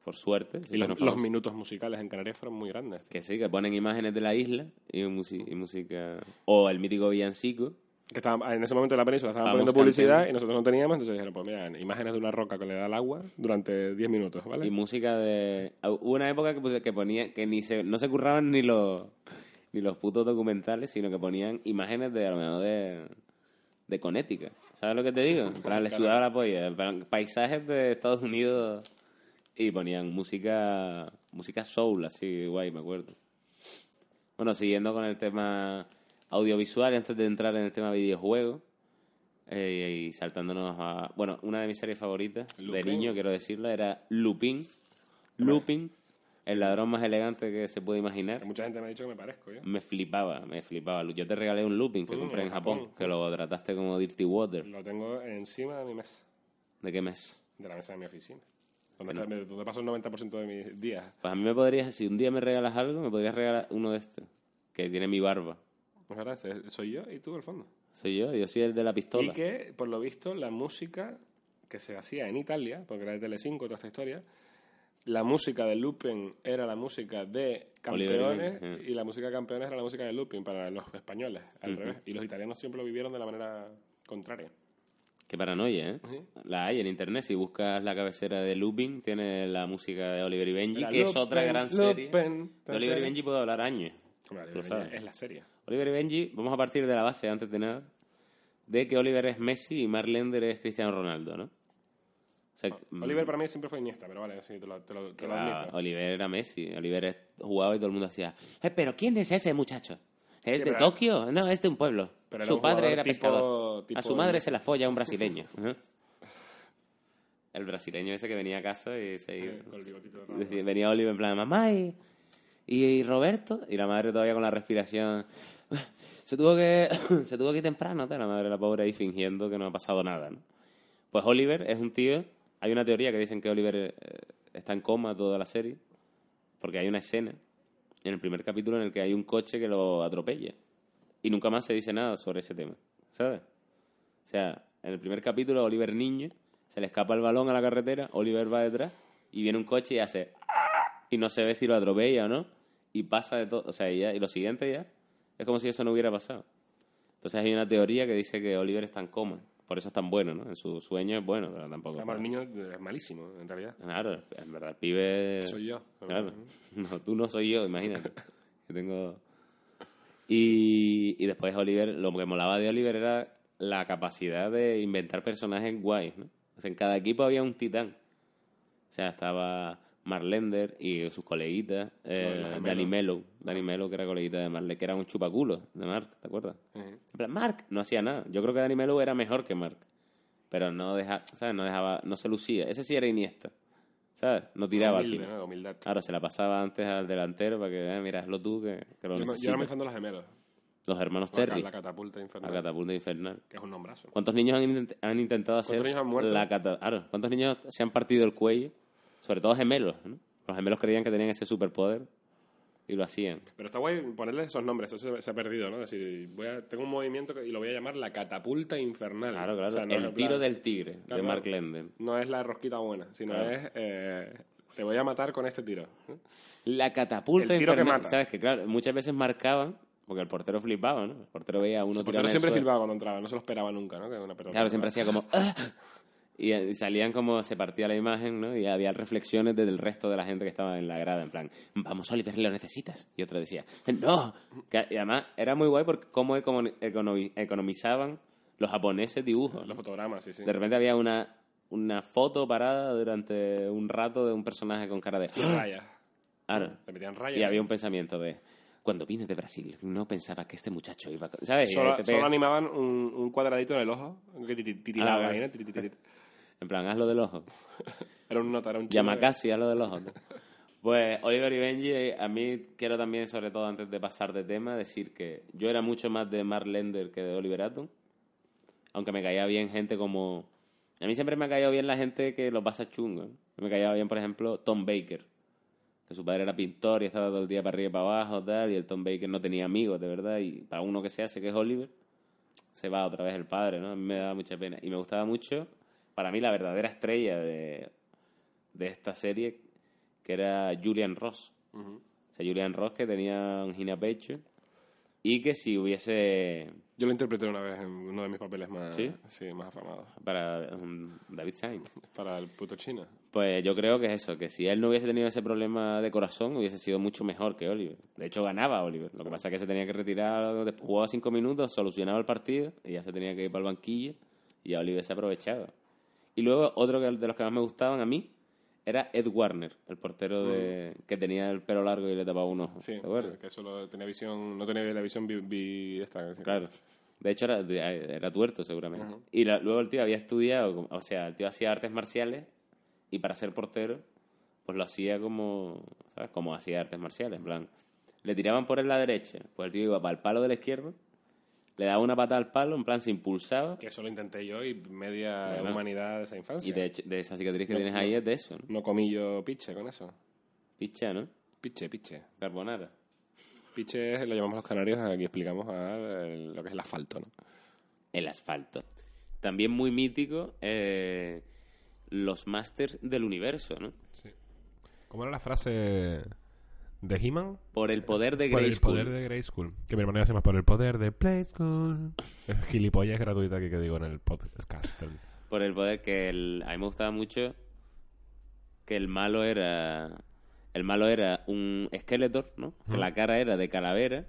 Speaker 1: por suerte. se
Speaker 2: Y los,
Speaker 1: hicieron
Speaker 2: los
Speaker 1: famosos.
Speaker 2: minutos musicales en Canarias fueron muy grandes.
Speaker 1: Que sí, que ponen imágenes de la isla y, musi- y música. O el mítico villancico.
Speaker 2: Que estaban, en ese momento en la península estaban
Speaker 1: Vamos
Speaker 2: poniendo publicidad
Speaker 1: cantando.
Speaker 2: y nosotros no teníamos, entonces dijeron, pues mira, imágenes de una roca que le da el agua durante 10 minutos, ¿vale?
Speaker 1: Y música de... ah, Hubo una época que, puse- que ponía que ni se, no se curraban ni los, ni los putos documentales, sino que ponían imágenes de, a lo mejor, de, de Connecticut. ¿Sabes lo que te digo? Para les sudaba la polla. En plan, Paisajes de Estados Unidos y ponían música música soul, así, guay, me acuerdo. Bueno, siguiendo con el tema audiovisual, antes de entrar en el tema videojuego, eh, y saltándonos a... Bueno, una de mis series favoritas de
Speaker 2: Lupin.
Speaker 1: niño, quiero decirla, era Lupin. Lupin, el ladrón más elegante que se puede imaginar.
Speaker 2: Que mucha gente me ha dicho que me parezco ¿eh? yo.
Speaker 1: Me flipaba, me flipaba. Yo te regalé un Lupin que
Speaker 2: Mm,
Speaker 1: compré en
Speaker 2: en
Speaker 1: Japón,
Speaker 2: Japón.
Speaker 1: que lo trataste como Dirty Water.
Speaker 2: Lo tengo encima de mi mesa,
Speaker 1: ¿De qué mes?
Speaker 2: de la mesa de mi oficina. Donde, está- donde paso el 90% de mis días.
Speaker 1: Pues a mí me podrías, si un día me regalas algo, me podrías regalar uno de estos, que tiene mi barba.
Speaker 2: Es verdad, este- soy yo y tú al fondo.
Speaker 1: Soy yo, yo soy el de la pistola.
Speaker 2: Y que, por lo visto, la música que se hacía en Italia, porque era de Telecinco toda esta historia, la música de Lupin era la música de
Speaker 1: Oliver
Speaker 2: campeones
Speaker 1: Benji, eh.
Speaker 2: y la música de campeones era la música de Lupin para los españoles, al revés. Y los italianos siempre lo vivieron de la manera contraria.
Speaker 1: Qué paranoia, ¿eh?
Speaker 2: Ujú.
Speaker 1: La hay en internet. Si buscas la cabecera de Lupin, tiene la música de Oliver y Benji,
Speaker 2: Era
Speaker 1: que es
Speaker 2: Lupin,
Speaker 1: otra gran
Speaker 2: Lupin,
Speaker 1: serie.
Speaker 2: tan,
Speaker 1: De Oliver y
Speaker 2: tan.
Speaker 1: Benji puedo hablar años.
Speaker 2: Hombre,
Speaker 1: Tú lo
Speaker 2: Oliver
Speaker 1: sabes.
Speaker 2: Benji es la serie.
Speaker 1: Oliver y Benji, vamos a partir de la base, antes de nada, de que Oliver es Messi y Marlender es Cristiano Ronaldo, ¿no? O sea, mm,
Speaker 2: Oliver para mí siempre fue Iniesta, pero vale, sí, te lo, te lo, te
Speaker 1: que
Speaker 2: lo
Speaker 1: va,
Speaker 2: admito.
Speaker 1: Oliver era Messi. Oliver es- jugaba y todo el mundo hacía, "Eh, pero ¿quién es ese muchacho? ¿Es
Speaker 2: Sí,
Speaker 1: de
Speaker 2: pero-
Speaker 1: Tokio? No, es de un pueblo.
Speaker 2: Pero era
Speaker 1: su
Speaker 2: un
Speaker 1: padre
Speaker 2: jugador
Speaker 1: era
Speaker 2: tipo-
Speaker 1: pescador. A
Speaker 2: tipo-
Speaker 1: su madre se la folla un brasileño. Ajá. el brasileño ese que venía a casa y se
Speaker 2: Eh,
Speaker 1: iba.
Speaker 2: con el bigotito de
Speaker 1: Es
Speaker 2: Ronaldo.
Speaker 1: decir, venía Oliver en plan, mamá y, y, y Roberto. Y la madre todavía con la respiración. Se tuvo que se tuvo que ir temprano, tal, la madre la pobre ahí fingiendo que no ha pasado nada. ¿no? Pues Oliver es un tío. Hay una teoría que dicen que Oliver eh, está en coma toda la serie. Porque hay una escena en el primer capítulo en el que hay un coche que lo atropella. Y nunca más se dice nada sobre ese tema. ¿Sabes? O sea, en el primer capítulo, Oliver niño, se le escapa el balón a la carretera, Oliver va detrás y viene un coche y hace... "Ah", Y no se ve si lo atropella o no. Y pasa de todo. O sea, y, ya- y lo siguiente ya es como si eso no hubiera pasado. Entonces hay una teoría que dice que Oliver está en coma. Por eso es tan bueno, ¿no? En su sueño es bueno, pero tampoco...
Speaker 2: Además, el niño es malísimo, en realidad.
Speaker 1: Claro, en verdad, el pibe...
Speaker 2: Soy yo.
Speaker 1: Claro. No, tú no soy yo, imagínate. Yo tengo... Y, y después Oliver, lo que molaba de Oliver era la capacidad de inventar personajes guays, ¿no? O sea, en cada equipo había un titán. O sea, estaba Marlender y sus coleguitas, eh,
Speaker 2: Los gemelos.
Speaker 1: Danny Mello, Danny Mello que era coleguita de Marlender, que era un chupaculo de Mark, ¿te acuerdas?
Speaker 2: Ujú.
Speaker 1: En plan, Mark no hacía nada. Yo creo que Danny Melo era mejor que Mark. Pero no deja, ¿sabes? No dejaba, no se lucía. Ese sí era Iniesta. ¿Sabes? No tiraba al Ah,
Speaker 2: Humilde,
Speaker 1: final.
Speaker 2: ¿no? Humildad.
Speaker 1: Claro, se la pasaba antes al delantero para que, eh, mira, hazlo tú, que, que lo
Speaker 2: Yo, me- yo
Speaker 1: necesitas.
Speaker 2: era muy fan de los gemelos.
Speaker 1: Los hermanos
Speaker 2: La,
Speaker 1: Terry,
Speaker 2: la catapulta
Speaker 1: la
Speaker 2: infernal.
Speaker 1: catapulta infernal.
Speaker 2: que es un nombrazo.
Speaker 1: ¿Cuántos niños han, intent- han intentado hacer
Speaker 2: niños han muerto?
Speaker 1: la cata- Claro, ¿cuántos niños se han partido el cuello? Sobre todo gemelos, ¿no? Los gemelos creían que tenían ese superpoder y lo hacían.
Speaker 2: Pero está guay ponerle esos nombres, eso se, se ha perdido, ¿no? Es decir, voy a- tengo un movimiento que- y lo voy a llamar la catapulta infernal.
Speaker 1: Claro, claro.
Speaker 2: O sea, no es
Speaker 1: el
Speaker 2: en
Speaker 1: tiro
Speaker 2: plan-
Speaker 1: del tigre, de
Speaker 2: Claro,
Speaker 1: Mark
Speaker 2: claro.
Speaker 1: Lenden.
Speaker 2: No es la rosquita buena, sino
Speaker 1: Claro.
Speaker 2: es. eh, te voy a matar con este tiro.
Speaker 1: La catapulta
Speaker 2: El tiro que
Speaker 1: infernal.
Speaker 2: mata.
Speaker 1: Sabes que, claro, muchas veces marcaban, porque el portero flipaba, ¿no? El portero veía a uno
Speaker 2: Porque
Speaker 1: tirado en
Speaker 2: no
Speaker 1: el
Speaker 2: siempre
Speaker 1: suelo.
Speaker 2: silbaba cuando entraba, no se lo esperaba nunca, ¿no? Que una pelota.
Speaker 1: Claro, siempre hacía como... "Ah". Y eh, salían como se partía la imagen, ¿no? Y había reflexiones del resto de la gente que estaba en la grada, en plan, vamos Oliver, lo necesitas. Y otro decía, no. Que- Y además era muy guay porque cómo econo- economi- economizaban los japoneses dibujos.
Speaker 2: Los fotogramas, sí, sí.
Speaker 1: De repente había una, una foto parada durante un rato de un personaje con cara de...
Speaker 2: Y Rayas.
Speaker 1: Ahora,
Speaker 2: Le metían rayas.
Speaker 1: ¡Ah! y había un pensamiento de, cuando vine de Brasil, no pensaba que este muchacho iba... a- ¿Sabes? Y
Speaker 2: Solo,
Speaker 1: te
Speaker 2: solo
Speaker 1: pega-
Speaker 2: animaban un, un cuadradito en el ojo que tiri- titilaba
Speaker 1: Ah, claro.
Speaker 2: ahí, ¿no? Tiri- tiri- tiri.
Speaker 1: En plan, hazlo del ojo.
Speaker 2: Era un nota, era un chico.
Speaker 1: Yamakasi, a lo de los otros. Pues Oliver y Benji, eh, a mí quiero también, sobre todo antes de pasar de tema, decir que yo era mucho más de Mark Lender que de Oliver Atom. Aunque me caía bien gente como... A mí siempre me ha caído bien la gente que lo pasa chungo. ¿no? Me caía bien, por ejemplo, Tom Baker. Que su padre era pintor y estaba todo el día para arriba y para abajo, tal. Y el Tom Baker no tenía amigos, de verdad. Y para uno que se hace, que es Oliver, se va otra vez el padre, ¿no? A mí me daba mucha pena. Y me gustaba mucho, para mí, la verdadera estrella de, de esta serie, que era Julian Ross. O sea, Julian Ross que tenía un ginapecho y que si hubiese...
Speaker 2: Yo lo interpreté una vez en uno de mis papeles más,
Speaker 1: ¿Sí?
Speaker 2: sí, más afamados.
Speaker 1: para um, David Sainz.
Speaker 2: Para el puto chino.
Speaker 1: Pues yo creo que es eso, que si él no hubiese tenido ese problema de corazón, hubiese sido mucho mejor que Oliver. De hecho, ganaba Oliver. Lo que pasa es que se tenía que retirar, después jugaba cinco minutos, solucionaba el partido y ya se tenía que ir para el banquillo y ya Oliver se aprovechaba. Y luego, otro que- de los que más me gustaban a mí era Ed Warner, el portero de, que tenía el pelo largo y le tapaba un ojo.
Speaker 2: Sí,
Speaker 1: ¿te acuerdas?
Speaker 2: que solo tenía visión, no tenía la visión bi, bi- esta, así.
Speaker 1: Claro. De hecho, era, era tuerto seguramente. Y la- luego el tío había estudiado, como- o sea, el tío hacía artes marciales y para ser portero, pues lo hacía como, ¿sabes? Como hacía artes marciales, en plan. Le tiraban por la derecha, pues el tío iba para el palo de la izquierda, le daba una patada al palo, en plan se impulsaba.
Speaker 4: Que eso lo intenté yo y media
Speaker 1: Bueno.
Speaker 4: humanidad de esa infancia.
Speaker 1: Y de, hecho, de esa cicatriz que
Speaker 4: No,
Speaker 1: tienes
Speaker 4: no.
Speaker 1: ahí es de eso, ¿no?
Speaker 4: No comí yo piche con eso.
Speaker 1: Picha, ¿no?
Speaker 4: Piche, piche.
Speaker 1: Carbonara.
Speaker 4: Piche es- lo llamamos los canarios, aquí explicamos a eh, lo que es el asfalto, ¿no?
Speaker 1: El asfalto. También muy mítico eh, los Masters del Universo, ¿no?
Speaker 2: ¿Cómo era la frase de He-Man?
Speaker 1: Por el poder de
Speaker 2: Por
Speaker 1: Grey
Speaker 2: el poder de Grey School. Que mi hermana se llama por el poder de Play School. Es gilipollas gratuita que, que digo en el podcast.
Speaker 1: Por el poder que el, a mí me gustaba mucho que el malo era el malo era un Skeletor, ¿no? Que la cara era de calavera,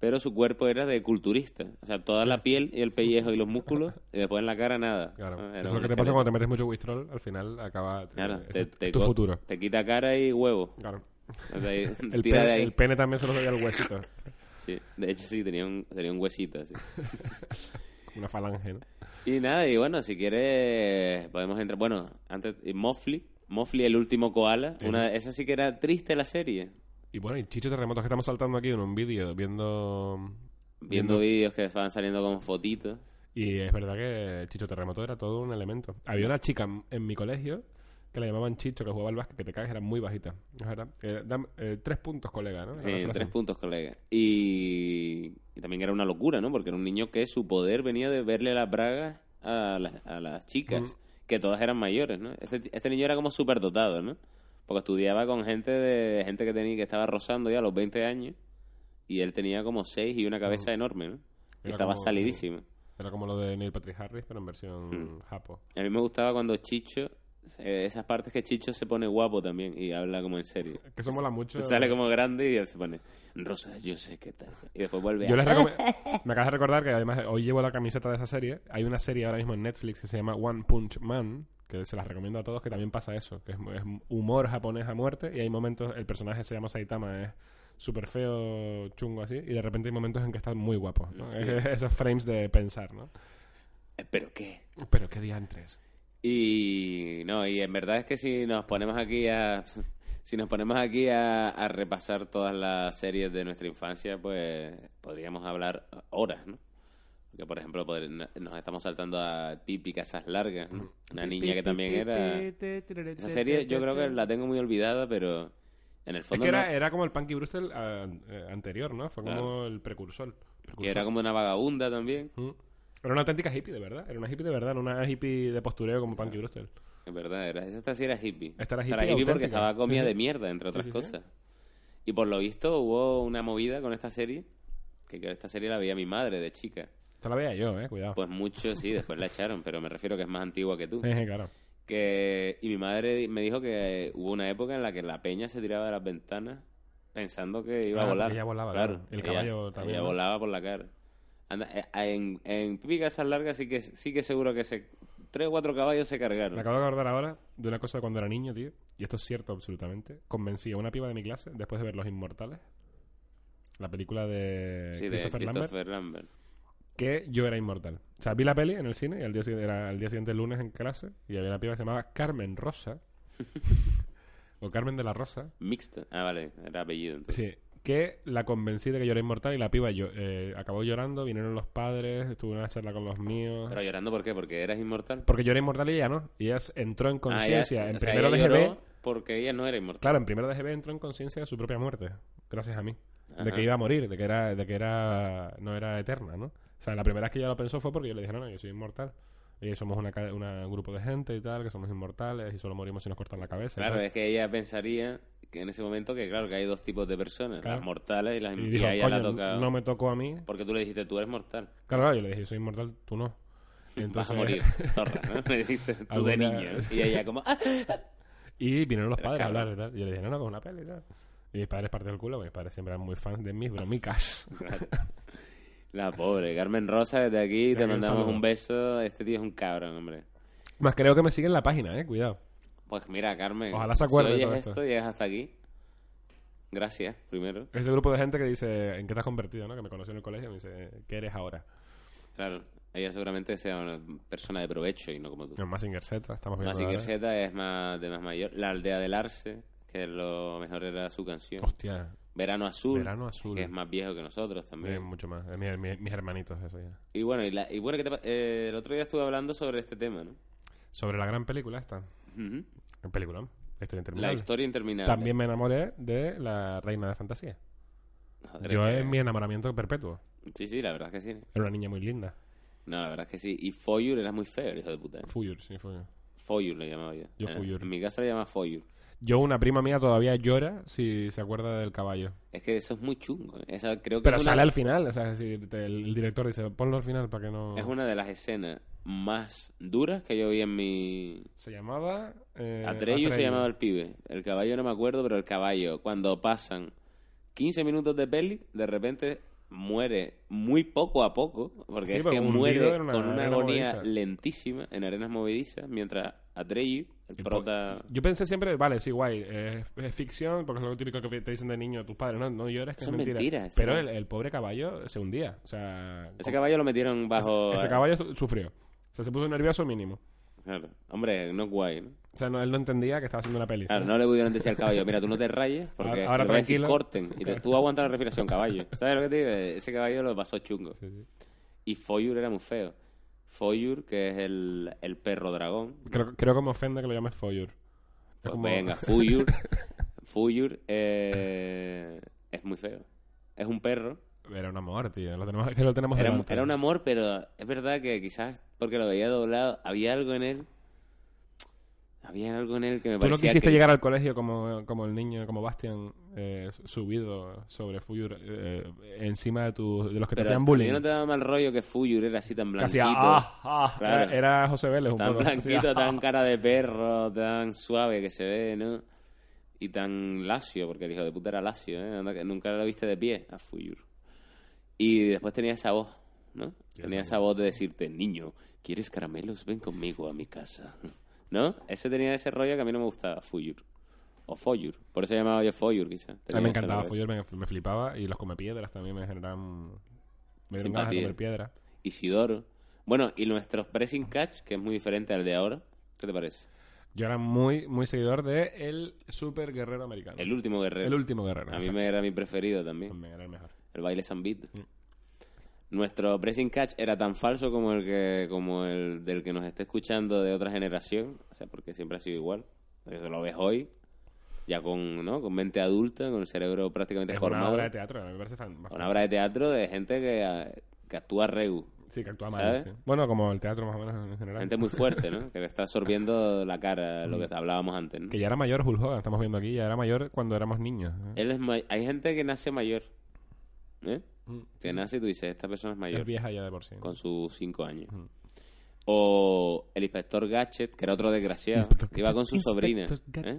Speaker 1: pero su cuerpo era de culturista, o sea, toda la piel y el pellejo y los músculos y después en la cara nada.
Speaker 2: Claro.
Speaker 1: Era
Speaker 2: Eso es lo
Speaker 1: un
Speaker 2: que te pasa
Speaker 1: Skeletor.
Speaker 2: cuando te metes mucho Wistrol, al final acaba eh,
Speaker 1: Claro,
Speaker 2: es
Speaker 1: te, te
Speaker 2: tu
Speaker 1: co-
Speaker 2: futuro.
Speaker 1: te quita cara y huevo.
Speaker 2: Claro.
Speaker 1: O sea, ahí-
Speaker 2: El
Speaker 1: tira de
Speaker 2: pene,
Speaker 1: ahí.
Speaker 2: el pene también se lo doy al huesito.
Speaker 1: Sí, de hecho sí, tenía un, tenía un huesito así.
Speaker 2: Una falange, ¿no?
Speaker 1: Y nada, y bueno, si quieres podemos entrar... Bueno, antes, y Mofli, Mofli el último koala, una, esa sí que era triste la serie.
Speaker 2: Y bueno, y Chicho Terremotos que estamos saltando aquí en un vídeo, viendo...
Speaker 1: Viendo vídeos que van saliendo como fotitos.
Speaker 2: Y es verdad que Chicho Terremoto era todo un elemento. Había una chica en- en mi colegio que la llamaban Chicho, que jugaba al básquet, que te caes, era muy bajita. Es verdad. Eh, dame, eh, tres puntos, colega, ¿no? Era una
Speaker 1: Eh,
Speaker 2: frase.
Speaker 1: tres puntos, colega. Y, y también era una locura, ¿no? Porque era un niño que su poder venía de verle las bragas a las, a las chicas, que todas eran mayores, ¿no? Este, este niño era como superdotado, ¿no? Porque estudiaba con gente de gente que tenía que estaba rozando ya a los 20 años y él tenía como 6 y una cabeza enorme, ¿no?
Speaker 2: Era
Speaker 1: estaba
Speaker 2: como-
Speaker 1: salidísimo.
Speaker 2: Era como lo de Neil Patrick Harris, pero en versión
Speaker 1: Hmm.
Speaker 2: japo.
Speaker 1: A mí me gustaba cuando Chicho, eh, esas partes que Chicho se pone guapo también y habla como en serio.
Speaker 2: Que eso mola mucho.
Speaker 1: Sale como grande y se pone, Rosa, yo sé qué tal. Y después vuelve
Speaker 2: Yo
Speaker 1: a...
Speaker 2: les recome- Me acabas de recordar que además hoy llevo la camiseta de esa serie. Hay una serie ahora mismo en Netflix que se llama One Punch Man, que se las recomiendo a todos, que también pasa eso, que es, es humor japonés a muerte y hay momentos, el personaje se llama Saitama, es súper feo, chungo así, y de repente hay momentos en que están muy guapos. ¿no?
Speaker 1: Sí.
Speaker 2: Es- esos frames de pensar, ¿no?
Speaker 1: "Eh, ¿Pero qué?
Speaker 2: Pero qué diantres.
Speaker 1: Y no, y en verdad es que si nos ponemos aquí a... Si nos ponemos aquí a, a repasar todas las series de nuestra infancia, pues podríamos hablar horas, ¿no? Porque, por ejemplo, podr- nos estamos saltando a Pipi Casas Largas,
Speaker 2: Mm.
Speaker 1: ¿no? Una niña que también era... Esa serie yo creo que la tengo muy olvidada, pero en el
Speaker 2: Es
Speaker 1: fondo
Speaker 2: que
Speaker 1: no-
Speaker 2: era, era como el Punky Brewster ah, eh, anterior, ¿no? Fue como
Speaker 1: Claro.
Speaker 2: el precursor.
Speaker 1: que
Speaker 2: precursor.
Speaker 1: era como una vagabunda también,
Speaker 2: Mm. Era una auténtica hippie, de verdad. Era una hippie de verdad, no una hippie de postureo como Punky Brewster.
Speaker 1: en verdad. Era, esa esta sí era hippie.
Speaker 2: Esta era
Speaker 1: Esta
Speaker 2: hippie
Speaker 1: porque
Speaker 2: auténtica.
Speaker 1: estaba comida
Speaker 2: Sí, sí.
Speaker 1: de mierda, entre otras
Speaker 2: sí, sí.
Speaker 1: cosas. Y por lo visto hubo una movida con esta serie, que que esta serie la veía mi madre de chica.
Speaker 2: Esta la veía yo, eh, cuidado.
Speaker 1: Pues mucho, sí, después la echaron, pero me refiero que es más antigua que tú.
Speaker 2: Eje, claro.
Speaker 1: Que, y mi madre me dijo que hubo una época en la que la peña se tiraba de las ventanas pensando que iba
Speaker 2: Ah,
Speaker 1: a volar.
Speaker 2: ella volaba, claro. El
Speaker 1: ella-
Speaker 2: caballo también,
Speaker 1: Ella
Speaker 2: ¿no?
Speaker 1: volaba por la cara. Anda, eh, en, en Pipi Casas Largas sí que, sí que seguro que se, tres o cuatro caballos se
Speaker 2: Me
Speaker 1: cargaron.
Speaker 2: acabo de acordar ahora de una cosa de cuando era niño, tío. Y esto es cierto, absolutamente. Convencí a una piba de mi clase, después de ver Los Inmortales, la película de
Speaker 1: Sí, de
Speaker 2: eh, Christopher Lambert,
Speaker 1: Christopher Lambert.
Speaker 2: que yo era inmortal. O sea, vi la peli en el cine y al día siguiente, era al día siguiente el lunes en clase y había una piba que se llamaba Carmen Rosa. o Carmen de la Rosa.
Speaker 1: Mixta. Ah, vale, era apellido entonces.
Speaker 2: Sí, que la convencí de que yo era inmortal y la piba yo, eh, acabó llorando, vinieron los padres, tuve una charla con los míos.
Speaker 1: Pero llorando, ¿por qué? ¿Porque eras inmortal?
Speaker 2: Porque yo era inmortal y ella no. Y ella s- entró en conciencia.
Speaker 1: Ah, ella-
Speaker 2: en
Speaker 1: o sea,
Speaker 2: primero
Speaker 1: ella
Speaker 2: de GB.
Speaker 1: lloró Porque ella no era inmortal.
Speaker 2: Claro, en primero de GB entró en conciencia de su propia muerte. Gracias a mí. De
Speaker 1: Ajá.
Speaker 2: que iba a morir, de que era, de que era, no era eterna, ¿no? O sea, la primera vez que ella lo pensó fue porque yo le dije, no, no, yo soy inmortal. Y somos una ca- una- un grupo de gente y tal, que somos inmortales y solo morimos si nos cortan la cabeza. y
Speaker 1: Claro,
Speaker 2: tal.
Speaker 1: es que ella pensaría que en ese momento que claro que hay dos tipos de personas,
Speaker 2: Claro.
Speaker 1: las mortales y las
Speaker 2: Y
Speaker 1: inmortales.
Speaker 2: dijo,
Speaker 1: a ella le ha
Speaker 2: "Coño,
Speaker 1: tocado.
Speaker 2: no me tocó a mí.
Speaker 1: Porque tú le dijiste, tú eres mortal,
Speaker 2: Claro, claro, yo le dije, yo soy inmortal, tú no. Y
Speaker 1: vas a
Speaker 2: entonces-
Speaker 1: morir, zorra, ¿no? Le dijiste, tú
Speaker 2: Alguna-
Speaker 1: de niño. ¿no? Y ella como, ¡ah!
Speaker 2: Y vinieron los
Speaker 1: Pero
Speaker 2: padres a
Speaker 1: cabrón.
Speaker 2: hablar y tal. Y yo le dije, no, no, con una peli y tal. Y mis padres partieron el culo, porque mis padres siempre eran muy fans de mis bromicas.
Speaker 1: La pobre, Carmen Rosa, desde aquí
Speaker 2: Desde
Speaker 1: te
Speaker 2: aquí un
Speaker 1: mandamos
Speaker 2: saludo.
Speaker 1: un beso. Este tío es un cabrón, hombre.
Speaker 2: Más creo que me siguen la página, eh, cuidado.
Speaker 1: Pues mira, Carmen,
Speaker 2: Ojalá se acuerde
Speaker 1: si
Speaker 2: de
Speaker 1: oyes
Speaker 2: todo
Speaker 1: esto,
Speaker 2: esto.
Speaker 1: llegas hasta aquí. Gracias, primero.
Speaker 2: Ese grupo de gente que dice, ¿en qué te has convertido? ¿no? Que me conoció en el colegio y me dice, ¿qué eres ahora?
Speaker 1: Claro. Ella seguramente sea una persona de provecho y no como tú.
Speaker 2: No, Mazinger Z, estamos viendo.
Speaker 1: Mazinger
Speaker 2: ahora.
Speaker 1: Z es más de más mayor. La aldea del Arce, que lo mejor era su canción.
Speaker 2: Hostia,
Speaker 1: Verano Azul.
Speaker 2: Verano Azul.
Speaker 1: Que es más viejo que nosotros también.
Speaker 2: eh, mucho más. Eh, mi- mi- mis hermanitos, eso ya.
Speaker 1: Y bueno, y, la- y bueno ¿qué te pa- eh, el otro día estuve hablando sobre este tema, ¿no?
Speaker 2: Sobre la gran película esta.
Speaker 1: Ujú.
Speaker 2: En película, la historia interminable.
Speaker 1: La historia interminable.
Speaker 2: También me enamoré de la reina de fantasía.
Speaker 1: Joder,
Speaker 2: Yo
Speaker 1: que-
Speaker 2: es mi enamoramiento perpetuo.
Speaker 1: Sí, sí, la verdad es que sí.
Speaker 2: Era una niña muy linda.
Speaker 1: No, la verdad es que sí. Y Foyur era muy feo, el hijo de puta. ¿eh?
Speaker 2: Fuyur, sí, Fuyur.
Speaker 1: Foyur le llamaba yo.
Speaker 2: Yo
Speaker 1: Eh,
Speaker 2: Foyur.
Speaker 1: En mi casa le llamaba Foyur.
Speaker 2: Yo, una prima mía todavía llora si se acuerda del caballo.
Speaker 1: Es que eso es muy chungo. ¿eh? Esa creo que
Speaker 2: Pero
Speaker 1: es una-
Speaker 2: sale al final, o sea, es decir, te- el, el director dice, ponlo al final para que no...
Speaker 1: Es una de las escenas más duras que yo vi en mi...
Speaker 2: Se llamaba... Eh,
Speaker 1: Atreyu se
Speaker 2: Atreyu.
Speaker 1: llamaba el pibe. El caballo no me acuerdo, pero el caballo, cuando pasan 15 minutos de peli, de repente muere muy poco a poco, porque
Speaker 2: Sí,
Speaker 1: es
Speaker 2: pero
Speaker 1: que
Speaker 2: hundido
Speaker 1: muere
Speaker 2: en una
Speaker 1: con una
Speaker 2: arena
Speaker 1: agonía
Speaker 2: movediza.
Speaker 1: lentísima en arenas movedizas, mientras Atreyu, el
Speaker 2: po-
Speaker 1: prota...
Speaker 2: Yo pensé siempre, vale, sí, guay, eh, es, es ficción, porque es lo típico que te dicen de niño a tus padres, no, no llores, que
Speaker 1: Eso
Speaker 2: es
Speaker 1: es
Speaker 2: mentira.
Speaker 1: mentira, este
Speaker 2: Pero
Speaker 1: no.
Speaker 2: el, el pobre caballo se hundía, o sea...
Speaker 1: Ese
Speaker 2: con-
Speaker 1: caballo eh, lo metieron bajo...
Speaker 2: ese caballo su- sufrió, o sea, se puso nervioso mínimo.
Speaker 1: Claro. Hombre, no es guay, ¿no?
Speaker 2: O sea, no, él no entendía que estaba haciendo una peli.
Speaker 1: Claro,
Speaker 2: ¿sabes?
Speaker 1: no le pudieron decir al caballo, mira, tú no te rayes, porque
Speaker 2: Ahora- ahora
Speaker 1: le voy a decir,
Speaker 2: tranquilo.
Speaker 1: corten. Y te- tú aguantas la respiración, caballo. ¿Sabes lo que te digo? Ese caballo lo pasó chungo. Y Foyur era muy feo. Foyur, que es el, el perro dragón.
Speaker 2: Creo, creo que me ofende que lo llames Foyur. Es
Speaker 1: Pues
Speaker 2: como-
Speaker 1: venga, Fuyur. Fuyur eh, es muy feo. Es un perro.
Speaker 2: Era un amor, tío, lo tenemos, es que lo tenemos
Speaker 1: Era,
Speaker 2: delante.
Speaker 1: era un amor, pero es verdad que quizás porque lo veía doblado, había algo en él. Había algo en él que me
Speaker 2: Tú
Speaker 1: parecía.
Speaker 2: no quisiste
Speaker 1: que-
Speaker 2: llegar al colegio como, como el niño, como Bastian, eh, subido sobre Fuyur, eh, encima de, tu, de los que
Speaker 1: Pero
Speaker 2: te hacían
Speaker 1: a mí no
Speaker 2: bullying.
Speaker 1: te daba mal rollo que Fuyur era así tan
Speaker 2: Casi
Speaker 1: blanquito.
Speaker 2: ah, ah,
Speaker 1: Claro.
Speaker 2: era, era José Vélez un
Speaker 1: Tan
Speaker 2: poco. Hacía,
Speaker 1: blanquito,
Speaker 2: ah.
Speaker 1: tan cara de perro, tan suave que se ve, ¿no? Y tan lacio, porque el hijo de puta era lacio, ¿eh? Anda que Nunca lo viste de pie a Fuyur. Y después tenía esa voz, ¿no? Tenía esa voz de decirte, niño, ¿quieres caramelos? Ven conmigo a mi casa. ¿No? Ese tenía ese rollo que a mí no me gustaba, Fuyur. O Foyur. Por eso llamaba yo Foyur, quizás.
Speaker 2: A mí me encantaba Fuyur, me, me flipaba. Y los comepiedras también me generaban... Me dieron ganas de
Speaker 1: Simpatía.
Speaker 2: comer piedra.
Speaker 1: Isidoro. Bueno, y nuestros pressing catch, que es muy diferente al de ahora. ¿Qué te parece?
Speaker 2: Yo era muy, muy seguidor de el super guerrero americano.
Speaker 1: El último guerrero.
Speaker 2: El último guerrero.
Speaker 1: A mí
Speaker 2: exacto.
Speaker 1: me era mi preferido también,
Speaker 2: También era el mejor.
Speaker 1: el baile Zambit.
Speaker 2: Mm.
Speaker 1: Nuestro pressing catch era tan falso como el que como el del que nos está escuchando de otra generación, o sea, porque siempre ha sido igual. Eso lo ves hoy, ya con, ¿no? con mente adulta, con el cerebro prácticamente
Speaker 2: Es
Speaker 1: formado.
Speaker 2: una obra de teatro, me parece fan.
Speaker 1: Una obra de teatro de gente que, ah, que actúa regu.
Speaker 2: Sí, que actúa mal.
Speaker 1: ¿Sabes?
Speaker 2: sí. Bueno, como el teatro más o menos en general.
Speaker 1: Gente muy fuerte, ¿no? Que le está absorbiendo la cara, lo que hablábamos antes. ¿no?
Speaker 2: Que ya era mayor Hulk Hogan, estamos viendo aquí, ya era mayor cuando éramos niños. ¿eh?
Speaker 1: Él es ma- Hay gente que nace mayor. ¿eh? Que nace y tú dices, esta persona es mayor.
Speaker 2: Es vieja ya de por sí.
Speaker 1: con sus cinco años. O el inspector Gadget, que era otro desgraciado, que iba con su sobrina. ¿eh?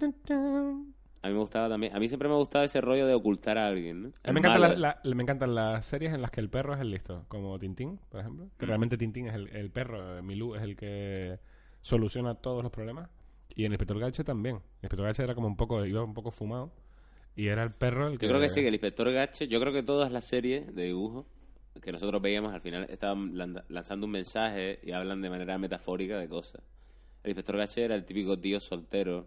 Speaker 1: A mí me gustaba también. A mí siempre me ha gustado ese rollo de ocultar a alguien. ¿no?
Speaker 2: A mí me,
Speaker 1: El
Speaker 2: encantan
Speaker 1: malo.
Speaker 2: las- la- me encantan las series en las que el perro es el listo, como Tintín, por ejemplo.
Speaker 1: Mm.
Speaker 2: Que realmente Tintín es el, el perro, eh, Milú es el que soluciona todos los problemas. Y en Inspector Gadget también. Inspector Gadget era como un poco, iba un poco fumado. Y era el perro el que...
Speaker 1: Yo creo que sí, que el inspector Gadget, yo creo que todas las series de dibujo que nosotros veíamos al final estaban lan- lanzando un mensaje y hablan de manera metafórica de cosas. El inspector Gadget era el típico tío soltero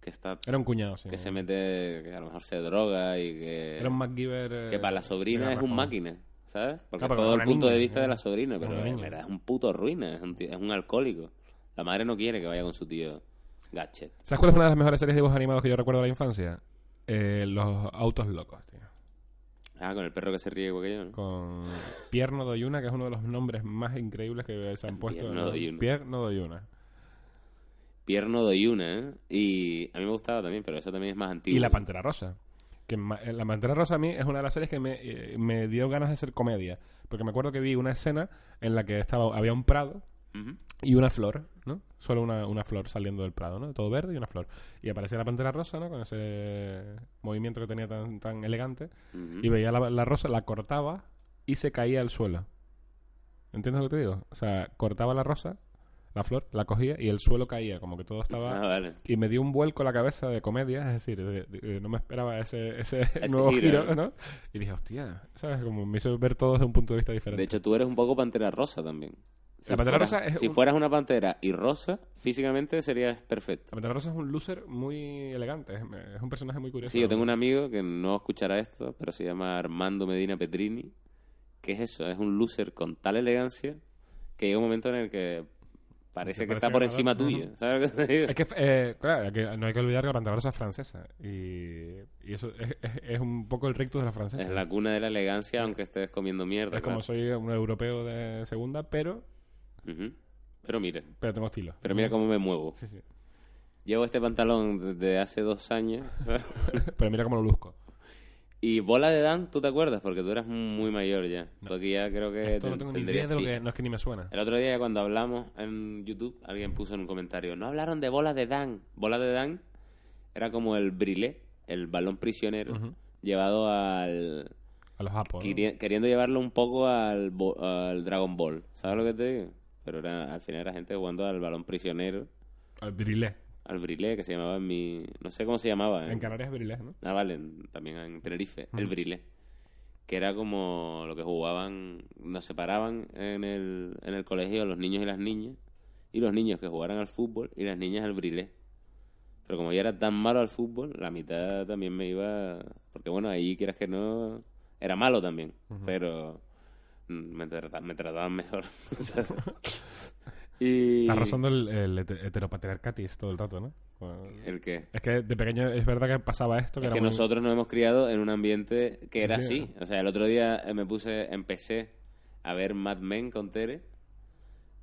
Speaker 1: que está
Speaker 2: Era un cuñado, sí.
Speaker 1: que se mete, que a lo mejor se droga y que
Speaker 2: Eh. Era un MacGyver... eh,
Speaker 1: que para la sobrina
Speaker 2: de
Speaker 1: es un
Speaker 2: garrafón.
Speaker 1: máquina, ¿sabes? Porque
Speaker 2: Ah, pero
Speaker 1: todo
Speaker 2: es
Speaker 1: el
Speaker 2: una
Speaker 1: punto
Speaker 2: niña,
Speaker 1: de vista
Speaker 2: ¿no?
Speaker 1: de la sobrina,
Speaker 2: Es
Speaker 1: pero
Speaker 2: una
Speaker 1: en
Speaker 2: niña.
Speaker 1: verdad es un puto ruina, es un, tío- es un alcohólico. La madre no quiere que vaya con su tío Gadget.
Speaker 2: ¿Sabes cuál es una de las mejores series de dibujos animados que yo recuerdo de la infancia? Eh, los autos locos, tío.
Speaker 1: Ah, con el perro que se ríe igual que yo, ¿no?
Speaker 2: Con Pierno Doyuna, que es uno de los nombres más increíbles que se han puesto.
Speaker 1: Pierno
Speaker 2: ¿no?
Speaker 1: Doyuna.
Speaker 2: Pierno Doyuna.
Speaker 1: Pierno de una, ¿eh? Y a mí me gustaba también, pero eso también es más antiguo.
Speaker 2: Y La Pantera Rosa. Que ma- eh, la Pantera Rosa a mí es una de las series que me, eh, me dio ganas de hacer comedia. Porque me acuerdo que vi una escena en la que estaba había un prado
Speaker 1: Ujú.
Speaker 2: y una flor, ¿no? Solo una, una flor saliendo del prado, ¿no? Todo verde y una flor. Y aparecía la Pantera Rosa, ¿no? Con ese movimiento que tenía tan, tan elegante.
Speaker 1: Ujú.
Speaker 2: y veía la, la rosa, la cortaba y se caía al suelo. ¿Entiendes lo que te digo? O sea, cortaba la rosa, la flor, la cogía y el suelo caía, como que todo
Speaker 1: Ah,
Speaker 2: estaba...
Speaker 1: vale.
Speaker 2: Y me dio un vuelco la cabeza de comedia, es decir, de- de- no me esperaba ese, ese,
Speaker 1: Ese
Speaker 2: nuevo
Speaker 1: giro,
Speaker 2: giro, ¿no? Y dije, hostia, ¿sabes? Como me hizo ver todo desde un punto de vista diferente.
Speaker 1: De hecho, tú eres un poco pantera rosa también.
Speaker 2: La Pantera
Speaker 1: fueras-
Speaker 2: Rosa es
Speaker 1: si
Speaker 2: un-
Speaker 1: fueras una pantera y rosa, físicamente serías perfecto.
Speaker 2: La Rosa es un loser muy elegante, es, es un personaje muy curioso.
Speaker 1: Sí, yo tengo un amigo que no escuchará esto, pero se llama Armando Medina Petrini. ¿Qué es eso? Es un loser con tal elegancia que llega un momento en el que parece
Speaker 2: Que
Speaker 1: que está
Speaker 2: parece
Speaker 1: por
Speaker 2: que-
Speaker 1: encima
Speaker 2: Ujú.
Speaker 1: tuyo. ¿Sabes lo que te digo?
Speaker 2: Es que, eh, claro, hay que- no hay que olvidar que la Pantera Rosa es francesa. Y, y eso es, es- es un poco el rictus de la francesa.
Speaker 1: Es la cuna de la elegancia, aunque estés comiendo mierda.
Speaker 2: Es como
Speaker 1: claro.
Speaker 2: soy un europeo de segunda, pero,
Speaker 1: Ujú. Pero mira,
Speaker 2: pero tengo estilo.
Speaker 1: pero mira cómo me muevo.
Speaker 2: Sí, sí.
Speaker 1: Llevo este pantalón desde hace dos años.
Speaker 2: Pero mira cómo lo luzco.
Speaker 1: y bola de Dan, ¿tú te acuerdas? Porque tú eras muy mayor ya. Tú aquí ya creo que
Speaker 2: Esto no
Speaker 1: ten-
Speaker 2: tengo ni
Speaker 1: tendrías-
Speaker 2: idea de lo
Speaker 1: Eh, sí.
Speaker 2: que... No es que ni me suena.
Speaker 1: El otro día cuando hablamos en YouTube, alguien puso en un comentario, no hablaron de bola de Dan. Bola de Dan era como el brilé, el balón prisionero, llevado al...
Speaker 2: A los japos. ¿no?
Speaker 1: queri- Queriendo llevarlo un poco al, bo- al Dragon Ball. ¿Sabes lo que te digo? Pero era, al final era gente jugando al balón prisionero,
Speaker 2: Al brilé.
Speaker 1: al brilé, que se llamaba en mi... No sé cómo se llamaba.
Speaker 2: En Canarias es brilé, ¿no?
Speaker 1: Ah, vale, en- también en Tenerife, el brilé. Que era como lo que jugaban, nos separaban en el, en el colegio los niños y las niñas, y los niños que jugaran al fútbol y las niñas al brilé. Pero como yo era tan malo al fútbol, la mitad también me iba. Porque bueno, ahí quieras que no. Era malo también, pero mm, me, trata- me trataban mejor. o sea. y.
Speaker 2: Estás rozando el, el hete- heteropatriarcatis todo el rato, ¿no? Bueno,
Speaker 1: ¿El qué?
Speaker 2: es que de pequeño es verdad que pasaba esto. Que
Speaker 1: Es
Speaker 2: era
Speaker 1: que
Speaker 2: muy-
Speaker 1: nosotros nos hemos criado en un ambiente que era
Speaker 2: Sí,
Speaker 1: así. O sea, el otro día eh, me puse, empecé a ver Mad Men con Tere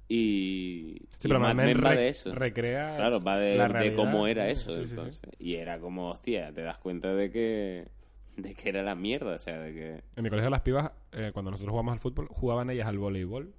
Speaker 1: y, y
Speaker 2: Sí, pero
Speaker 1: Mad
Speaker 2: Mad Men
Speaker 1: Men va
Speaker 2: re-
Speaker 1: de eso.
Speaker 2: recrea
Speaker 1: claro, va de,
Speaker 2: la
Speaker 1: de
Speaker 2: realidad.
Speaker 1: cómo era
Speaker 2: Sí,
Speaker 1: eso
Speaker 2: sí, sí, sí.
Speaker 1: entonces. Y era como, hostia, te das cuenta de que de que era la mierda, o sea, de que
Speaker 2: En mi colegio las pibas, eh, cuando nosotros jugamos al fútbol, jugaban ellas al voleibol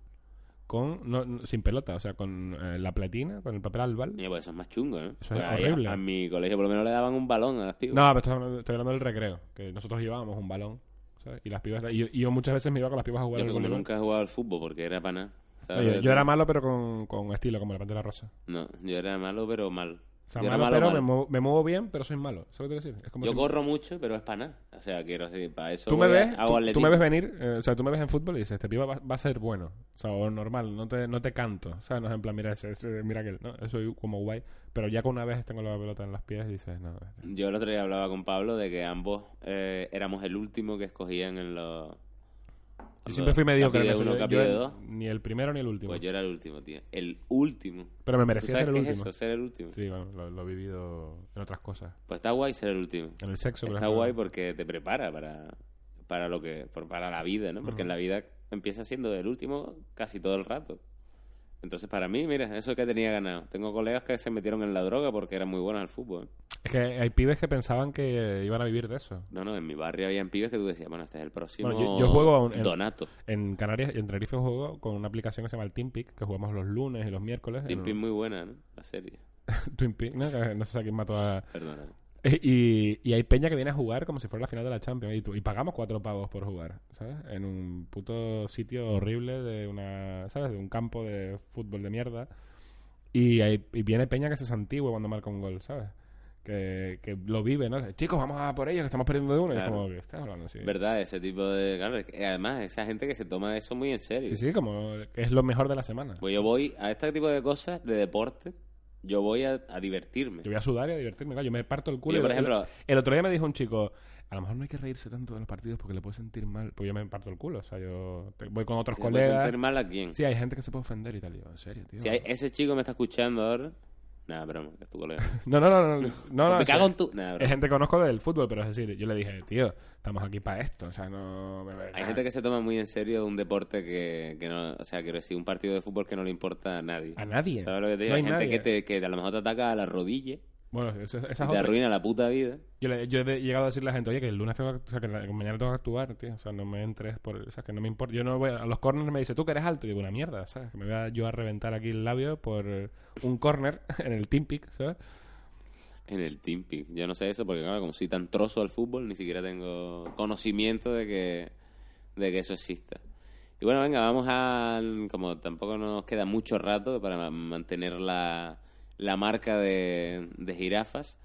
Speaker 2: con no- no- sin pelota, o sea, con eh, la platina, con el papel albal.
Speaker 1: Mira, pues eso es más chungo, ¿no?
Speaker 2: Eso es
Speaker 1: Ahí a-
Speaker 2: horrible.
Speaker 1: A, mi colegio por lo menos le daban un balón a las pibas.
Speaker 2: No, pero estoy hablando, estoy hablando del recreo, que nosotros llevábamos un balón, ¿sabes? Y las pibas... Y yo, y yo muchas veces me iba con las pibas a jugar
Speaker 1: yo
Speaker 2: al
Speaker 1: que como
Speaker 2: voleibol.
Speaker 1: nunca he jugado al fútbol porque era pana.
Speaker 2: No,
Speaker 1: ¿sabes?
Speaker 2: yo, yo era malo, pero con, con estilo, como la Pantera Rosa.
Speaker 1: No, yo era malo, pero mal.
Speaker 2: O sea,
Speaker 1: Yo era
Speaker 2: malo, pero
Speaker 1: mal.
Speaker 2: Me, muevo, me muevo bien, pero soy malo. ¿Sabes lo que te quiero decir? Es como
Speaker 1: Yo
Speaker 2: si-
Speaker 1: corro mucho, pero es para nada. O sea, quiero decir, para eso.
Speaker 2: Tú me,
Speaker 1: voy a-
Speaker 2: ves,
Speaker 1: hago
Speaker 2: tú, tú
Speaker 1: atletismo.
Speaker 2: me ves venir, eh, o sea, tú me ves en fútbol y dices, este piba va, va a ser bueno, o sea, o normal, no te, no te canto, o sea, no es en plan, mira ese, ese, mira aquel, ¿no? Eso es como guay, pero ya con una vez tengo la pelota en las pies y dices, no, este-
Speaker 1: Yo el otro día hablaba con Pablo de que ambos eh, éramos el último que escogían en los.
Speaker 2: yo siempre fui mediocre,
Speaker 1: Capi
Speaker 2: en
Speaker 1: de
Speaker 2: eso,
Speaker 1: uno,
Speaker 2: yo-
Speaker 1: capi
Speaker 2: yo
Speaker 1: de
Speaker 2: el-
Speaker 1: dos.
Speaker 2: ni el primero ni el último,
Speaker 1: Pues yo era el último, tío. El último.
Speaker 2: pero me
Speaker 1: ¿Tú
Speaker 2: merecía
Speaker 1: sabes
Speaker 2: ser el
Speaker 1: qué es
Speaker 2: último.
Speaker 1: eso? Ser el último.
Speaker 2: Sí, bueno, lo, lo he vivido en otras cosas,
Speaker 1: Pues está guay ser el último.
Speaker 2: en el sexo, por
Speaker 1: Está
Speaker 2: ejemplo.
Speaker 1: guay porque te prepara para, para lo que por- para la vida, ¿no? Porque en la vida empieza siendo el último casi todo el rato. Entonces, para mí, mira, eso que tenía ganado. Tengo colegas que se metieron en la droga porque eran muy buenos al fútbol.
Speaker 2: Es que hay pibes que pensaban que iban a vivir de eso.
Speaker 1: No, no, en mi barrio habían pibes que tú decías, bueno, este es el próximo
Speaker 2: Bueno, yo- yo juego a un- en-
Speaker 1: Donato.
Speaker 2: En Canarias, en Tenerife juego con una aplicación que se llama el Team Pick, que jugamos los lunes y los miércoles.
Speaker 1: Team
Speaker 2: en-
Speaker 1: Pin muy buena, ¿no? La serie.
Speaker 2: Twin Peaks, ¿no? Que no sé a quién mató a...
Speaker 1: Perdona.
Speaker 2: Y, y hay peña que viene a jugar como si fuera la final de la Champions. Y, tú- y pagamos cuatro pavos por jugar, ¿sabes? En un puto sitio horrible de una... ¿Sabes? De un campo de fútbol de mierda. Y, hay- y viene peña que se santigua cuando marca un gol, ¿sabes? Que, que lo vive, ¿no? Chicos, vamos a por ellos, que estamos perdiendo de uno. Y es
Speaker 1: Claro.
Speaker 2: como que estás hablando así.
Speaker 1: ¿Verdad? Ese tipo de... Claro, es que además, esa gente que se toma eso muy en serio.
Speaker 2: Sí, sí, como que es lo mejor de la semana.
Speaker 1: Pues yo voy a este tipo de cosas de deporte, yo voy a, a divertirme.
Speaker 2: Yo voy a sudar y a divertirme, claro. Yo me parto el culo.
Speaker 1: Yo, por
Speaker 2: El- el-
Speaker 1: ejemplo-
Speaker 2: el otro día me dijo un chico, a lo mejor no hay que reírse tanto de los partidos porque le puede sentir mal. Pues yo me parto el culo, o sea, yo te- voy con otros
Speaker 1: ¿Te puedes
Speaker 2: colegas.
Speaker 1: sentir mal a quién?
Speaker 2: Sí, hay gente que se puede ofender y tal. Y yo, en serio, tío.
Speaker 1: Si hay- ese chico me está escuchando ahora... Nada, broma, que es tu colega.
Speaker 2: No, no, no, no. no, no,
Speaker 1: me
Speaker 2: o sea,
Speaker 1: cago en tu... Nah,
Speaker 2: Es
Speaker 1: broma.
Speaker 2: gente que conozco del fútbol, pero es decir, yo le dije, tío, estamos aquí para esto, o sea, no...
Speaker 1: Hay gente que se toma muy en serio un deporte que, que no... O sea, quiero decir, un partido de fútbol que no le importa a nadie.
Speaker 2: A nadie.
Speaker 1: ¿Sabes lo que te digo?
Speaker 2: No
Speaker 1: hay,
Speaker 2: hay
Speaker 1: gente
Speaker 2: nadie.
Speaker 1: que, te, que a lo mejor te ataca a la rodilla,
Speaker 2: Bueno, eso- esa es
Speaker 1: te
Speaker 2: otra.
Speaker 1: arruina la puta vida.
Speaker 2: Yo, le- yo he llegado a decirle a la gente, oye, que el lunes tengo que, o sea, que la- que mañana tengo que actuar, tío. O sea, no me entres por... O sea, que no me importa. Yo no voy... A los corners me dice, tú que eres alto. Y digo, una mierda, ¿sabes? Que me voy a, yo a reventar aquí el labio por eh, un corner en el team pick, ¿sabes?
Speaker 1: En el Team Pick. Yo no sé eso porque, claro, como soy tan trozo al fútbol, ni siquiera tengo conocimiento de que, de que eso exista. Y bueno, venga, vamos a... Como tampoco nos queda mucho rato para ma- mantener la, la marca de, de jirafas,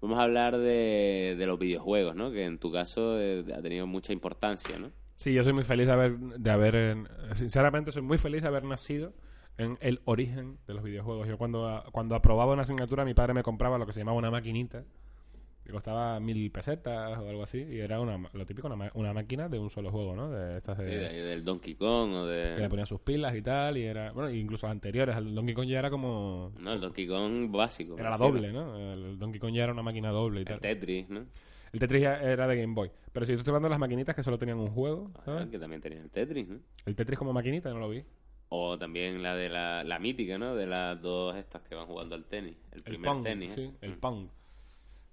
Speaker 1: vamos a hablar de, de los videojuegos, ¿no? Que en tu caso eh, ha tenido mucha importancia, ¿no?
Speaker 2: Sí, yo soy muy feliz de haber, de haber, eh, sinceramente soy muy feliz de haber nacido en el origen de los videojuegos. Yo cuando, cuando aprobaba una asignatura, mi padre me compraba lo que se llamaba una maquinita, que costaba mil pesetas o algo así, y era una, ma- lo típico, una, ma- una máquina de un solo juego, ¿no? De estas de-
Speaker 1: Sí, de- Eh, del Donkey Kong o
Speaker 2: que le
Speaker 1: de...
Speaker 2: ponía sus pilas y tal, y era, bueno, incluso anteriores, el Donkey Kong ya era como,
Speaker 1: No, el Donkey Kong básico. me
Speaker 2: era la
Speaker 1: refiero.
Speaker 2: doble, ¿no? El Donkey Kong ya era una máquina doble y
Speaker 1: El
Speaker 2: tal.
Speaker 1: Tetris, ¿no?
Speaker 2: El Tetris ya era de Game Boy. Pero si yo estoy hablando de las maquinitas que solo tenían un juego,
Speaker 1: Ah,
Speaker 2: ¿sabes?
Speaker 1: que también tenía el Tetris, ¿no?
Speaker 2: El Tetris como maquinita no lo vi.
Speaker 1: O también la de la, la mítica, ¿no? De las dos estas que van jugando al tenis. El
Speaker 2: El
Speaker 1: primer
Speaker 2: Pong.
Speaker 1: tenis. Mm.
Speaker 2: sí,
Speaker 1: ese.
Speaker 2: el Pong.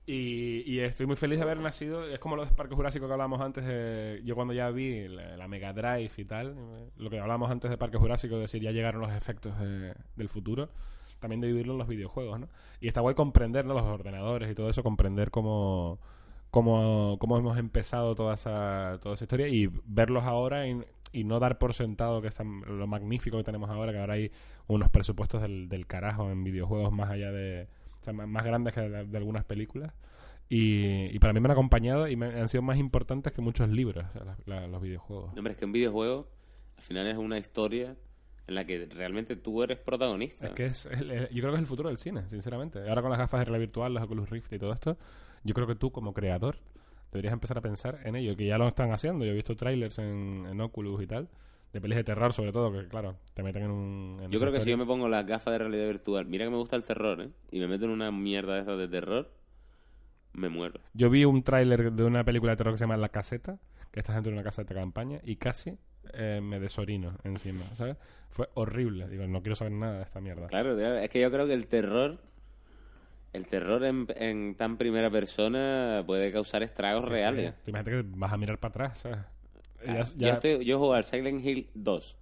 Speaker 2: Y, y estoy muy feliz de haber nacido. Es como los parques jurásicos que hablábamos antes. eh, yo cuando ya vi la, la Mega Drive y tal, eh, lo que hablábamos antes de parques jurásicos, es decir, ya llegaron los efectos de- del futuro, también de vivirlo en los videojuegos, ¿no? Y está guay comprender ¿no? los ordenadores y todo eso, comprender cómo, cómo, cómo hemos empezado toda esa, toda esa historia y verlos ahora y, y no dar por sentado que están lo magnífico que tenemos ahora, que ahora hay unos presupuestos del, del carajo en videojuegos más allá de... o sea, más, más grandes que de, de algunas películas. Y, y para mí me han acompañado y me han sido más importantes que muchos libros, o sea, las- la- los videojuegos.
Speaker 1: No, Hombre, es que un videojuego al final es una historia en la que realmente tú eres protagonista.
Speaker 2: Es que es, el- el- yo creo que es el futuro del cine, sinceramente. Ahora con las gafas de realidad virtual, los Oculus Rift y todo esto, yo creo que tú como creador deberías empezar a pensar en ello, que ya lo están haciendo. Yo he visto trailers en, en Oculus y tal, de pelis de terror sobre todo, que claro, te meten en un... en
Speaker 1: yo
Speaker 2: esa
Speaker 1: creo que si
Speaker 2: historia.
Speaker 1: yo me pongo las gafas de realidad virtual, mira que me gusta el terror, ¿eh? Y me meto en una mierda de esas de terror, me muero.
Speaker 2: Yo vi un tráiler de una película de terror que se llama La Caseta, que estás dentro de una casa de campaña, y casi eh, me desorino encima, ¿sabes? Fue horrible. Digo, no quiero saber nada de esta mierda.
Speaker 1: Claro, tío, es que yo creo que el terror, el terror en, en tan primera persona puede causar estragos reales.
Speaker 2: Eh, Tú imagínate que vas a mirar para atrás, ¿sabes?
Speaker 1: Ah,
Speaker 2: Ya- ya-
Speaker 1: Yo, estoy, yo juego al Silent Hill 2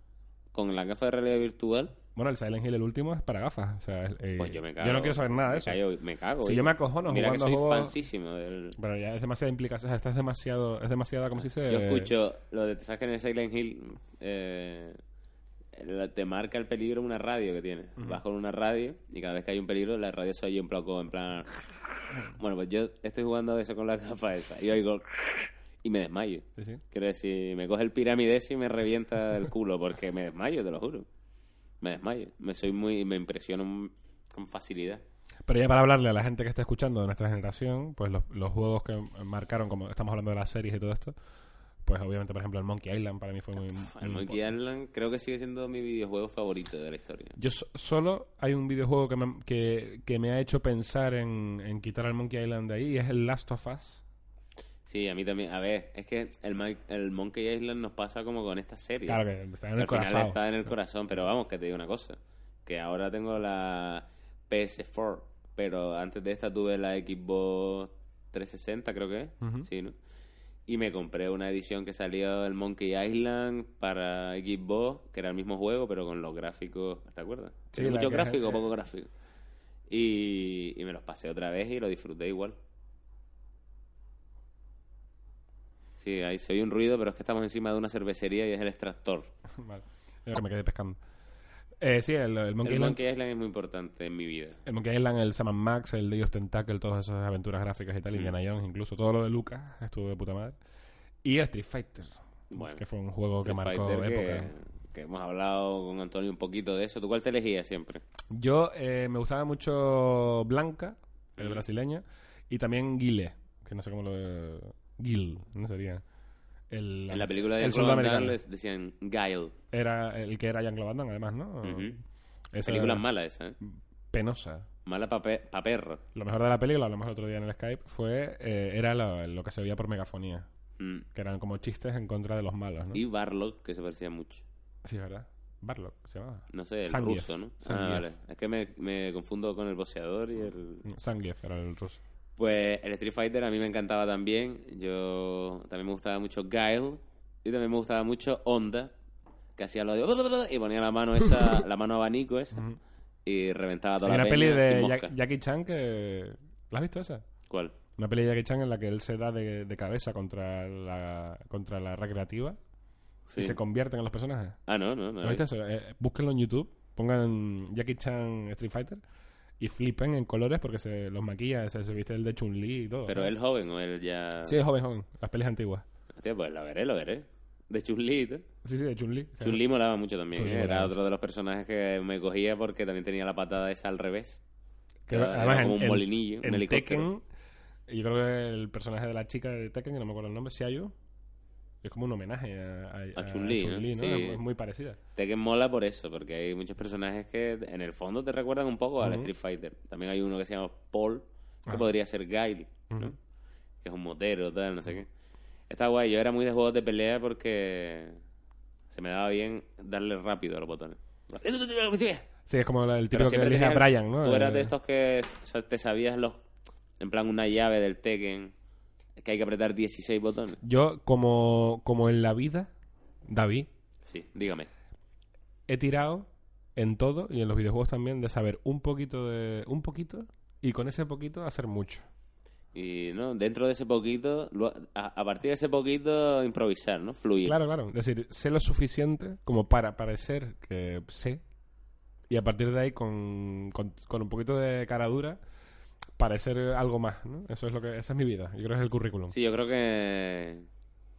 Speaker 1: con la gafa de realidad virtual,
Speaker 2: Bueno, el Silent Hill, el último, es para gafas. o sea, es- eh,
Speaker 1: pues yo me cago.
Speaker 2: no quiero saber nada de
Speaker 1: me
Speaker 2: eso.
Speaker 1: callo- me cago.
Speaker 2: Si
Speaker 1: oye.
Speaker 2: yo me acojono
Speaker 1: Mira que
Speaker 2: jugando
Speaker 1: soy
Speaker 2: juegos-
Speaker 1: fansísimo del...
Speaker 2: Pero ya es demasiada implicación. O sea, estás demasiado... Es demasiada, ¿cómo se dice?
Speaker 1: Yo escucho lo de sabes que en el Silent Hill eh, la- te marca el peligro una radio que tienes. Vas con una radio y cada vez que hay un peligro la radio se oye en plan como en plan Bueno, pues yo estoy jugando eso con la gafa esa y oigo y me desmayo.
Speaker 2: Sí, sí.
Speaker 1: Quiero decir, me coge el piramides y me revienta el culo porque me desmayo, te lo juro. Me desmayo, me soy muy me impresiono m- con facilidad.
Speaker 2: Pero ya para hablarle a la gente que está escuchando de nuestra generación, pues los, los juegos que marcaron, como estamos hablando de las series y todo esto, pues obviamente, por ejemplo, el Monkey Island para mí fue muy...
Speaker 1: El
Speaker 2: muy
Speaker 1: Monkey Island creo que sigue siendo mi videojuego favorito de la historia.
Speaker 2: Yo so- solo hay un videojuego que me, que, que me ha hecho pensar en, en quitar al Monkey Island de ahí y es el Last of Us.
Speaker 1: Sí, a mí también. A ver, es que el, Mon- el Monkey Island nos pasa como con esta serie.
Speaker 2: Claro que está en
Speaker 1: Al final
Speaker 2: el corazón.
Speaker 1: está en el corazón, pero vamos, que te digo una cosa. Que ahora tengo la PS4, pero antes de esta tuve la Xbox 360, creo que es.
Speaker 2: Ujú.
Speaker 1: Sí, ¿no? Y me compré una edición que salió del Monkey Island para Xbox, que era el mismo juego, pero con los gráficos, ¿te acuerdas?
Speaker 2: Sí,
Speaker 1: Tiene
Speaker 2: la
Speaker 1: mucho
Speaker 2: que-
Speaker 1: gráfico,
Speaker 2: eh,
Speaker 1: poco gráfico. Y, y me los pasé otra vez y lo disfruté igual. Sí, ahí se oye un ruido, pero es que estamos encima de una cervecería y es el extractor.
Speaker 2: Vale. Yo que me quedé pescando. Eh, sí, el, el Monkey
Speaker 1: el
Speaker 2: Island.
Speaker 1: Monkey Island es muy importante en mi vida.
Speaker 2: El Monkey Island, el Sam and Max, el Day of Tentacle, todas esas aventuras gráficas y tal, Indiana
Speaker 1: Mm.
Speaker 2: Jones, incluso todo lo de Lucas, estuvo de puta madre. Y el Street Fighter,
Speaker 1: Bueno,
Speaker 2: que fue un juego que
Speaker 1: Street
Speaker 2: marcó
Speaker 1: Fighter que-
Speaker 2: época.
Speaker 1: Que, hemos hablado con Antonio un poquito de eso. ¿Tú cuál te elegías siempre?
Speaker 2: Yo eh, me gustaba mucho Blanca, el
Speaker 1: Ujú.
Speaker 2: brasileño, y también Guile, que no sé cómo lo. Gil, no sería. El,
Speaker 1: en la película de
Speaker 2: el
Speaker 1: Jean-Claude Van Damme
Speaker 2: sudamericano.
Speaker 1: les decían Guile.
Speaker 2: Era el que era Jean-Claude Van Damme, además, ¿no?
Speaker 1: Ujú.
Speaker 2: Ah, Esa
Speaker 1: Película mala esa, ¿eh?
Speaker 2: penosa.
Speaker 1: Mala pa' pe- pa' perro.
Speaker 2: Lo mejor de la película, lo hablamos el otro día en el Skype, fue eh, era lo, lo que se veía por megafonía,
Speaker 1: Mm.
Speaker 2: que eran como chistes en contra de los malos, ¿no?
Speaker 1: Y Barlock, que se parecía mucho.
Speaker 2: Sí, es verdad. Barlock se llamaba.
Speaker 1: No sé, el
Speaker 2: Sangief.
Speaker 1: ruso, ¿no?
Speaker 2: Sangief.
Speaker 1: Ah, vale. Es que me, me confundo con el boxeador y el...
Speaker 2: Sangief era el ruso.
Speaker 1: Pues el Street Fighter a mí me encantaba también. Yo también me gustaba mucho Guile. Y también me gustaba mucho Onda. Que hacía lo de... Y ponía la mano esa... la mano abanico esa. Y reventaba toda
Speaker 2: Hay
Speaker 1: la
Speaker 2: una
Speaker 1: peña
Speaker 2: peli
Speaker 1: sin
Speaker 2: de
Speaker 1: mosca.
Speaker 2: Jack- Jackie Chan que... ¿La has visto esa?
Speaker 1: ¿Cuál?
Speaker 2: Una peli de Jackie Chan en la que él se da de, de cabeza contra la, contra la recreativa.
Speaker 1: Sí.
Speaker 2: y se convierten en los personajes.
Speaker 1: Ah, no, no, no.
Speaker 2: ¿No viste eso? Eh, búsquenlo en YouTube, pongan Jackie Chan Street Fighter y flipen en colores porque se los maquilla, se, se viste el de Chun-Li y todo.
Speaker 1: Pero él joven o él ya...
Speaker 2: Sí, es joven, joven. Las pelis antiguas.
Speaker 1: Hostia, pues la veré, lo veré. De Chun-Li, ¿tú?
Speaker 2: Sí, sí, de Chun-Li.
Speaker 1: Chun-Li molaba mucho también.
Speaker 2: Chun-Li
Speaker 1: ¿eh? Era
Speaker 2: molaba
Speaker 1: otro de los personajes que me cogía porque también tenía la patada esa al revés.
Speaker 2: Que
Speaker 1: Era-
Speaker 2: además
Speaker 1: era
Speaker 2: en-
Speaker 1: como un
Speaker 2: en-
Speaker 1: molinillo, un
Speaker 2: en
Speaker 1: helicóptero.
Speaker 2: Tekken, yo creo que el personaje de la chica de Tekken, que no me acuerdo el nombre, Siayu, es como un homenaje a,
Speaker 1: A Chun-Li, ¿no?
Speaker 2: Chun-Li, ¿no?
Speaker 1: Sí.
Speaker 2: Es, es muy parecida.
Speaker 1: Tekken mola por eso, porque hay muchos personajes que en el fondo te recuerdan un poco al
Speaker 2: Ujú.
Speaker 1: Street Fighter. También hay uno que se llama Paul, que
Speaker 2: Ajá.
Speaker 1: podría ser Guile, ¿no?
Speaker 2: Ujú.
Speaker 1: Que es un motero, tal, no sé qué. Está guay. Yo era muy de juegos de pelea porque se me daba bien darle rápido a los botones.
Speaker 2: Sí, es como la- el
Speaker 1: Pero
Speaker 2: típico que
Speaker 1: siempre
Speaker 2: elige a
Speaker 1: tenías-
Speaker 2: Brian, ¿no?
Speaker 1: Tú eras de
Speaker 2: Eh,
Speaker 1: estos que s- o sea, te sabías los... En plan, una llave del Tekken. Es que hay que apretar 16 botones.
Speaker 2: Yo, como, como en la vida, David,
Speaker 1: Sí, dígame.
Speaker 2: he tirado en todo y en los videojuegos también de saber un poquito de... Un poquito y con ese poquito hacer mucho.
Speaker 1: Y, ¿no? Dentro de ese poquito... lo- A, a partir de ese poquito, improvisar, ¿no? Fluir.
Speaker 2: Claro, claro. Es decir, sé lo suficiente como para parecer que sé. Y a partir de ahí, con, con- con un poquito de cara dura, parecer algo más, ¿no? Eso es lo que... Esa es mi vida. Yo creo que es el currículum.
Speaker 1: Sí, yo creo que...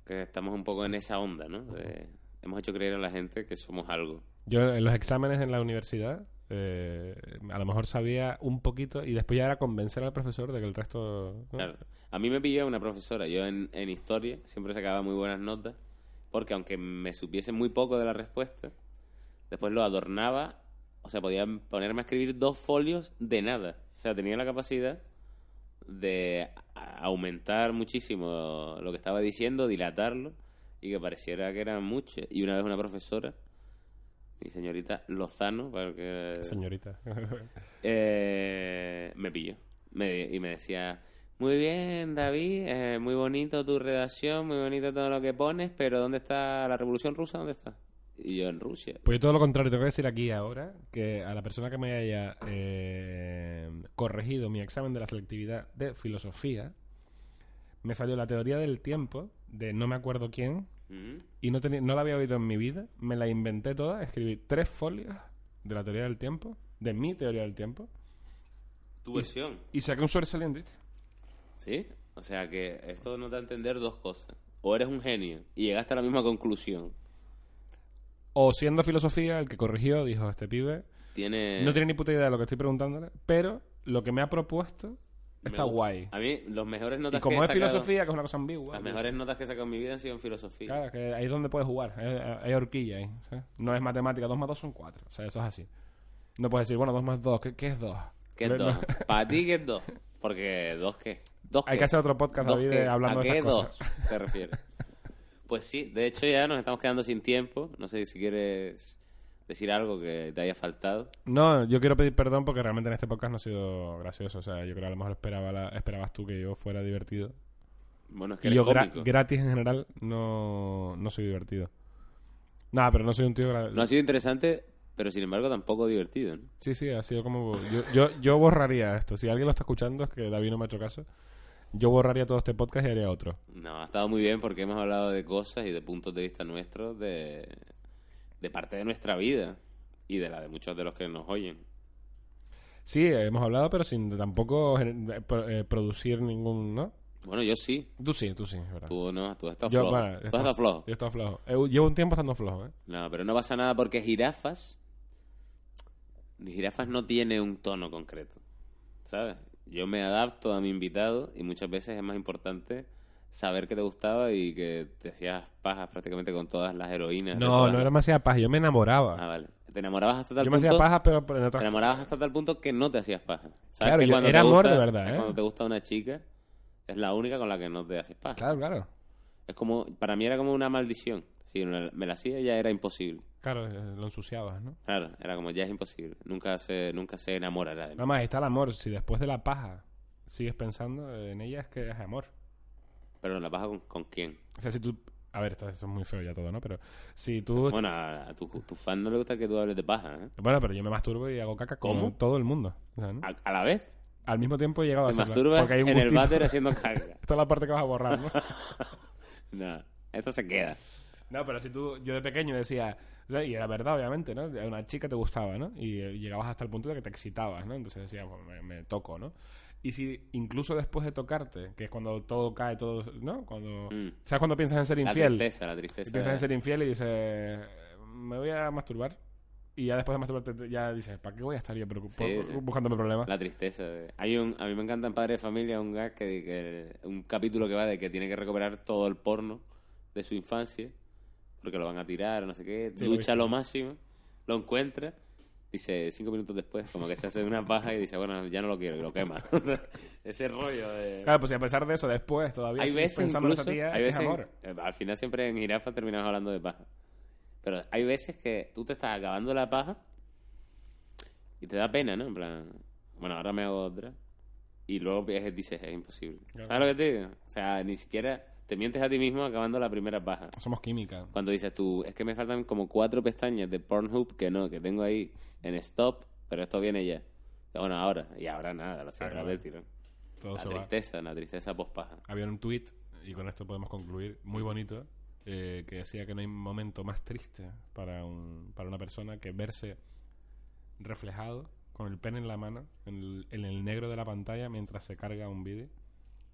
Speaker 1: Que estamos un poco en esa onda, ¿no? De- hemos hecho creer a la gente que somos algo.
Speaker 2: Yo en los exámenes en la universidad, eh, a lo mejor sabía un poquito y después ya era convencer al profesor de que el resto... ¿no?
Speaker 1: Claro. A mí me pilló una profesora. Yo en, en historia siempre sacaba muy buenas notas porque aunque me supiese muy poco de la respuesta, después lo adornaba. O sea, podía ponerme a escribir dos folios de nada. O sea, tenía la capacidad de a- aumentar muchísimo lo que estaba diciendo, dilatarlo y que pareciera que era mucho. Y una vez una profesora, mi señorita Lozano, para que
Speaker 2: Señorita.
Speaker 1: eh, me pilló. Me- y me decía, muy bien, David, eh, muy bonito tu redacción, muy bonito todo lo que pones, pero ¿dónde está la revolución rusa? ¿Dónde está? Y yo en Rusia.
Speaker 2: Pues yo todo lo contrario, tengo que decir aquí ahora que a la persona que me haya eh, corregido mi examen de la selectividad de filosofía, me salió la teoría del tiempo de no me acuerdo quién
Speaker 1: Mm.
Speaker 2: y no, tenía- no la había oído en mi vida, me la inventé toda, escribí tres folios de la teoría del tiempo, de mi teoría del tiempo,
Speaker 1: Tu versión.
Speaker 2: y saqué un sobresaliente.
Speaker 1: ¿Sí? O sea que esto no te va a entender dos cosas. O eres un genio y llegaste a la misma conclusión.
Speaker 2: O siendo filosofía, el que corrigió dijo, este pibe,
Speaker 1: Tiene...
Speaker 2: no tiene ni puta idea de lo que estoy preguntándole, pero lo que me ha propuesto
Speaker 1: me
Speaker 2: está
Speaker 1: gusta.
Speaker 2: guay.
Speaker 1: A mí, los mejores
Speaker 2: Y
Speaker 1: notas que
Speaker 2: como
Speaker 1: he
Speaker 2: es
Speaker 1: sacado-
Speaker 2: filosofía, que es una cosa ambigua.
Speaker 1: Las
Speaker 2: pues,
Speaker 1: mejores notas que he sacado en mi vida han sido en filosofía.
Speaker 2: Claro, que ahí es donde puedes jugar. Hay, hay horquilla ahí. ¿sabes? No es matemática. 2 más 2 son 4. O sea, eso es así. No puedes decir, bueno, 2 más 2. ¿Qué, qué es 2?
Speaker 1: ¿Qué es dos? Para ti, ¿qué es dos? Porque dos qué. Dos
Speaker 2: Hay
Speaker 1: qué.
Speaker 2: que hacer otro podcast,
Speaker 1: ¿Dos
Speaker 2: David,
Speaker 1: qué?
Speaker 2: de- hablando
Speaker 1: ¿A
Speaker 2: de
Speaker 1: qué
Speaker 2: estas
Speaker 1: dos
Speaker 2: cosas.
Speaker 1: te refieres? Pues sí, de hecho ya nos estamos quedando sin tiempo. No sé si quieres decir algo que te haya faltado.
Speaker 2: No, yo quiero pedir perdón porque realmente en este podcast no ha sido gracioso. O sea, yo creo que a lo mejor esperaba la- esperabas tú que yo fuera divertido.
Speaker 1: Bueno, es que
Speaker 2: Y
Speaker 1: eres
Speaker 2: yo gra-
Speaker 1: cómico.
Speaker 2: gratis en general no, no soy divertido. Nada, pero no soy un tío... gra-
Speaker 1: No ha sido interesante, pero sin embargo tampoco divertido. ¿no?
Speaker 2: Sí, sí, ha sido como... Yo, yo, yo borraría esto. Si alguien lo está escuchando, es que David no me ha hecho caso. Yo borraría todo este podcast y haría otro.
Speaker 1: No, ha estado muy bien porque hemos hablado de cosas y de puntos de vista nuestros, de, de parte de nuestra vida y de la de muchos de los que nos oyen.
Speaker 2: Sí, hemos hablado, pero sin tampoco gener- eh, pro- eh, producir ningún, ¿no?
Speaker 1: Bueno, yo sí.
Speaker 2: Tú sí, tú sí, es verdad.
Speaker 1: Tú no, tú has estado
Speaker 2: Yo,
Speaker 1: flojo.
Speaker 2: bueno,
Speaker 1: tú has
Speaker 2: está-
Speaker 1: estado flojo.
Speaker 2: Yo he estado flojo. Eh, llevo un tiempo estando flojo, ¿eh?
Speaker 1: No, pero no pasa nada porque jirafas. Jirafas no tiene un tono concreto. ¿Sabes? Yo me adapto a mi invitado y muchas veces es más importante saber que te gustaba y que te hacías pajas prácticamente con todas las heroínas. de
Speaker 2: No,
Speaker 1: todas
Speaker 2: no
Speaker 1: las-
Speaker 2: era me hacía paja, yo me enamoraba.
Speaker 1: Ah, vale. Te enamorabas hasta tal
Speaker 2: yo me
Speaker 1: punto.
Speaker 2: hacía paja, pero pero en
Speaker 1: Te
Speaker 2: otras
Speaker 1: enamorabas hasta tal punto que no te hacías paja. ¿Sabes?
Speaker 2: Claro,
Speaker 1: que
Speaker 2: yo-
Speaker 1: cuando
Speaker 2: era
Speaker 1: te
Speaker 2: amor
Speaker 1: gusta-
Speaker 2: de verdad,
Speaker 1: o sea,
Speaker 2: ¿eh?
Speaker 1: Cuando te gusta una chica, es la única con la que no te haces paja.
Speaker 2: Claro, claro.
Speaker 1: Es como, para mí era como una maldición. Si me la- me la hacía ya era imposible.
Speaker 2: Claro, eh, lo ensuciabas, ¿no?
Speaker 1: Claro, era como ya es imposible. Nunca se, nunca se enamorará de mí.
Speaker 2: Nada más, ahí está el amor. Si después de la paja sigues pensando en ella, es que es amor.
Speaker 1: Pero la paja con, con quién.
Speaker 2: O sea, si tú... A ver, esto, esto es muy feo ya todo, ¿no? Pero si tú...
Speaker 1: Bueno, a, a tu, tu fan no le gusta que tú hables de paja, ¿eh?
Speaker 2: Bueno, pero yo me masturbo y hago caca como
Speaker 1: ¿Cómo?
Speaker 2: todo el mundo. o sea, ¿no?
Speaker 1: A, a la vez,
Speaker 2: Al mismo tiempo he llegado a
Speaker 1: te
Speaker 2: hacerlo,
Speaker 1: masturbas
Speaker 2: porque hay
Speaker 1: en
Speaker 2: un
Speaker 1: el
Speaker 2: gustito.
Speaker 1: váter haciendo caca.
Speaker 2: Esta es la parte que vas a borrar, ¿no?
Speaker 1: no, esto se queda.
Speaker 2: No, pero si tú, yo de pequeño decía, o sea, y era verdad, obviamente, ¿no? A una chica te gustaba, ¿no? Y eh, llegabas hasta el punto de que te excitabas, ¿no? Entonces decías, "Bueno, me, me toco, ¿no? Y si incluso después de tocarte, que es cuando todo cae, todo, ¿no? Cuando, ¿Sabes cuando piensas en ser
Speaker 1: Mm. La
Speaker 2: infiel?
Speaker 1: tristeza, la
Speaker 2: Y
Speaker 1: tristeza.
Speaker 2: piensas
Speaker 1: de-
Speaker 2: en ser infiel y dices, me voy a masturbar. Y ya después de masturbarte, te- ya dices, ¿para qué voy a estar yo preocup-
Speaker 1: Sí,
Speaker 2: por-
Speaker 1: sí.
Speaker 2: buscándome problemas?
Speaker 1: La tristeza. de- Hay un, a mí me encanta en Padre de Familia un gag que, di- que- un capítulo que va de que tiene que recuperar todo el porno de su infancia porque lo van a tirar, no sé qué,
Speaker 2: Sí, lo he
Speaker 1: lucha
Speaker 2: visto.
Speaker 1: lo máximo, lo encuentra, dice cinco minutos después como que se hace una paja y dice bueno ya no lo quiero y lo quema. Ese rollo de
Speaker 2: Claro, pues si a pesar de eso, después todavía
Speaker 1: hay
Speaker 2: sigues
Speaker 1: veces
Speaker 2: pensando en esa
Speaker 1: incluso,
Speaker 2: tía,
Speaker 1: hay
Speaker 2: es
Speaker 1: veces,
Speaker 2: amor.
Speaker 1: eh, al final siempre en jirafa terminamos hablando de paja. Pero hay veces que tú te estás acabando la paja y te da pena, ¿no? En plan, bueno, ahora me hago otra. Y luego ves- dices, es imposible.
Speaker 2: Claro.
Speaker 1: ¿Sabes lo que te digo? O sea, ni siquiera te mientes a ti mismo acabando la primera paja.
Speaker 2: Somos química.
Speaker 1: Cuando dices tú, es que me faltan como cuatro pestañas de Pornhub que no, que tengo ahí en stop, pero esto viene ya. Bueno, ahora. Y ahora nada, lo cierras
Speaker 2: Claro.
Speaker 1: del tirón.
Speaker 2: Todo
Speaker 1: La
Speaker 2: se va.
Speaker 1: tristeza, la tristeza pospaja.
Speaker 2: Había un tweet y con esto podemos concluir, muy bonito, eh, que decía que no hay momento más triste para, un, para una persona que verse reflejado con el pen en la mano, en el, en el negro de la pantalla, mientras se carga un vídeo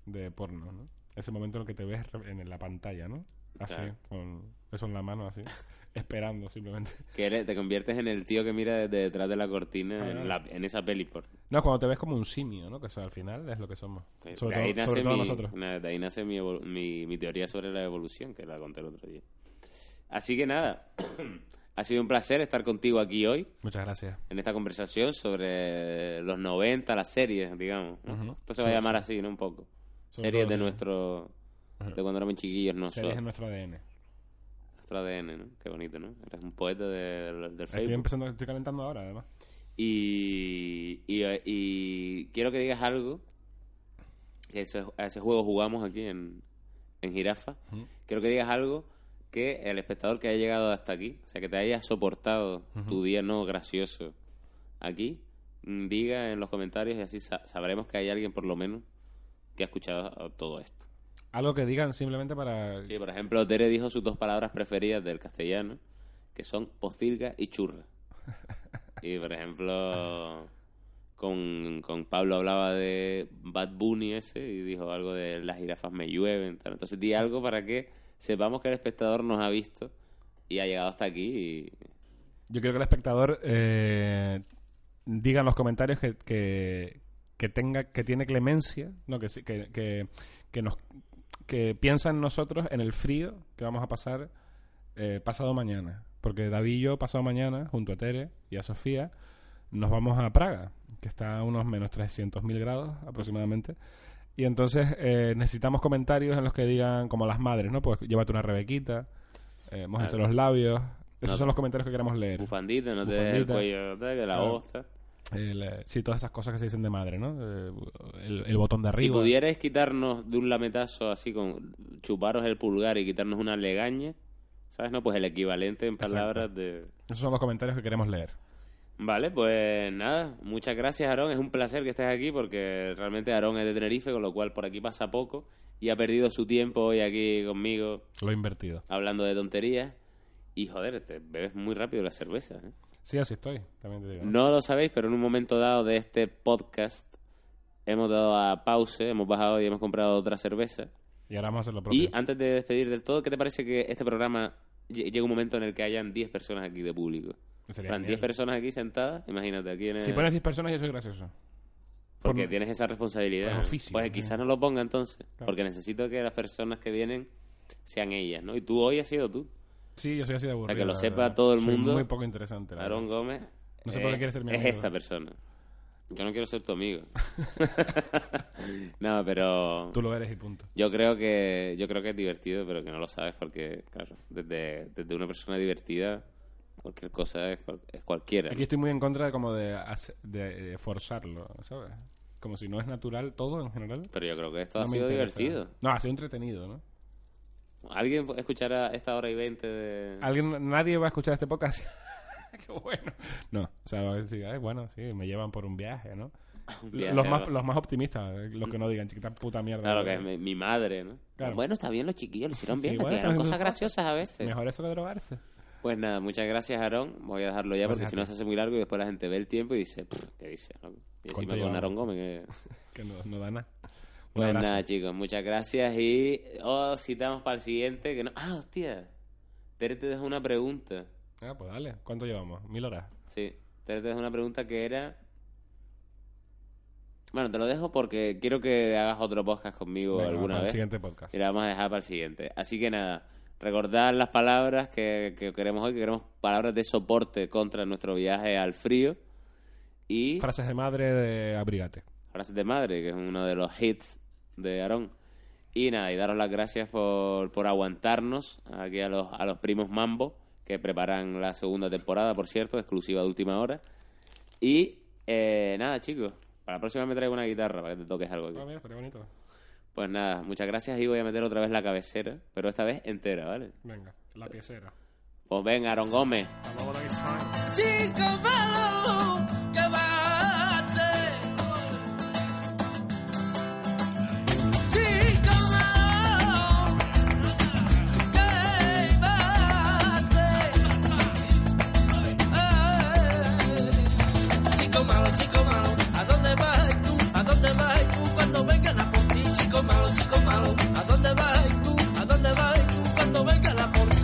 Speaker 2: de porno, ¿no? Ese momento en el que te ves re- en la pantalla, ¿no? Así,
Speaker 1: Claro.
Speaker 2: con eso en la mano, así, esperando simplemente.
Speaker 1: Que eres- te conviertes en el tío que mira desde detrás de la cortina
Speaker 2: Ah.
Speaker 1: en, la- en esa peli. Por,
Speaker 2: No, cuando te ves como un simio, ¿no? Que eso al final es lo que somos.
Speaker 1: de
Speaker 2: Sobre
Speaker 1: ahí
Speaker 2: todo,
Speaker 1: nace
Speaker 2: sobre todo
Speaker 1: mi-
Speaker 2: nosotros.
Speaker 1: na- de ahí nace mi, evol- mi- mi teoría sobre la evolución, que la conté el otro día. Así que nada, ha sido un placer estar contigo aquí hoy,
Speaker 2: Muchas gracias.
Speaker 1: en esta conversación sobre los 90, las series, digamos. ¿no?
Speaker 2: Ujú.
Speaker 1: Esto se va a
Speaker 2: Sobre-
Speaker 1: llamar así, ¿no? Un poco.
Speaker 2: sobre
Speaker 1: Series
Speaker 2: todo
Speaker 1: de
Speaker 2: lo que-
Speaker 1: nuestro...
Speaker 2: Ujú.
Speaker 1: De cuando éramos chiquillos,
Speaker 2: Series
Speaker 1: nosotros.
Speaker 2: en nuestro ADN.
Speaker 1: Nuestro ADN, ¿no? Qué bonito, ¿no? Eres un poeta de- del
Speaker 2: Estoy
Speaker 1: Facebook.
Speaker 2: empezando, estoy calentando ahora, además.
Speaker 1: Y, y, y quiero que digas algo. Que ese, a ese juego jugamos aquí en, en Jirafa. Quiero que digas algo que el espectador que haya llegado hasta aquí, o sea, que te haya soportado tu día no gracioso aquí, mm, diga en los comentarios y así sa- sabremos que hay alguien por lo menos que ha escuchado todo esto.
Speaker 2: Algo que digan simplemente para...
Speaker 1: Sí, por ejemplo, Tere dijo sus dos palabras preferidas del castellano, que son pocilga y churra. Y, por ejemplo, con, con Pablo hablaba de Bad Bunny ese y dijo algo de las jirafas me llueven. Tal. Entonces, di algo para que sepamos que el espectador nos ha visto y ha llegado hasta aquí. y-
Speaker 2: Yo creo que el espectador eh, diga en los comentarios que, que, que tenga que tiene clemencia, no que sí, que, que, que nos que piensa en nosotros en el frío que vamos a pasar eh, pasado mañana, porque David y yo pasado mañana junto a Tere y a Sofía nos vamos a Praga, que está a unos menos 300.000 grados aproximadamente. Y entonces eh, necesitamos comentarios en los que digan, como las madres, ¿no? Pues llévate una rebequita, eh, mójense los labios. Esos
Speaker 1: No.
Speaker 2: son los comentarios que queremos leer.
Speaker 1: Bufandita, no te dejes el
Speaker 2: Bufandita.
Speaker 1: cuello tal, de la
Speaker 2: Claro.
Speaker 1: hosta.
Speaker 2: El, eh, sí, todas esas cosas que se dicen de madre, ¿no? Eh, el, el botón de
Speaker 1: Si
Speaker 2: arriba.
Speaker 1: pudierais quitarnos de un lametazo así con chuparos el pulgar y quitarnos una legaña, ¿sabes? No, pues el equivalente en
Speaker 2: Exacto.
Speaker 1: palabras de...
Speaker 2: Esos son los comentarios que queremos leer.
Speaker 1: Vale, pues nada, muchas gracias Aarón, es un placer que estés aquí porque realmente Aarón es de Tenerife, con lo cual por aquí pasa poco y ha perdido su tiempo hoy aquí conmigo
Speaker 2: Lo he invertido.
Speaker 1: hablando de tonterías y joder, te bebes muy rápido la cerveza. ¿eh?
Speaker 2: Sí, así estoy. También te digo. ¿no?
Speaker 1: No lo sabéis, pero en un momento dado de este podcast hemos dado a pause, hemos bajado y hemos comprado otra cerveza.
Speaker 2: Y ahora vamos a hacer lo propio.
Speaker 1: Y antes de despedir del todo, ¿qué te parece que este programa lle- llegue un momento en el que hayan 10 personas aquí de público?
Speaker 2: Sería
Speaker 1: Plan, 10
Speaker 2: genial.
Speaker 1: personas aquí sentadas, imagínate, aquí en el...
Speaker 2: Si pones 10 personas, yo soy gracioso.
Speaker 1: Porque
Speaker 2: Por-
Speaker 1: tienes esa responsabilidad.
Speaker 2: por
Speaker 1: ¿no?
Speaker 2: oficio,
Speaker 1: pues
Speaker 2: ¿no?
Speaker 1: quizás no lo ponga entonces.
Speaker 2: Claro.
Speaker 1: Porque necesito que las personas que vienen sean ellas, ¿no? Y tú hoy has sido tú.
Speaker 2: Sí, yo soy así de aburrido.
Speaker 1: que lo
Speaker 2: la
Speaker 1: sepa
Speaker 2: verdad.
Speaker 1: todo el
Speaker 2: Soy
Speaker 1: mundo.
Speaker 2: muy poco interesante. la
Speaker 1: Aarón
Speaker 2: verdad.
Speaker 1: Gómez.
Speaker 2: No sé por
Speaker 1: es-
Speaker 2: qué quieres ser mi
Speaker 1: Es
Speaker 2: amigo.
Speaker 1: esta persona. Yo no quiero ser tu amigo. no, pero
Speaker 2: Tú lo eres y punto.
Speaker 1: yo creo que yo creo que es divertido, pero que no lo sabes porque, claro, desde, desde una persona divertida, cualquier cosa es, cual- es cualquiera.
Speaker 2: Aquí estoy muy en contra de como de, hace- de, eh, forzarlo, ¿sabes? Como si no es natural todo en general.
Speaker 1: Pero yo creo que esto
Speaker 2: No
Speaker 1: ha
Speaker 2: me
Speaker 1: sido
Speaker 2: interesa.
Speaker 1: divertido.
Speaker 2: No, ha sido entretenido, ¿no?
Speaker 1: ¿Alguien escuchará esta hora y veinte de...?
Speaker 2: ¿Alguien, nadie va a escuchar este podcast. Qué bueno. No, o sea, va a decir, "Ay, bueno, sí, me llevan por un viaje, ¿no?
Speaker 1: Bien,
Speaker 5: los,
Speaker 1: claro.
Speaker 5: más, los más optimistas, eh, los que no digan, chiquita puta mierda.
Speaker 1: Claro que es mi, mi madre, ¿no?
Speaker 5: Claro.
Speaker 1: Bueno, está bien, los chiquillos lo hicieron bien,
Speaker 5: Sí, bueno,
Speaker 1: hacían
Speaker 5: también
Speaker 1: cosas
Speaker 5: los-
Speaker 1: graciosas a veces.
Speaker 5: Mejor eso que drogarse.
Speaker 1: Pues nada, muchas gracias, Aarón. Voy a dejarlo ya porque
Speaker 5: Gracias a
Speaker 1: si no
Speaker 5: ti.
Speaker 1: se hace muy largo y después la gente ve el tiempo y dice, "Pff, ¿qué dice? no?". Y
Speaker 5: ¿Cuánto
Speaker 1: encima con
Speaker 5: llevamos?
Speaker 1: Aarón Gómez. Que...
Speaker 5: Que no, no da nada. Un
Speaker 1: Pues
Speaker 5: abrazo.
Speaker 1: nada, chicos, muchas gracias y oh, os citamos para el siguiente. que no... Ah, hostia. Tere te dejó una pregunta.
Speaker 5: Ah, pues dale. ¿Cuánto llevamos? ¿Mil horas?
Speaker 1: Sí, Tere te dejó una pregunta que era... Bueno, te lo dejo porque quiero que hagas otro podcast conmigo
Speaker 5: Venga,
Speaker 1: alguna
Speaker 5: para El
Speaker 1: vez.
Speaker 5: siguiente podcast.
Speaker 1: Y la vamos a dejar para el siguiente. Así que nada, recordad las palabras que, que queremos hoy, que queremos palabras de soporte contra nuestro viaje al frío. Y
Speaker 5: Frases de madre de Abrigate.
Speaker 1: frases de madre, que es uno de los hits de Aarón. Y nada, y daros las gracias por, por aguantarnos aquí a los, a los primos Mambo, que preparan la segunda temporada, por cierto, exclusiva de última hora. Y eh, nada, chicos, para la próxima me traigo una guitarra para que te toques algo aquí.
Speaker 5: Ah, mira, estaría bonito.
Speaker 1: Pues nada, muchas gracias y voy a meter otra vez la cabecera, pero esta vez entera, ¿vale?
Speaker 5: Venga, la piecera.
Speaker 1: Pues venga, Aaron Gómez.
Speaker 5: Hasta luego, David Stein.
Speaker 3: Chico malo, ¿qué va a hacer? Chico malo, ¿qué va a hacer? Eh. Chico malo, chico malo, ¿a dónde vas tú? ¿A dónde vas tú cuando vengan a por ti? Chico malo, chico malo, ¿a dónde vas tú? ¿A dónde vas tú cuando vengan a por ti?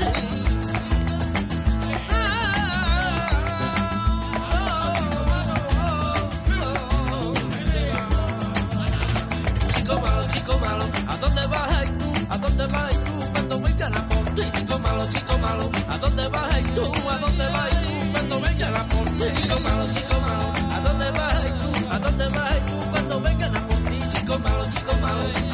Speaker 3: Chico malo, chico malo, ¿a dónde vas tú? ¿A dónde vas tú cuando venga la por ti? Chico malo, chico malo, ¿a dónde vas tú? ¿A dónde vas tú cuando venga la por ti? Chico malo, chico malo, ¿a dónde vas tú? ¿A dónde vas tú cuando venga la por ti? Chico malo, chico malo,